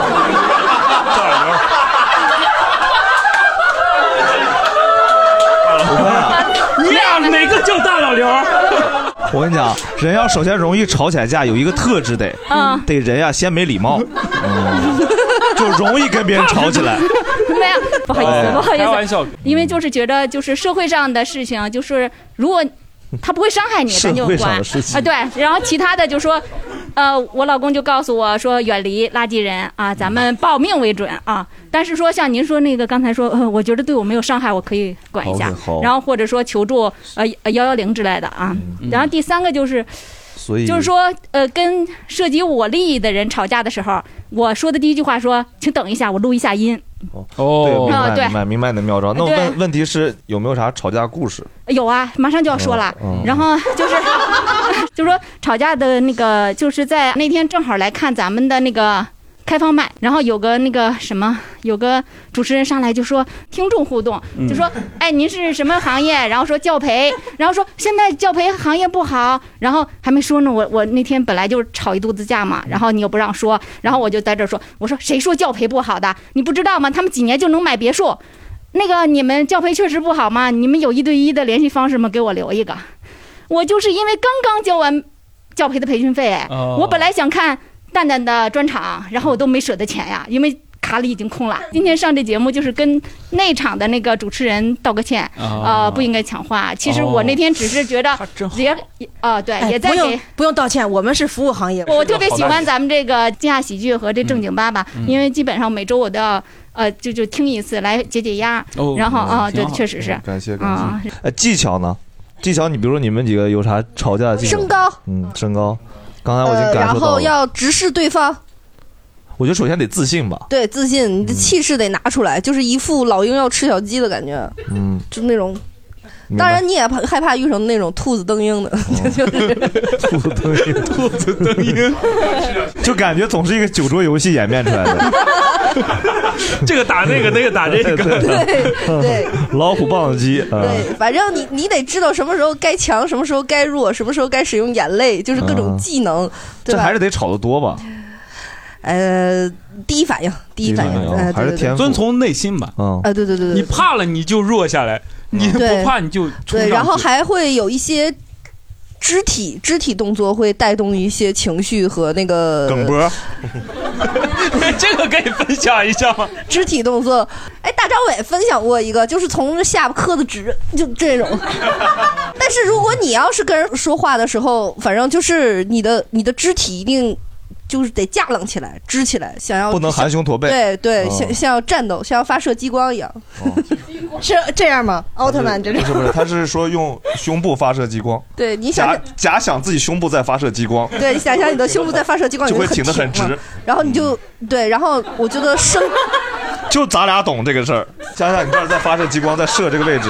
[SPEAKER 7] 你俩哪个叫大老刘？
[SPEAKER 3] 我跟你讲，人要首先容易吵起来架，有一个特质得
[SPEAKER 12] 嗯，
[SPEAKER 3] 得人呀先没礼貌，就容易跟别人吵起来。
[SPEAKER 12] 没有，不好意
[SPEAKER 3] 哎
[SPEAKER 12] 思，不好意思，
[SPEAKER 3] 开玩笑
[SPEAKER 12] 因为就是觉得就是社会上的事情，就是如果他不会伤害你，
[SPEAKER 3] 社
[SPEAKER 12] 咱就
[SPEAKER 3] 会上
[SPEAKER 12] 管
[SPEAKER 3] 的事情
[SPEAKER 12] 啊。对，然后其他的就说，呃，我老公就告诉我说，远离垃圾人啊，咱们报命为准啊。但是说像您说那个刚才说，呃，我觉得对我没有伤害，我可以管一下
[SPEAKER 3] OK，好。
[SPEAKER 12] 然后或者说求助呃幺幺零之类的啊。
[SPEAKER 3] 嗯
[SPEAKER 12] 然后第三个就是。
[SPEAKER 3] 所以
[SPEAKER 12] 就是，说，呃，跟涉及我利益的人吵架的时候，我说的第一句话说：“请等一下，我录一下音。”
[SPEAKER 3] 对，
[SPEAKER 7] 哦
[SPEAKER 3] 明
[SPEAKER 12] 啊
[SPEAKER 3] 白
[SPEAKER 12] 对
[SPEAKER 3] 明白明白你的妙招。那我
[SPEAKER 12] 对
[SPEAKER 3] 问问题是有没有啥吵架故事？
[SPEAKER 12] 有啊，马上就要说了。
[SPEAKER 3] 嗯嗯
[SPEAKER 12] 然后就是 就说吵架的那个，就是在那天正好来看咱们的那个开放麦，然后有个那个什么有个主持人上来就说听众互动，
[SPEAKER 14] 嗯
[SPEAKER 12] 就说哎您是什么行业？然后说教培，然后说现在教培行业不好，然后还没说呢，我我那天本来就吵一肚子架嘛，然后你又不让说，然后我就在这儿说，我说谁说教培不好的？你不知道吗？他们几年就能买别墅。那个你们教培确实不好吗？你们有一对一的联系方式吗？给我留一个。我就是因为刚刚交完教培的培训费，哎
[SPEAKER 15] 哦
[SPEAKER 12] 我本来想看蛋蛋的专场，然后我都没舍得钱呀，因为卡里已经空了。今天上这节目就是跟内场的那个主持人道个歉，
[SPEAKER 8] 哦
[SPEAKER 12] 呃，不应该抢话。其实
[SPEAKER 8] 哦
[SPEAKER 12] 我那天只是觉得也也啊、对，
[SPEAKER 5] 哎
[SPEAKER 12] 也在
[SPEAKER 5] 不
[SPEAKER 12] 给
[SPEAKER 5] 用不用道歉，我们是服务行业。
[SPEAKER 12] 我特别喜欢咱们这个惊讶喜剧和这正经爸爸，
[SPEAKER 5] 嗯嗯
[SPEAKER 12] 因为基本上每周我都要呃就就听一次来解解压，
[SPEAKER 3] 哦
[SPEAKER 12] 然后啊、
[SPEAKER 3] 挺
[SPEAKER 12] 对，
[SPEAKER 3] 好
[SPEAKER 12] 确实是
[SPEAKER 3] 嗯。感谢感
[SPEAKER 12] 啊
[SPEAKER 3] 谢。哎，技巧呢？技巧，你比如说你们几个有啥吵架的技巧？
[SPEAKER 4] 身高，
[SPEAKER 3] 嗯，身高。刚才我已
[SPEAKER 4] 呃，
[SPEAKER 3] 经感
[SPEAKER 4] 然
[SPEAKER 3] 受到
[SPEAKER 4] 后
[SPEAKER 3] 了。
[SPEAKER 4] 要直视对方，
[SPEAKER 3] 我觉得首先得自信吧。
[SPEAKER 4] 对，自信，你的气势得拿出来，就是一副老鹰要吃小鸡的感觉，
[SPEAKER 3] 嗯，
[SPEAKER 4] 就那种。
[SPEAKER 3] 明白
[SPEAKER 4] 当然，你也怕害怕遇上那种兔子蹬鹰的， 就是
[SPEAKER 3] 兔子蹬鹰，兔子蹬鹰，就感觉总是一个酒桌游戏演变出来的。
[SPEAKER 14] 这个打那个，那个 打这个，
[SPEAKER 4] 对 对，
[SPEAKER 3] 老虎棒子鸡，啊
[SPEAKER 4] 对，反正你你得知道什么时候该强，什么时候该弱，什么时候该使用眼泪，就是各种
[SPEAKER 3] 嗯
[SPEAKER 4] 技能，对
[SPEAKER 3] 这
[SPEAKER 4] 吧？
[SPEAKER 3] 还是得吵得多吧？
[SPEAKER 4] 呃，第一反应，第一反应，
[SPEAKER 7] 啊
[SPEAKER 4] 呃，对对对，
[SPEAKER 7] 遵从内心吧。
[SPEAKER 3] 嗯
[SPEAKER 4] 呃，对对对对，
[SPEAKER 7] 你怕了你就弱下来，你
[SPEAKER 4] 对
[SPEAKER 7] 不怕你就冲上
[SPEAKER 4] 对，
[SPEAKER 7] 去
[SPEAKER 4] 然后还会有一些肢体肢体动作会带动一些情绪和那个
[SPEAKER 7] 梗脖， 这个可以分享一下吗？
[SPEAKER 4] 肢体动作。哎，大张伟分享过一个，就是从这下巴磕的直，就这种。 但是如果你要是跟人说话的时候，反正就是你的你的肢体一定。就是得架棱起来，支起来，想要
[SPEAKER 3] 不能含胸驼背
[SPEAKER 4] 对对，
[SPEAKER 3] 哦
[SPEAKER 4] 像像要战斗，像要发射激光一样，
[SPEAKER 5] 是这样吗？奥特曼这种
[SPEAKER 3] 不是不是，他是 说用胸部发射激光。
[SPEAKER 4] 对你想
[SPEAKER 3] 假
[SPEAKER 4] 象，
[SPEAKER 3] 假想自己胸部在发射激光，
[SPEAKER 4] 对，想象你的胸部在发射激光，
[SPEAKER 3] 就会
[SPEAKER 4] 你
[SPEAKER 3] 挺得很
[SPEAKER 4] 嘛
[SPEAKER 3] 直。嗯
[SPEAKER 4] 然后你就对，然后我觉得身
[SPEAKER 3] 就咱俩懂这个事儿。想想你这儿在发射激光，在射这个位置。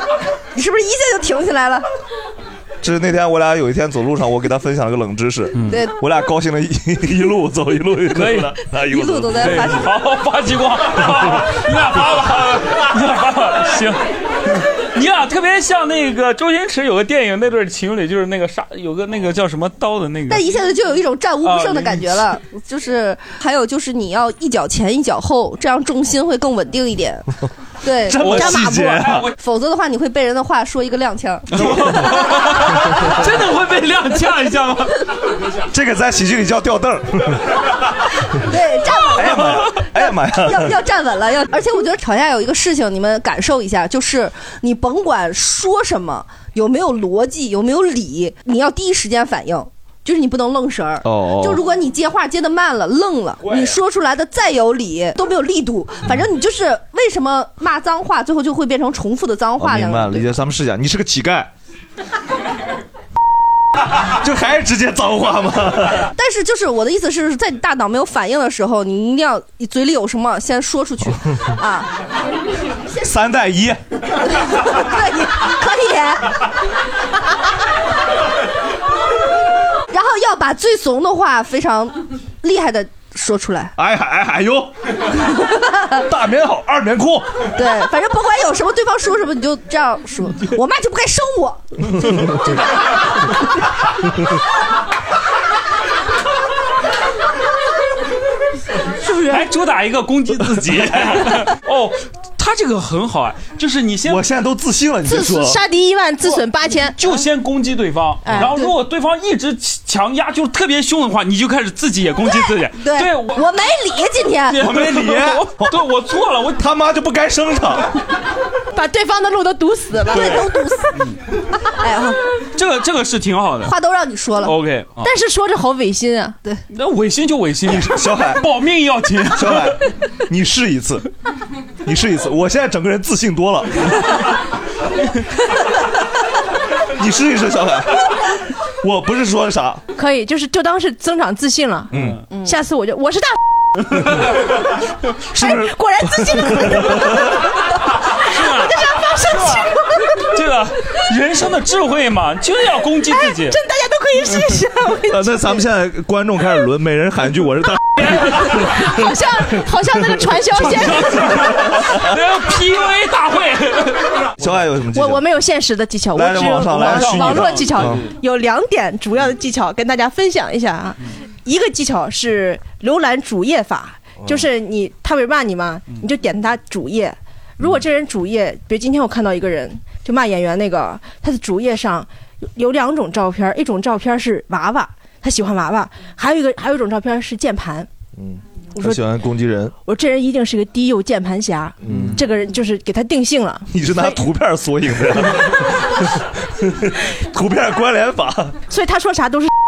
[SPEAKER 4] 你是不是一下就挺起来了？
[SPEAKER 3] 这是那天我俩有一天走路上，我给他分享了个冷知识，
[SPEAKER 4] 嗯对
[SPEAKER 3] 我俩高兴了一 一路走一路可以了，啊一
[SPEAKER 4] 一路都在发
[SPEAKER 3] 对
[SPEAKER 7] 好好发激光，你俩发吧，你俩发吧，行。你俩特别像那个周星驰有个电影，那对情侣就是那个杀，有个那个叫什么刀的那个。
[SPEAKER 4] 但一下子就有一种战无不胜的感觉
[SPEAKER 3] 啊
[SPEAKER 4] 了， 就是还有就是你要一脚前一脚后，这样重心会更稳定一 点。对，
[SPEAKER 3] 这么
[SPEAKER 4] 扎马
[SPEAKER 3] 细节
[SPEAKER 4] 步，
[SPEAKER 3] 啊
[SPEAKER 4] 否则的话你会被人的话说一个踉跄。
[SPEAKER 7] 真的会被踉跄一下吗？
[SPEAKER 3] 这个在喜剧里叫吊 凳儿。
[SPEAKER 4] 对，站稳了。
[SPEAKER 3] 哎呀妈 呀！
[SPEAKER 4] 要要站稳了，要而且我觉得吵架有一个事情，你们感受一下，就是你甭管说什么，有没有逻辑，有没有理，你要第一时间反应，就是你不能愣神儿。
[SPEAKER 3] 哦哦
[SPEAKER 4] 就如果你接话接的慢了，愣了，你说出来的再有理都没有力度，反正你就是为什么骂脏话最后就会变成重复的脏
[SPEAKER 3] 我
[SPEAKER 4] 话
[SPEAKER 3] 哦明
[SPEAKER 4] 两
[SPEAKER 3] 白了，
[SPEAKER 4] 个。
[SPEAKER 3] 理解咱们试一下，你是个乞丐， 就还是直接脏话吗？
[SPEAKER 4] 但是就是我的意思是在你大脑没有反应的时候，你一定要你嘴里有什么先说 出去啊。
[SPEAKER 3] 三带一，
[SPEAKER 4] 可以，可以。然后要把最怂的话非常厉害的说出来。
[SPEAKER 3] 哎嗨哎嗨哟， 大棉袄二棉裤，
[SPEAKER 4] 对，反正甭管有什么，对方说什么你就这样说。我妈就不该生 我。是不是？
[SPEAKER 7] 还哎主打一个攻击自 己。哦，他这个很好哎，就是你先，我
[SPEAKER 3] 现在都自信了，你
[SPEAKER 5] 自损杀敌一万，自损八千，
[SPEAKER 7] 就先攻击对方，
[SPEAKER 5] 哎
[SPEAKER 7] 然后
[SPEAKER 5] 对
[SPEAKER 7] 如果对方一直强压，就是特别凶的话，你就开始自己也攻击自己。
[SPEAKER 4] 对，
[SPEAKER 7] 我
[SPEAKER 4] 我没理今天，
[SPEAKER 7] 我没 理我对我错了，我
[SPEAKER 3] 他妈就不该生他。
[SPEAKER 5] 把对方的路都堵死了。
[SPEAKER 7] 对
[SPEAKER 4] 都堵死。
[SPEAKER 3] 嗯
[SPEAKER 4] 哎呀，
[SPEAKER 7] 这个这个是挺好的。
[SPEAKER 4] 话都让你说了
[SPEAKER 7] OK，啊
[SPEAKER 5] 但是说着好违心啊。
[SPEAKER 4] 对，
[SPEAKER 7] 那违心就违心，
[SPEAKER 3] 小海
[SPEAKER 7] 保命要紧。
[SPEAKER 3] 小海，你试一次，你试一次，我现在整个人自信多了。 你试一试，小海，我不是说啥，
[SPEAKER 5] 可以，就是就当是增长自信了。
[SPEAKER 3] 嗯，
[SPEAKER 5] 下次我就我是大， 哎
[SPEAKER 3] 是不是？
[SPEAKER 5] 果然自信了。
[SPEAKER 7] 我
[SPEAKER 5] 就想发生气了。
[SPEAKER 7] 这个人生的智慧嘛，就是要攻击自己。
[SPEAKER 5] 真大家都可以 力是什么？
[SPEAKER 3] 呃，那咱们现在观众开始轮，每人喊一句我是 大，
[SPEAKER 5] 好像好像那个传销先生。
[SPEAKER 14] 那 PUA 大会，
[SPEAKER 3] 小爱有什么技巧？
[SPEAKER 5] 我我没有现实的技巧，
[SPEAKER 3] 来
[SPEAKER 5] 我只
[SPEAKER 3] 来
[SPEAKER 5] 有
[SPEAKER 3] 往上来
[SPEAKER 5] 网
[SPEAKER 3] 虚拟的
[SPEAKER 5] 网络技巧
[SPEAKER 3] 嗯，
[SPEAKER 5] 有两点主要的技巧跟大家分享一下啊。
[SPEAKER 3] 嗯
[SPEAKER 5] 一个技巧是浏览主页法，就是你他不是骂你吗？
[SPEAKER 3] 嗯
[SPEAKER 5] 你就点他主页。如果这人主页，比如今天我看到一个人就骂演员那个，他的主页上有有两种照片，一种照片是娃娃，他喜欢娃娃；还有一个还有一种照片是键盘。
[SPEAKER 3] 嗯，
[SPEAKER 5] 我
[SPEAKER 3] 他
[SPEAKER 5] 说
[SPEAKER 3] 喜欢攻击人，
[SPEAKER 5] 我这人一定是个低幼键盘侠，
[SPEAKER 3] 嗯
[SPEAKER 5] 这个人就是给他定性了。
[SPEAKER 3] 你是拿图片索引 的，图片关联法，
[SPEAKER 5] 所以他说啥都是。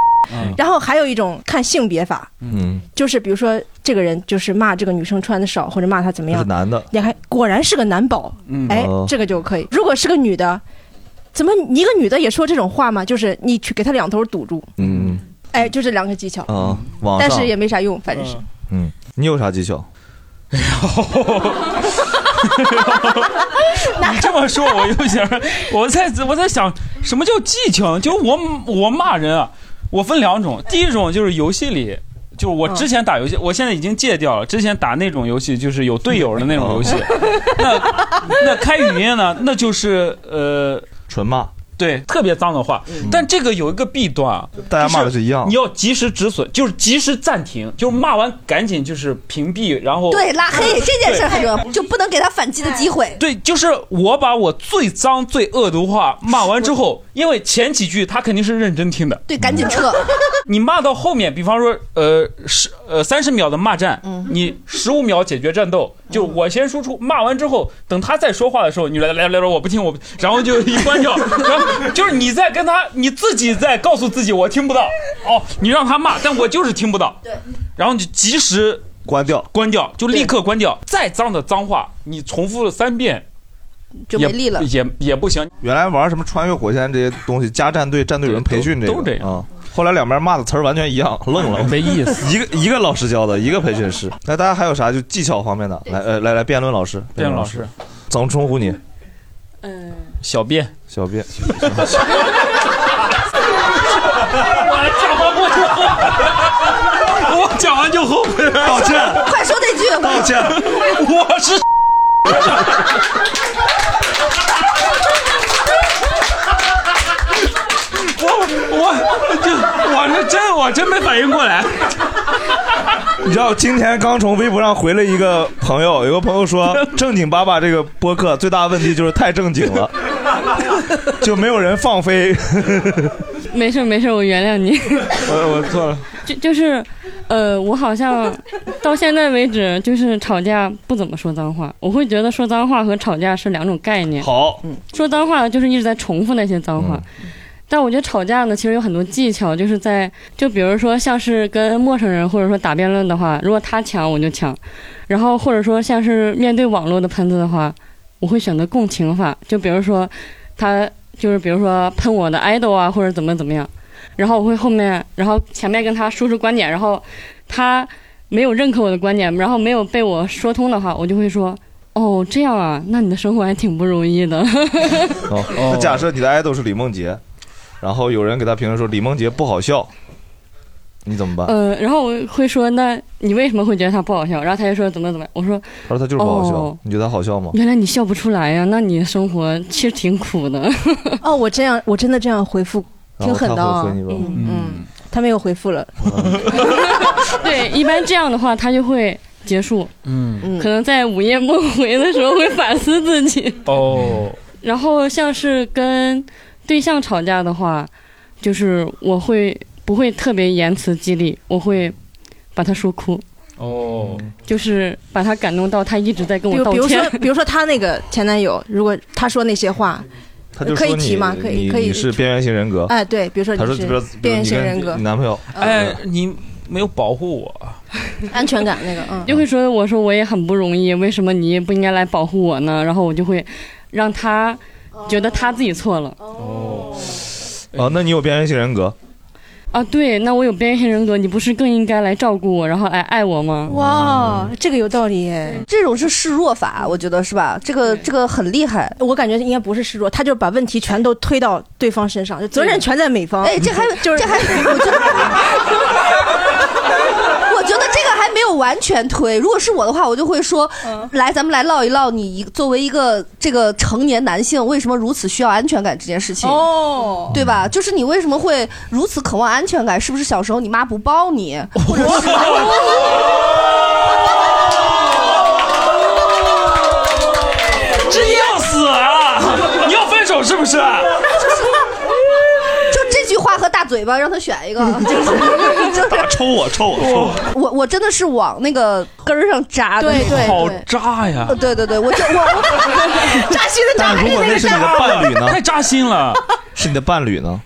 [SPEAKER 5] 然后还有一种看性别法，
[SPEAKER 3] 嗯，
[SPEAKER 5] 就是比如说这个人就是骂这个女生穿的少，或者骂她怎么
[SPEAKER 3] 这是
[SPEAKER 5] 样，
[SPEAKER 3] 男的，
[SPEAKER 5] 你还果然是个男宝，
[SPEAKER 3] 嗯
[SPEAKER 5] 哎
[SPEAKER 3] 哦，
[SPEAKER 5] 这个就可以。如果是个女的，怎么你一个女的也说这种话吗？就是你去给她两头堵住，
[SPEAKER 3] 嗯
[SPEAKER 5] 哎，就这两个技巧，
[SPEAKER 3] 啊，网
[SPEAKER 5] 嗯但
[SPEAKER 3] 上，
[SPEAKER 5] 是也没啥用，反正是。
[SPEAKER 3] 嗯，你有啥技巧？
[SPEAKER 7] 你这么说，我又想，我在我在想，什么叫技巧？就是我我骂人啊，我分两种，第一种就是游戏里。就是我之前打游戏，我现在已经戒掉了。之前打那种游戏，就是有队友的那种游戏。那那开语音呢？那就是呃，
[SPEAKER 3] 纯骂，嗯
[SPEAKER 7] 对，特别脏的话。但这个有一个弊端啊，
[SPEAKER 3] 大家骂的
[SPEAKER 7] 就是
[SPEAKER 3] 一样
[SPEAKER 7] 你要及时止损，就是及时暂停，就是骂完赶紧就是屏蔽，然后
[SPEAKER 4] 对，拉黑这件事儿
[SPEAKER 7] 对
[SPEAKER 4] 很重要，就不能给他反击的机会。
[SPEAKER 7] 对，就是我把我最脏、最恶毒话骂完之后，因为前几句他肯定是认真听的。嗯
[SPEAKER 4] 对，赶紧撤。
[SPEAKER 7] 你骂到后面，比方说，呃，十呃三十秒的骂战，
[SPEAKER 4] 嗯
[SPEAKER 7] 你十五秒解决战斗，就我先输出，骂完之后，等他再说话的时候，你来来来来，我不听，我不然后就一关掉，然后就是你在跟他，你自己在告诉自己我听不到，哦，你让他骂，但我就是听不到，对，然后你及时
[SPEAKER 3] 关掉，
[SPEAKER 7] 关掉，就立刻关掉，再脏的脏话，你重复了三遍，
[SPEAKER 4] 就
[SPEAKER 7] 也
[SPEAKER 4] 没力了
[SPEAKER 7] 也也不行，
[SPEAKER 3] 原来玩什么穿越火线这些东西，加战队、战队人培训这个
[SPEAKER 7] 都都这样
[SPEAKER 3] 啊。后来两边骂的词儿完全一样，愣了，
[SPEAKER 7] 没意思。
[SPEAKER 3] 一个一个老师教的，一个培训师。那大家还有啥就技巧方面的？来，呃，来来，辩论老师，
[SPEAKER 7] 辩论老
[SPEAKER 3] 师，怎么称呼你？
[SPEAKER 4] 嗯
[SPEAKER 7] 小便，
[SPEAKER 3] 小便，
[SPEAKER 14] 我讲完我就后悔，我讲完就后悔了。
[SPEAKER 3] 道歉，
[SPEAKER 4] 快说那句
[SPEAKER 3] 道歉，
[SPEAKER 14] 我是。我我就我是真我真没反应过来，
[SPEAKER 3] 你知道今天刚从微博上回了一个朋友，有个朋 友说正经爸爸这个播客最大的问题就是太正经了，就没有人放飞。
[SPEAKER 15] 没事没事，我原谅你。
[SPEAKER 7] 呃
[SPEAKER 3] 我我错了，
[SPEAKER 15] 就就是，呃，我好像到现在为止，就是吵架不怎么说脏话。我会觉得说脏话和吵架是两种概念。
[SPEAKER 3] 好，
[SPEAKER 15] 说脏话就是一直在重复那些脏话。但我觉得吵架呢，其实有很多技巧，就是在就比如说像是跟陌生人或者说打辩论的话，如果他抢我就抢，然后或者说像是面对网络的喷子的话，我会选择共情法，就比如说他就是比如说喷我的 idol 啊或者怎么怎么样，然后我会后面然后前面跟他输出观点，然后他没有认可我的观点，然后没有被我说通的话，我就会说哦这样啊，那你的生活还挺不容易的。
[SPEAKER 3] 哦，那假设你的爱豆是李梦洁，然后有人给他评论说李梦洁不好笑，你怎么办？
[SPEAKER 15] 呃，然后我会说，那你为什么会觉得他不好笑？然后他就说怎么怎么样，我说
[SPEAKER 3] 他说他就是不好笑，
[SPEAKER 15] 哦
[SPEAKER 3] 你觉得他好 笑吗？
[SPEAKER 15] 原来你笑不出来呀、啊那你的生活其实挺苦的。
[SPEAKER 5] 哦，我这样我真的这样回复，挺狠的
[SPEAKER 3] 然后
[SPEAKER 5] 啊
[SPEAKER 3] 他会回你。吧嗯
[SPEAKER 15] 嗯
[SPEAKER 5] 嗯，他没有回复了。
[SPEAKER 15] 对，一般这样的话，他就会结束。
[SPEAKER 3] 嗯
[SPEAKER 15] 可能在午夜梦回的时候会反思自己。
[SPEAKER 7] 哦，
[SPEAKER 15] 然后像是跟对象吵架的话，就是我会不会特别言辞激励，我会把他说哭，
[SPEAKER 7] 哦，
[SPEAKER 15] 就是把他感动到他一直在跟
[SPEAKER 5] 比
[SPEAKER 15] 我
[SPEAKER 5] 如
[SPEAKER 15] 道
[SPEAKER 5] 比如
[SPEAKER 15] 歉
[SPEAKER 5] 说。比如说她那个前男友，如果他说那些话，
[SPEAKER 3] 他就
[SPEAKER 5] 可以
[SPEAKER 3] 说你
[SPEAKER 5] 提吗？可以
[SPEAKER 3] 你
[SPEAKER 5] 可以
[SPEAKER 3] 你是边缘型人格。
[SPEAKER 5] 哎对比如说你
[SPEAKER 3] 他说
[SPEAKER 5] 是
[SPEAKER 3] 比如
[SPEAKER 5] 边缘型
[SPEAKER 3] 你跟
[SPEAKER 5] 人格
[SPEAKER 3] 你男朋友，
[SPEAKER 4] 嗯
[SPEAKER 7] 哎，你没有保护我，
[SPEAKER 5] 哎
[SPEAKER 15] 安全感 那个，嗯，就会说我说我也很不容易，为什么你也不应该来保护我呢？然后我就会让他
[SPEAKER 5] 哦
[SPEAKER 15] 觉得他自己错了。
[SPEAKER 3] 哦哦，那你有边缘型人格？
[SPEAKER 15] 啊，对，那我有边缘人格，你不是更应该来照顾我，然后来爱我吗？
[SPEAKER 4] 哇，这个有道理耶！这种是示弱法，我觉得是吧？这个这个很厉害，
[SPEAKER 5] 我感觉应该不是示弱，他就是把问题全都推到对方身上，就责任全在美方。
[SPEAKER 4] 哎，这 还就是这还，我觉得， 我觉得这个还没有完全推。如果是我的话，我就会说，来，咱们来唠一唠你一作为一个这个成年男性，为什么如此需要安全感这件事情？
[SPEAKER 17] 哦，
[SPEAKER 4] 对吧？就是你为什么会如此渴望安全感？是不是小时候你妈不抱你，或者是？
[SPEAKER 14] 真要死啊！你要分手是不啊是？
[SPEAKER 4] 就这句话和大嘴巴，让他选一个。就是
[SPEAKER 14] 打抽我，抽我，抽我！
[SPEAKER 4] 我我真的是往那个根儿上
[SPEAKER 5] 啊
[SPEAKER 4] 扎的那种，
[SPEAKER 14] 好渣呀！
[SPEAKER 4] 呃对对对，我这我我 扎心的扎
[SPEAKER 3] 但如果那是你的伴 侣呢？
[SPEAKER 14] 太扎心了！
[SPEAKER 3] 是你的伴侣呢？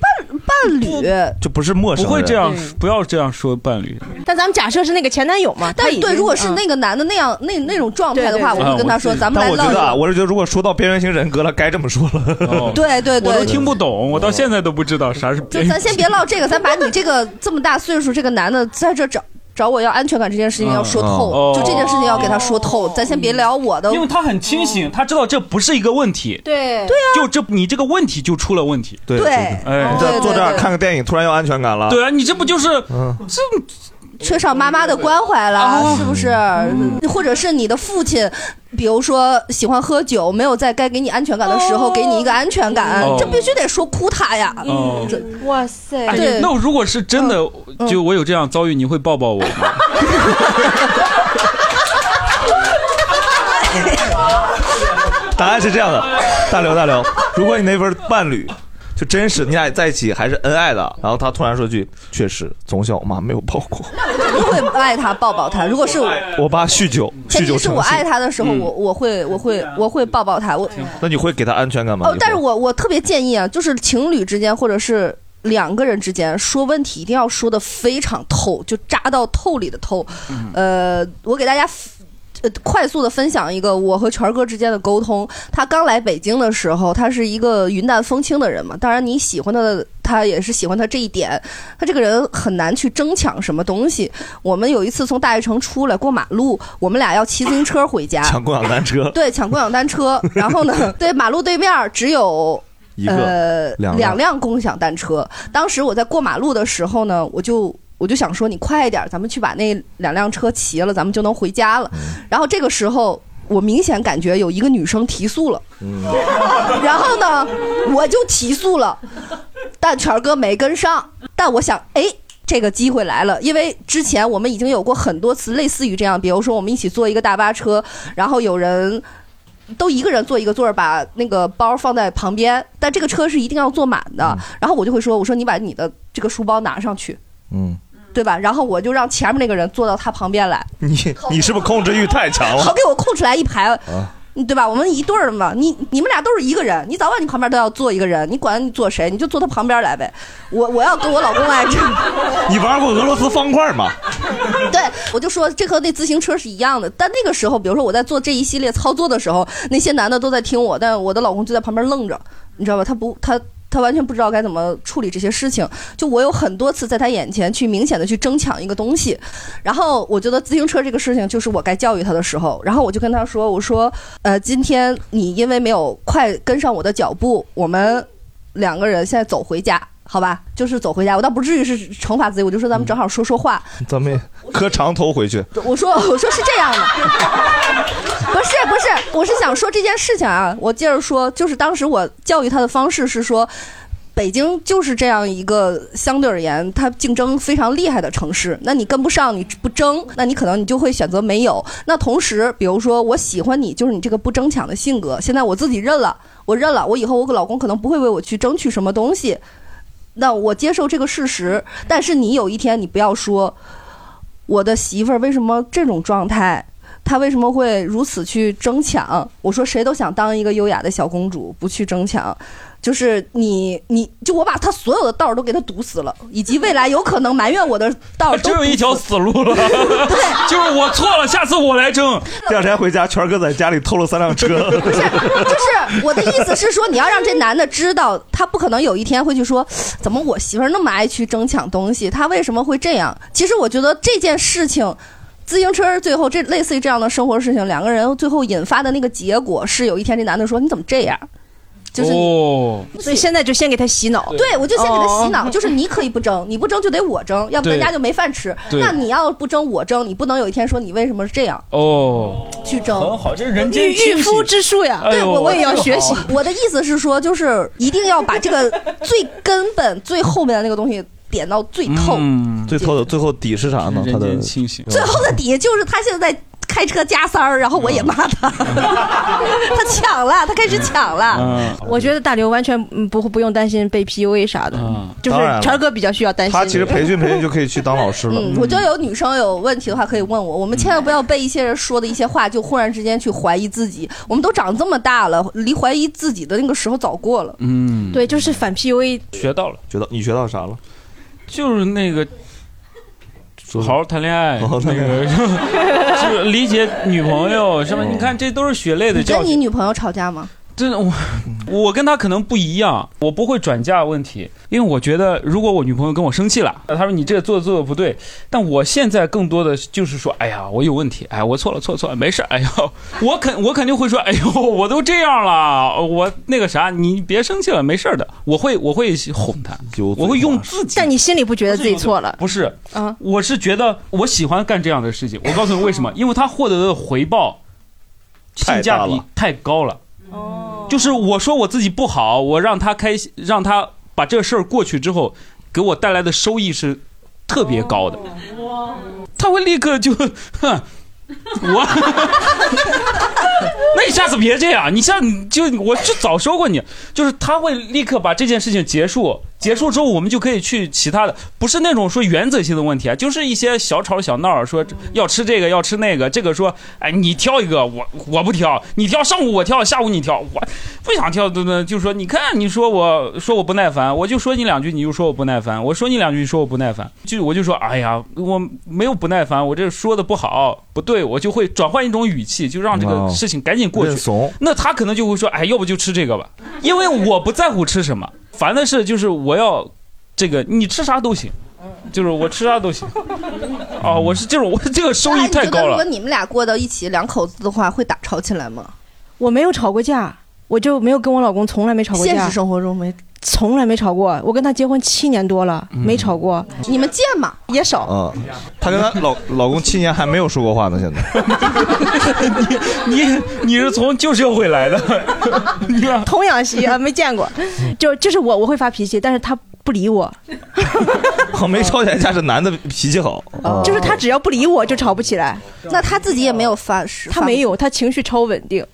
[SPEAKER 4] 伴侣，
[SPEAKER 5] 嗯
[SPEAKER 3] 就不是陌生
[SPEAKER 7] 不
[SPEAKER 3] 人。
[SPEAKER 7] 会这样，不要这样说伴侣。
[SPEAKER 5] 但咱们假设是那个前男友嘛，
[SPEAKER 4] 但
[SPEAKER 5] 他已
[SPEAKER 4] 对，
[SPEAKER 5] 经嗯
[SPEAKER 4] 如果是那个男的那样那那种状态的话，
[SPEAKER 3] 对对
[SPEAKER 4] 我会跟他说，咱们来
[SPEAKER 3] 啊
[SPEAKER 4] 唠
[SPEAKER 3] 但我觉
[SPEAKER 4] 一
[SPEAKER 3] 得啊，
[SPEAKER 4] 唠。
[SPEAKER 3] 我是觉得，如果说到边缘型人格了，该这么说了。 哦
[SPEAKER 4] 对对对
[SPEAKER 7] 哦我都听不懂，我到现在都不知道啥是
[SPEAKER 4] 就
[SPEAKER 7] 边缘。
[SPEAKER 4] 咱先别唠这个，咱把你这个这么大岁数这个男的在这找找我要安全感这件事情要说透，
[SPEAKER 7] 嗯嗯
[SPEAKER 4] 就这件事情要给他说透，咱先别聊我的。
[SPEAKER 7] 因为他很清醒，他知道这不是一个问题。
[SPEAKER 4] 嗯对
[SPEAKER 7] 对啊，就这你这个问题就出了问题。
[SPEAKER 3] 对
[SPEAKER 4] 对
[SPEAKER 7] 哎，
[SPEAKER 3] 你在坐这儿看个电影，突然要安全感了。嗯
[SPEAKER 7] 对啊，你这不就是
[SPEAKER 4] 缺少妈妈的关怀了，是不是？嗯或者是你的父亲，比如说喜欢喝酒，没有在该给你安全感的时
[SPEAKER 5] 哦
[SPEAKER 4] 候给你一个安全感
[SPEAKER 7] 哦，
[SPEAKER 4] 这必须得说哭他呀
[SPEAKER 7] 哦。
[SPEAKER 4] 嗯这嗯
[SPEAKER 5] 哇塞
[SPEAKER 7] 哎
[SPEAKER 4] 对，
[SPEAKER 7] 那我如果是真的，就我有这样遭遇，你会抱抱我
[SPEAKER 4] 嗯
[SPEAKER 7] 吗？
[SPEAKER 3] 答案是这 样的，大刘大刘，如果你那份伴侣就真是你俩在一起还是恩爱的，然后他突然说句，确实从小我妈没有抱过，
[SPEAKER 4] 我会爱他，抱抱他。如果是我，
[SPEAKER 3] 我爸酗酒，
[SPEAKER 4] 前
[SPEAKER 3] 酗酒
[SPEAKER 4] 提是
[SPEAKER 3] 成
[SPEAKER 4] 我
[SPEAKER 3] 性
[SPEAKER 4] 爱他的时候，
[SPEAKER 3] 嗯
[SPEAKER 4] 我我会我会我会抱抱他。我
[SPEAKER 3] 那你会给他安全感吗？
[SPEAKER 4] 哦，但是我我特别建议啊，就是情侣之间或者是两个人之间说问题，一定要说的非常透，就扎到透里的透。呃，我给大家 f- 呃快速的分享一个我和权儿哥之间的沟通。他刚来北京的时候，他是一个云淡风轻的人嘛，当然你喜欢他的。他也是喜欢他这一点，他这个人很难去争抢什么东西。我们有一次从大悦城出来过马路，我们俩要骑自行车回家，
[SPEAKER 3] 抢共享单车，
[SPEAKER 4] 对，抢共享单车。然后呢，对马路对面儿只有
[SPEAKER 3] 一个
[SPEAKER 4] 呃
[SPEAKER 3] 两辆
[SPEAKER 4] 辆共享单车。当时我在过马路的时候呢，我就。我就想说，你快一点儿，咱们去把那两辆车骑了，咱们就能回家
[SPEAKER 3] 嗯
[SPEAKER 4] 了。然后这个时候，我明显感觉有一个女生提速了，
[SPEAKER 3] 嗯
[SPEAKER 4] 然后呢，我就提速了，但权儿哥没跟上。但我想，哎，这个机会来了，因为之前我们已经有过很多次类似于这样，比如说我们一起坐一个大巴车，然后有人都一个人坐一个座儿，把那个包放在旁边，但这个车是一定要坐满的。然后我就会说，我说你把你的这个书包拿上去，
[SPEAKER 3] 嗯，
[SPEAKER 4] 对吧？然后我就让前面那个人坐到他旁边来，
[SPEAKER 3] 你你是不是控制欲太强
[SPEAKER 4] 好
[SPEAKER 3] 了？
[SPEAKER 4] 给我空出来一排。
[SPEAKER 3] 啊，
[SPEAKER 4] 对吧？我们一对儿嘛，你你们俩都是一个人，你早晚你旁边都要坐一个人，你管你坐谁，你就坐他旁边来呗。我我要跟我老公来着。
[SPEAKER 3] 你玩过俄罗斯方块吗？
[SPEAKER 4] 对，我就说这和那自行车是一样的。但那个时候，比如说我在做这一系列操作的时候，那些男的都在听我，但我的老公就在旁边愣着，你知道吧？他不，他他完全不知道该怎么处理这些事情。就我有很多次在他眼前去明显的去争抢一个东西，然后我觉得自行车这个事情就是我该教育他的时候，然后我就跟他说，我说，呃，今天你因为没有快跟上我的脚步，我们两个人现在走回家。好吧，就是走回家，我倒不至于是惩罚自己，我就说咱们正好说说话，
[SPEAKER 3] 咱们 磕长头回去。
[SPEAKER 4] 我说我说是这样的，不是不是，我是想说这件事情啊。我接着说，就是当时我教育他的方式是说，北京就是这样一个相对而言它竞争非常厉害的城市。那你跟不上，你不争，那你可能你就会选择没有。那同时，比如说我喜欢你，就是你这个不争抢的性格。现在我自己认了，我认了，我以后我老公可能不会为我去争取什么东西。那我接受这个事实，但是你有一天你不要说，我的媳妇儿为什么这种状态？她为什么会如此去争抢？我说谁都想当一个优雅的小公主，不去争抢。就是你你就我把他所有的道儿都给他堵死了，以及未来有可能埋怨我的道儿
[SPEAKER 7] 哎只
[SPEAKER 4] 都
[SPEAKER 7] 有一条死路 了，就是我错了，下次我来争。
[SPEAKER 3] 第二天回家，圈哥在家里偷了三辆车。
[SPEAKER 4] 就是我的意思是说，你要让这男的知道，他不可能有一天会去说，怎么我媳妇儿那么爱去争抢东西，她为什么会这样？其实我觉得这件事情。自行车最后这类似于这样的生活事情，两个人最后引发的那个结果是，有一天这男的说：“你怎么这样？”就是
[SPEAKER 7] 哦，
[SPEAKER 5] 所以现在就先给他洗脑。
[SPEAKER 4] 对，我就先给他洗脑，
[SPEAKER 5] 哦
[SPEAKER 4] 就是你可以不争，你不争就得我争，要不
[SPEAKER 7] 对
[SPEAKER 4] 咱家就没饭吃。
[SPEAKER 7] 对
[SPEAKER 4] 那你要不争我争，你不能有一天说你为什么是这样
[SPEAKER 7] 哦，
[SPEAKER 4] 去争。
[SPEAKER 7] 很好，这是人间
[SPEAKER 4] 御
[SPEAKER 7] 清醒
[SPEAKER 4] 夫之术 呀
[SPEAKER 7] 哎
[SPEAKER 4] 对
[SPEAKER 7] 呦
[SPEAKER 4] 我我也要
[SPEAKER 7] 这个
[SPEAKER 4] 学习
[SPEAKER 7] 好。啊
[SPEAKER 4] 我的意思是说，就是一定要把这个最根本、最后面的那个东西点到嗯最透。
[SPEAKER 3] 最后的最后底是啥呢？他的
[SPEAKER 7] 清醒。
[SPEAKER 4] 最后的底就是他现在在开车加塞儿，然后我也骂他，
[SPEAKER 5] 嗯
[SPEAKER 4] 他抢了，他开始抢了。
[SPEAKER 5] 我觉得大刘完全嗯不不用担心被 PUA 啥的，就是
[SPEAKER 3] 当然了
[SPEAKER 5] 权哥比较需要担心。
[SPEAKER 3] 他其实培训培训就可以去当老师了。
[SPEAKER 4] 嗯，我觉得有女生有问题的话可以问我，我们千万不要被一些人说的一些话就忽然之间去怀疑自己。我们都长这么大了，离怀疑自己的那个时候早过了。
[SPEAKER 7] 嗯，
[SPEAKER 5] 对，就是反 PUA
[SPEAKER 7] 学到了，
[SPEAKER 3] 学到你学到啥了？
[SPEAKER 7] 就是那个。好好谈恋爱，
[SPEAKER 3] 好好谈
[SPEAKER 7] 那
[SPEAKER 3] 恋爱
[SPEAKER 7] 个 就是理解女朋友，是吧？你看，这都是血泪的
[SPEAKER 4] 你
[SPEAKER 7] 教
[SPEAKER 4] 跟
[SPEAKER 7] 训
[SPEAKER 4] 你。女朋友吵架吗？
[SPEAKER 7] 真 的，我我跟她可能不一样，我不会转嫁问题，因为我觉得如果我女朋友跟我生气了，她说你这个做的做的不对，但我现在更多的就是说，哎呀，我有问题，哎，我错了，错了错了，没事，哎呦，我肯我肯定会说，哎呦，我都这样了，我那个啥，你别生气了，没事的，我会我会哄她，我会用自己，
[SPEAKER 5] 但你心里不觉得自己错了？
[SPEAKER 7] 不是，
[SPEAKER 5] 啊，
[SPEAKER 7] 我是觉得我喜欢干这样的事情，我告诉你为什么，因为他获得的回报性价比太高了。就是我说我自己不好，我让他开心，让他把这事儿过去之后，给我带来的收益是特别高的。他会立刻就， 哼，我， 那你下次别这样，你下次就我就早说过你，就是他会立刻把这件事情结束，结束之后我们就可以去其他的，不是那种说原则性的问题啊，就是一些小吵小闹，说要吃这个要吃那个，这个说哎你挑一个，我我不挑，你挑上午我挑，下午你挑，我不想挑的呢，就说你看你说我说我不耐烦，我就说你两句你就说我不耐烦，我说你两句你说我不耐烦，就我就说哎呀我没有不耐烦，我这说的不好不对，我就会转换一种语气，就让这个
[SPEAKER 3] 哦
[SPEAKER 7] 事情赶紧过去。
[SPEAKER 3] 认怂
[SPEAKER 7] 那他可能就会说，哎，要不就吃这个吧，因为我不在乎吃什么，烦的是就是我要这个，你吃啥都行，就是我吃啥都行。哦，我是这种，我这个收益
[SPEAKER 4] 你
[SPEAKER 7] 太
[SPEAKER 4] 觉得
[SPEAKER 7] 高
[SPEAKER 4] 如果
[SPEAKER 7] 了。
[SPEAKER 4] 嗯哎你们俩过到一起，两口子的话会打吵起来吗？
[SPEAKER 5] 我没有吵过架，我就没有跟我老公从来没吵过架。
[SPEAKER 4] 现实生活中没，
[SPEAKER 5] 从来没吵过。我跟他结婚七年多了，没吵过。
[SPEAKER 4] 嗯你们见嘛？
[SPEAKER 5] 也少。
[SPEAKER 3] 嗯 啊，她跟她老老公七年还没有说过话呢，现在。
[SPEAKER 7] 你你是从旧社会来的，
[SPEAKER 5] 童养媳 啊，没见过。就就是我，我会发脾气，但是他不理我，
[SPEAKER 3] 啊我 没吵起来架是男的脾气好，
[SPEAKER 5] 哦
[SPEAKER 3] 啊
[SPEAKER 5] 就是他只要不理我就吵不起来。
[SPEAKER 4] 那他自己也没有发誓，
[SPEAKER 5] 他没有，他情绪超稳定。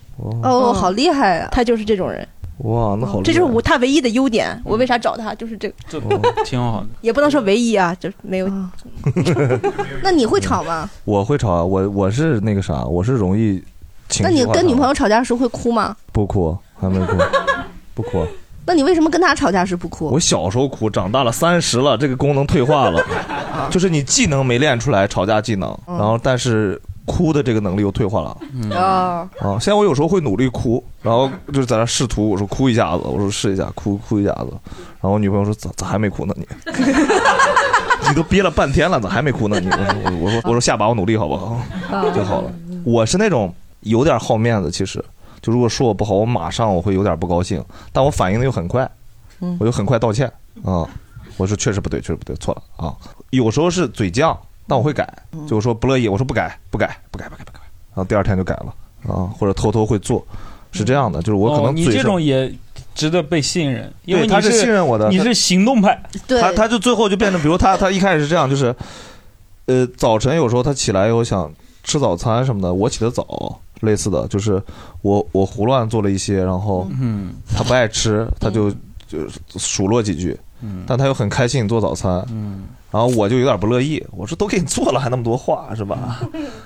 [SPEAKER 4] 哦好厉害啊！
[SPEAKER 5] 他就是这种人，
[SPEAKER 3] 哇，那好厉害，
[SPEAKER 5] 这就是我他唯一的优点。我为啥找他？就是这个，
[SPEAKER 7] 这哦挺好的。
[SPEAKER 5] 也不能说唯一啊，就是没有。
[SPEAKER 4] 那你会吵吗？
[SPEAKER 3] 我会吵啊，我我是那个啥，我是容易情
[SPEAKER 4] 那
[SPEAKER 3] 绪
[SPEAKER 4] 你
[SPEAKER 3] 化
[SPEAKER 4] 跟女
[SPEAKER 3] 吵
[SPEAKER 4] 朋友吵架时会哭吗？
[SPEAKER 3] 不哭，还没哭，不哭。
[SPEAKER 4] 那你为什么跟他吵架时不哭？
[SPEAKER 3] 我小时候哭，长大了三十了，这个功能退化了，就是你技能没练出来，吵架技能，然后但是哭的这个能力又退化了。
[SPEAKER 4] 哦，
[SPEAKER 3] 啊，现在我有时候会努力哭，然后就是在那试图，我说哭一下子，我说试一下，哭哭一下子，然后我女朋友说咋咋还没哭呢你？你都憋了半天了，咋还没哭呢你？我说我我说我说下把我努力好不好
[SPEAKER 14] 啊
[SPEAKER 3] 就好了。我是那种有点好面子，其实就如果说我不好，我马上我会有点不高兴，但我反应的又很快，
[SPEAKER 14] 嗯
[SPEAKER 3] 我就很快道歉啊，我说确实不对，确实不对，错了啊。有时候是嘴犟，但我会改，就我说不乐意，我说不改，不改，不改，不改，不改，然后第二天就改了啊，或者偷偷会做，是这样的，就是我可
[SPEAKER 7] 哦
[SPEAKER 3] 能
[SPEAKER 7] 你
[SPEAKER 3] 嘴
[SPEAKER 7] 这
[SPEAKER 3] 上
[SPEAKER 7] 种也值得被信任，因为
[SPEAKER 3] 对他
[SPEAKER 7] 你
[SPEAKER 3] 是信任我的
[SPEAKER 7] 你
[SPEAKER 3] 他
[SPEAKER 7] 是行动派。
[SPEAKER 3] 他他就最后就变成，比如他他一开始是这样，就是，呃，早晨有时候他起来以后想吃早餐什么的，我起得早，类似的，就是我我胡乱做了一些，然后
[SPEAKER 7] 嗯
[SPEAKER 3] 他不爱吃，他就就数落几句，但他又很开心做早餐，
[SPEAKER 7] 嗯，
[SPEAKER 3] 然后我就有点不乐意，我说都给你做了还那么多话是吧？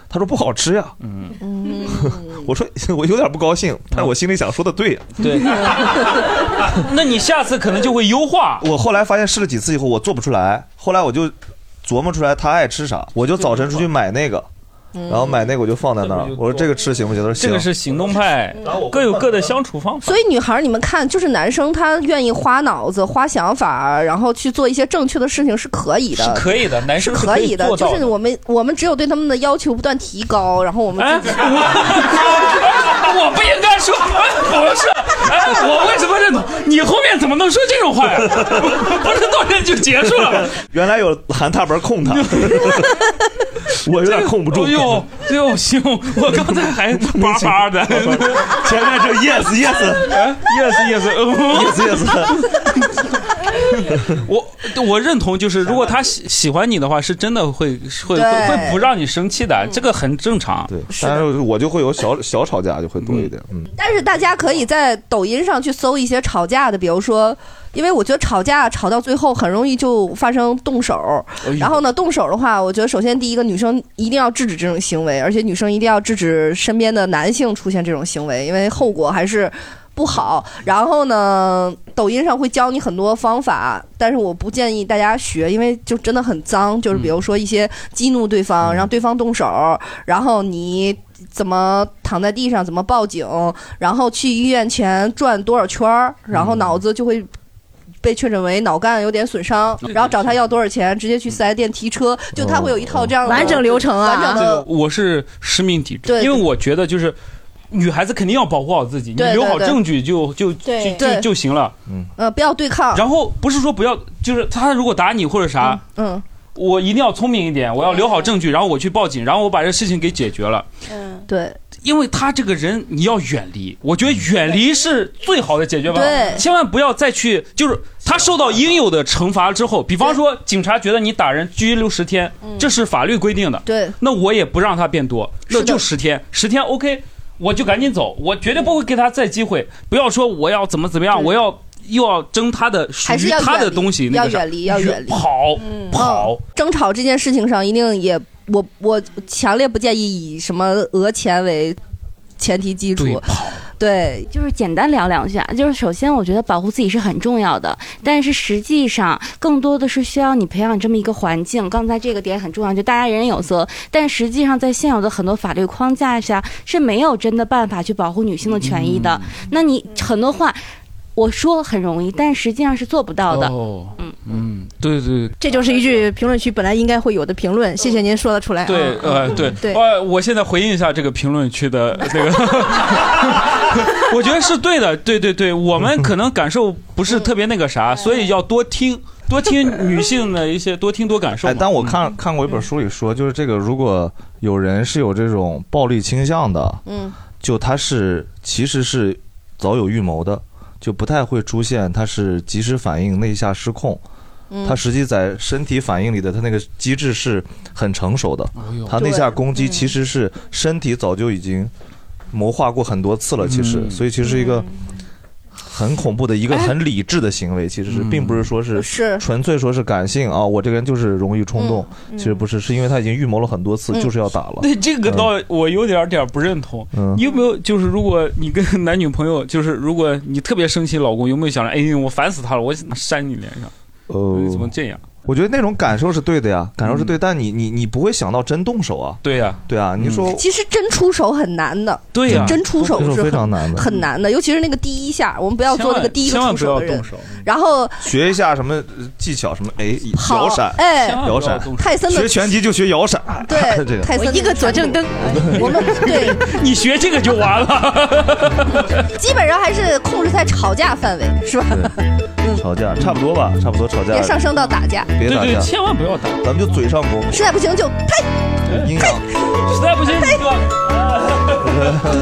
[SPEAKER 3] 他说不好吃呀，嗯， 我说我有点不高兴，但我心里想说的对呀，
[SPEAKER 7] 嗯对， 那你下次可能就会优化。
[SPEAKER 3] 我后来发现试了几次以后，我做不出来，后来我就琢磨出来他爱吃啥，我就早晨出去买那个，然后买那个我就放在那儿，我说这个吃行不行？他说行，
[SPEAKER 7] 这个是行动派，
[SPEAKER 4] 嗯
[SPEAKER 7] 各有各的相处方法。
[SPEAKER 4] 所以女孩儿，你们看，就是男生他愿意花脑子、花想法，然后去做一些正确的事情是可以的，
[SPEAKER 7] 是可以的男生
[SPEAKER 4] 是
[SPEAKER 7] 是
[SPEAKER 4] 可
[SPEAKER 7] 可以
[SPEAKER 4] 以的。
[SPEAKER 7] 做到
[SPEAKER 4] 就是
[SPEAKER 7] 的
[SPEAKER 4] 我们，我们只有对他们的要求不断提高，然后我们 自己。
[SPEAKER 14] 我不应该说，
[SPEAKER 7] 啊
[SPEAKER 14] 不是，哎，我为什么认同？你后面怎么能说这种 话呀？不是到这就结束了吗？
[SPEAKER 3] 原来有韩大伯 控他，我有点控不住。哎呦，
[SPEAKER 7] 哎呦，行，我刚才还
[SPEAKER 3] 巴巴
[SPEAKER 7] 的，
[SPEAKER 3] 前面这 yes
[SPEAKER 7] 啊
[SPEAKER 3] yes
[SPEAKER 7] yes yes
[SPEAKER 3] yes yes，
[SPEAKER 7] 我我认同，就是如果他喜喜欢你的话，是真的会会会
[SPEAKER 4] 对嗯
[SPEAKER 7] 会不让你生气的，这个很正常。
[SPEAKER 3] 对，但是我就会有小小吵架就会多一点，嗯。
[SPEAKER 4] 但是大家可以在抖音上去搜一些吵架的，比如说，因为我觉得吵架吵到最后很容易就发生动手
[SPEAKER 7] 哎呦。
[SPEAKER 4] 然后呢，动手的话，我觉得首先第一个，女生一定要制止这种行为，而且女生一定要制止身边的男性出现这种行为，因为后果还是。不好，然后呢，抖音上会教你很多方法，但是我不建议大家学，因为就真的很脏。就是比如说一些激怒对方，让对方动手，然后你怎么躺在地上，怎么报警，然后去医院前转多少圈儿，然后脑子就会。被确诊为脑干有点损伤，然后找他要多少钱，直接去四 S 店提车，
[SPEAKER 3] 嗯
[SPEAKER 4] 就他会有一
[SPEAKER 3] 哦
[SPEAKER 4] 套这样的
[SPEAKER 5] 完整流程啊
[SPEAKER 4] 完整
[SPEAKER 7] 这
[SPEAKER 4] 的
[SPEAKER 7] 个我是实名抵制，
[SPEAKER 4] 对
[SPEAKER 7] 因为我觉得就是女孩子肯定要保护好自己，你
[SPEAKER 4] 对
[SPEAKER 7] 留好
[SPEAKER 4] 对对
[SPEAKER 7] 证据就就
[SPEAKER 4] 对
[SPEAKER 7] 就就就行了。
[SPEAKER 3] 嗯
[SPEAKER 4] 呃，不要对抗。
[SPEAKER 7] 然后不是说不要，就是他如果打你或者啥，
[SPEAKER 4] 嗯，
[SPEAKER 7] 我一定要聪明一点，我要留好证据，然后我去报警，然后我把这事情给解决了。
[SPEAKER 4] 对，
[SPEAKER 7] 因为他这个人你要远离，我觉得远离是最好的解决办法，
[SPEAKER 4] 对
[SPEAKER 7] 千万不要再去，就是他受到应有的惩罚之后，比方说警察觉得你打人拘留十天，这是法律规定的，
[SPEAKER 4] 嗯对，
[SPEAKER 7] 那我也不让他变多，那就十天，十天 OK，我就赶紧走，我绝对不会给他再机会，不要说我要怎么怎么样，我要又要争他的属
[SPEAKER 4] 还是
[SPEAKER 7] 于
[SPEAKER 4] 要
[SPEAKER 7] 他
[SPEAKER 4] 远
[SPEAKER 7] 的
[SPEAKER 4] 离
[SPEAKER 7] 东西，那
[SPEAKER 4] 要
[SPEAKER 7] 个啥
[SPEAKER 4] 远离要远离嗯
[SPEAKER 7] 跑跑。
[SPEAKER 4] 争吵这件事情上，一定也我我强烈不建议以什么讹钱为前提基础。对，
[SPEAKER 21] 就是简单聊两下。就是首先，我觉得保护自己是很重要的，但是实际上更多的是需要你培养这么一个环境。刚才这个点很重要，就大家人人有责，但实际上在现有的很多法律框架下是没有真的办法去保护女性的权益的。那你很多话。我说很容易，但实际上是做不到的。
[SPEAKER 7] 哦，嗯嗯，对对
[SPEAKER 5] 这就是一句评论区本来应该会有的评论，谢谢您说得出来、啊。
[SPEAKER 7] 对，呃，对，
[SPEAKER 5] 对
[SPEAKER 7] 呃，我现在回应一下这个评论区的那 个，我觉得是对的，对对对，我们可能感受不是特别那个啥，所以要多听多听女性的一些，多听多感受
[SPEAKER 3] 哎
[SPEAKER 7] 嘛。，嗯
[SPEAKER 3] 但我看看过一本书里说，就是这个，如果有人是有这种暴力倾向的，
[SPEAKER 4] 嗯，
[SPEAKER 3] 就他是其实是早有预谋的，就不太会出现他是及时反应、内下失控。
[SPEAKER 4] 嗯
[SPEAKER 3] 他实际在身体反应里的他那个机制是很成熟的
[SPEAKER 7] 哎呦，
[SPEAKER 3] 他内下攻击其实是身体早就已经谋划过很多次了，其实，
[SPEAKER 7] 嗯
[SPEAKER 3] 所以其实是一个很恐怖的一个
[SPEAKER 4] 哎
[SPEAKER 3] 很理智的行为，其实
[SPEAKER 7] 嗯
[SPEAKER 3] 是并不是说是
[SPEAKER 4] 是
[SPEAKER 3] 纯粹说是感性啊，我这个人就是容易冲动，
[SPEAKER 7] 嗯
[SPEAKER 3] 其实不是，是因为他已经预谋了很多次，
[SPEAKER 7] 嗯
[SPEAKER 3] 就是要打了。
[SPEAKER 7] 对这个倒我有点儿点儿不认同。
[SPEAKER 3] 嗯
[SPEAKER 7] 嗯你有没有就是如果你跟男女朋友，就是如果你特别生气，老公有没有想着，哎，我烦死他了，我想扇你脸上？
[SPEAKER 3] 呃
[SPEAKER 7] 你怎么这样？
[SPEAKER 3] 我觉得那种感受是对的呀，感受是对，但你你你不会想到真动手啊。
[SPEAKER 7] 对呀，
[SPEAKER 3] 对啊，你说
[SPEAKER 4] 嗯其实真出手很难的，
[SPEAKER 3] 对呀
[SPEAKER 4] 真出手
[SPEAKER 3] 出手
[SPEAKER 4] 是
[SPEAKER 3] 非常难的
[SPEAKER 4] 很难的，尤其是那个第一下，我们不要做那个第一个
[SPEAKER 3] 千万
[SPEAKER 4] 出
[SPEAKER 3] 千万
[SPEAKER 4] 手
[SPEAKER 3] 不
[SPEAKER 4] 的
[SPEAKER 3] 要
[SPEAKER 4] 人
[SPEAKER 3] 动手。
[SPEAKER 4] 然后
[SPEAKER 3] 学一下什么呃技巧，什么哎
[SPEAKER 4] 好
[SPEAKER 3] 摇闪，
[SPEAKER 4] 哎
[SPEAKER 3] 摇闪，
[SPEAKER 4] 泰森的
[SPEAKER 3] 学拳击就学摇闪，
[SPEAKER 4] 对
[SPEAKER 3] 这个
[SPEAKER 4] 泰森一个左正蹬，我 们对
[SPEAKER 7] 你学这个就完 了。
[SPEAKER 4] 基本上还是控制在吵架范围，是吧？
[SPEAKER 3] 吵架差不多吧，差不多吵架，
[SPEAKER 4] 别上升到打架，
[SPEAKER 3] 别打架，
[SPEAKER 7] 万不要打，
[SPEAKER 3] 咱们就嘴上攻，啊
[SPEAKER 4] 实在不行就呸，
[SPEAKER 3] 阴阳，
[SPEAKER 7] 实在不行你装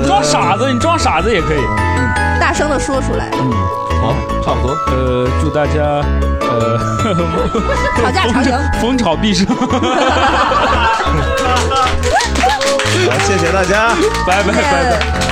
[SPEAKER 7] 装傻子，你装傻子也可以。
[SPEAKER 4] 大声的说出 来，
[SPEAKER 7] 嗯，
[SPEAKER 3] 好，差不多。
[SPEAKER 7] 呃，祝大家呃
[SPEAKER 4] 吵架吵赢，
[SPEAKER 7] 逢吵必胜。
[SPEAKER 3] 好，谢谢大家，
[SPEAKER 7] 哎拜拜拜拜。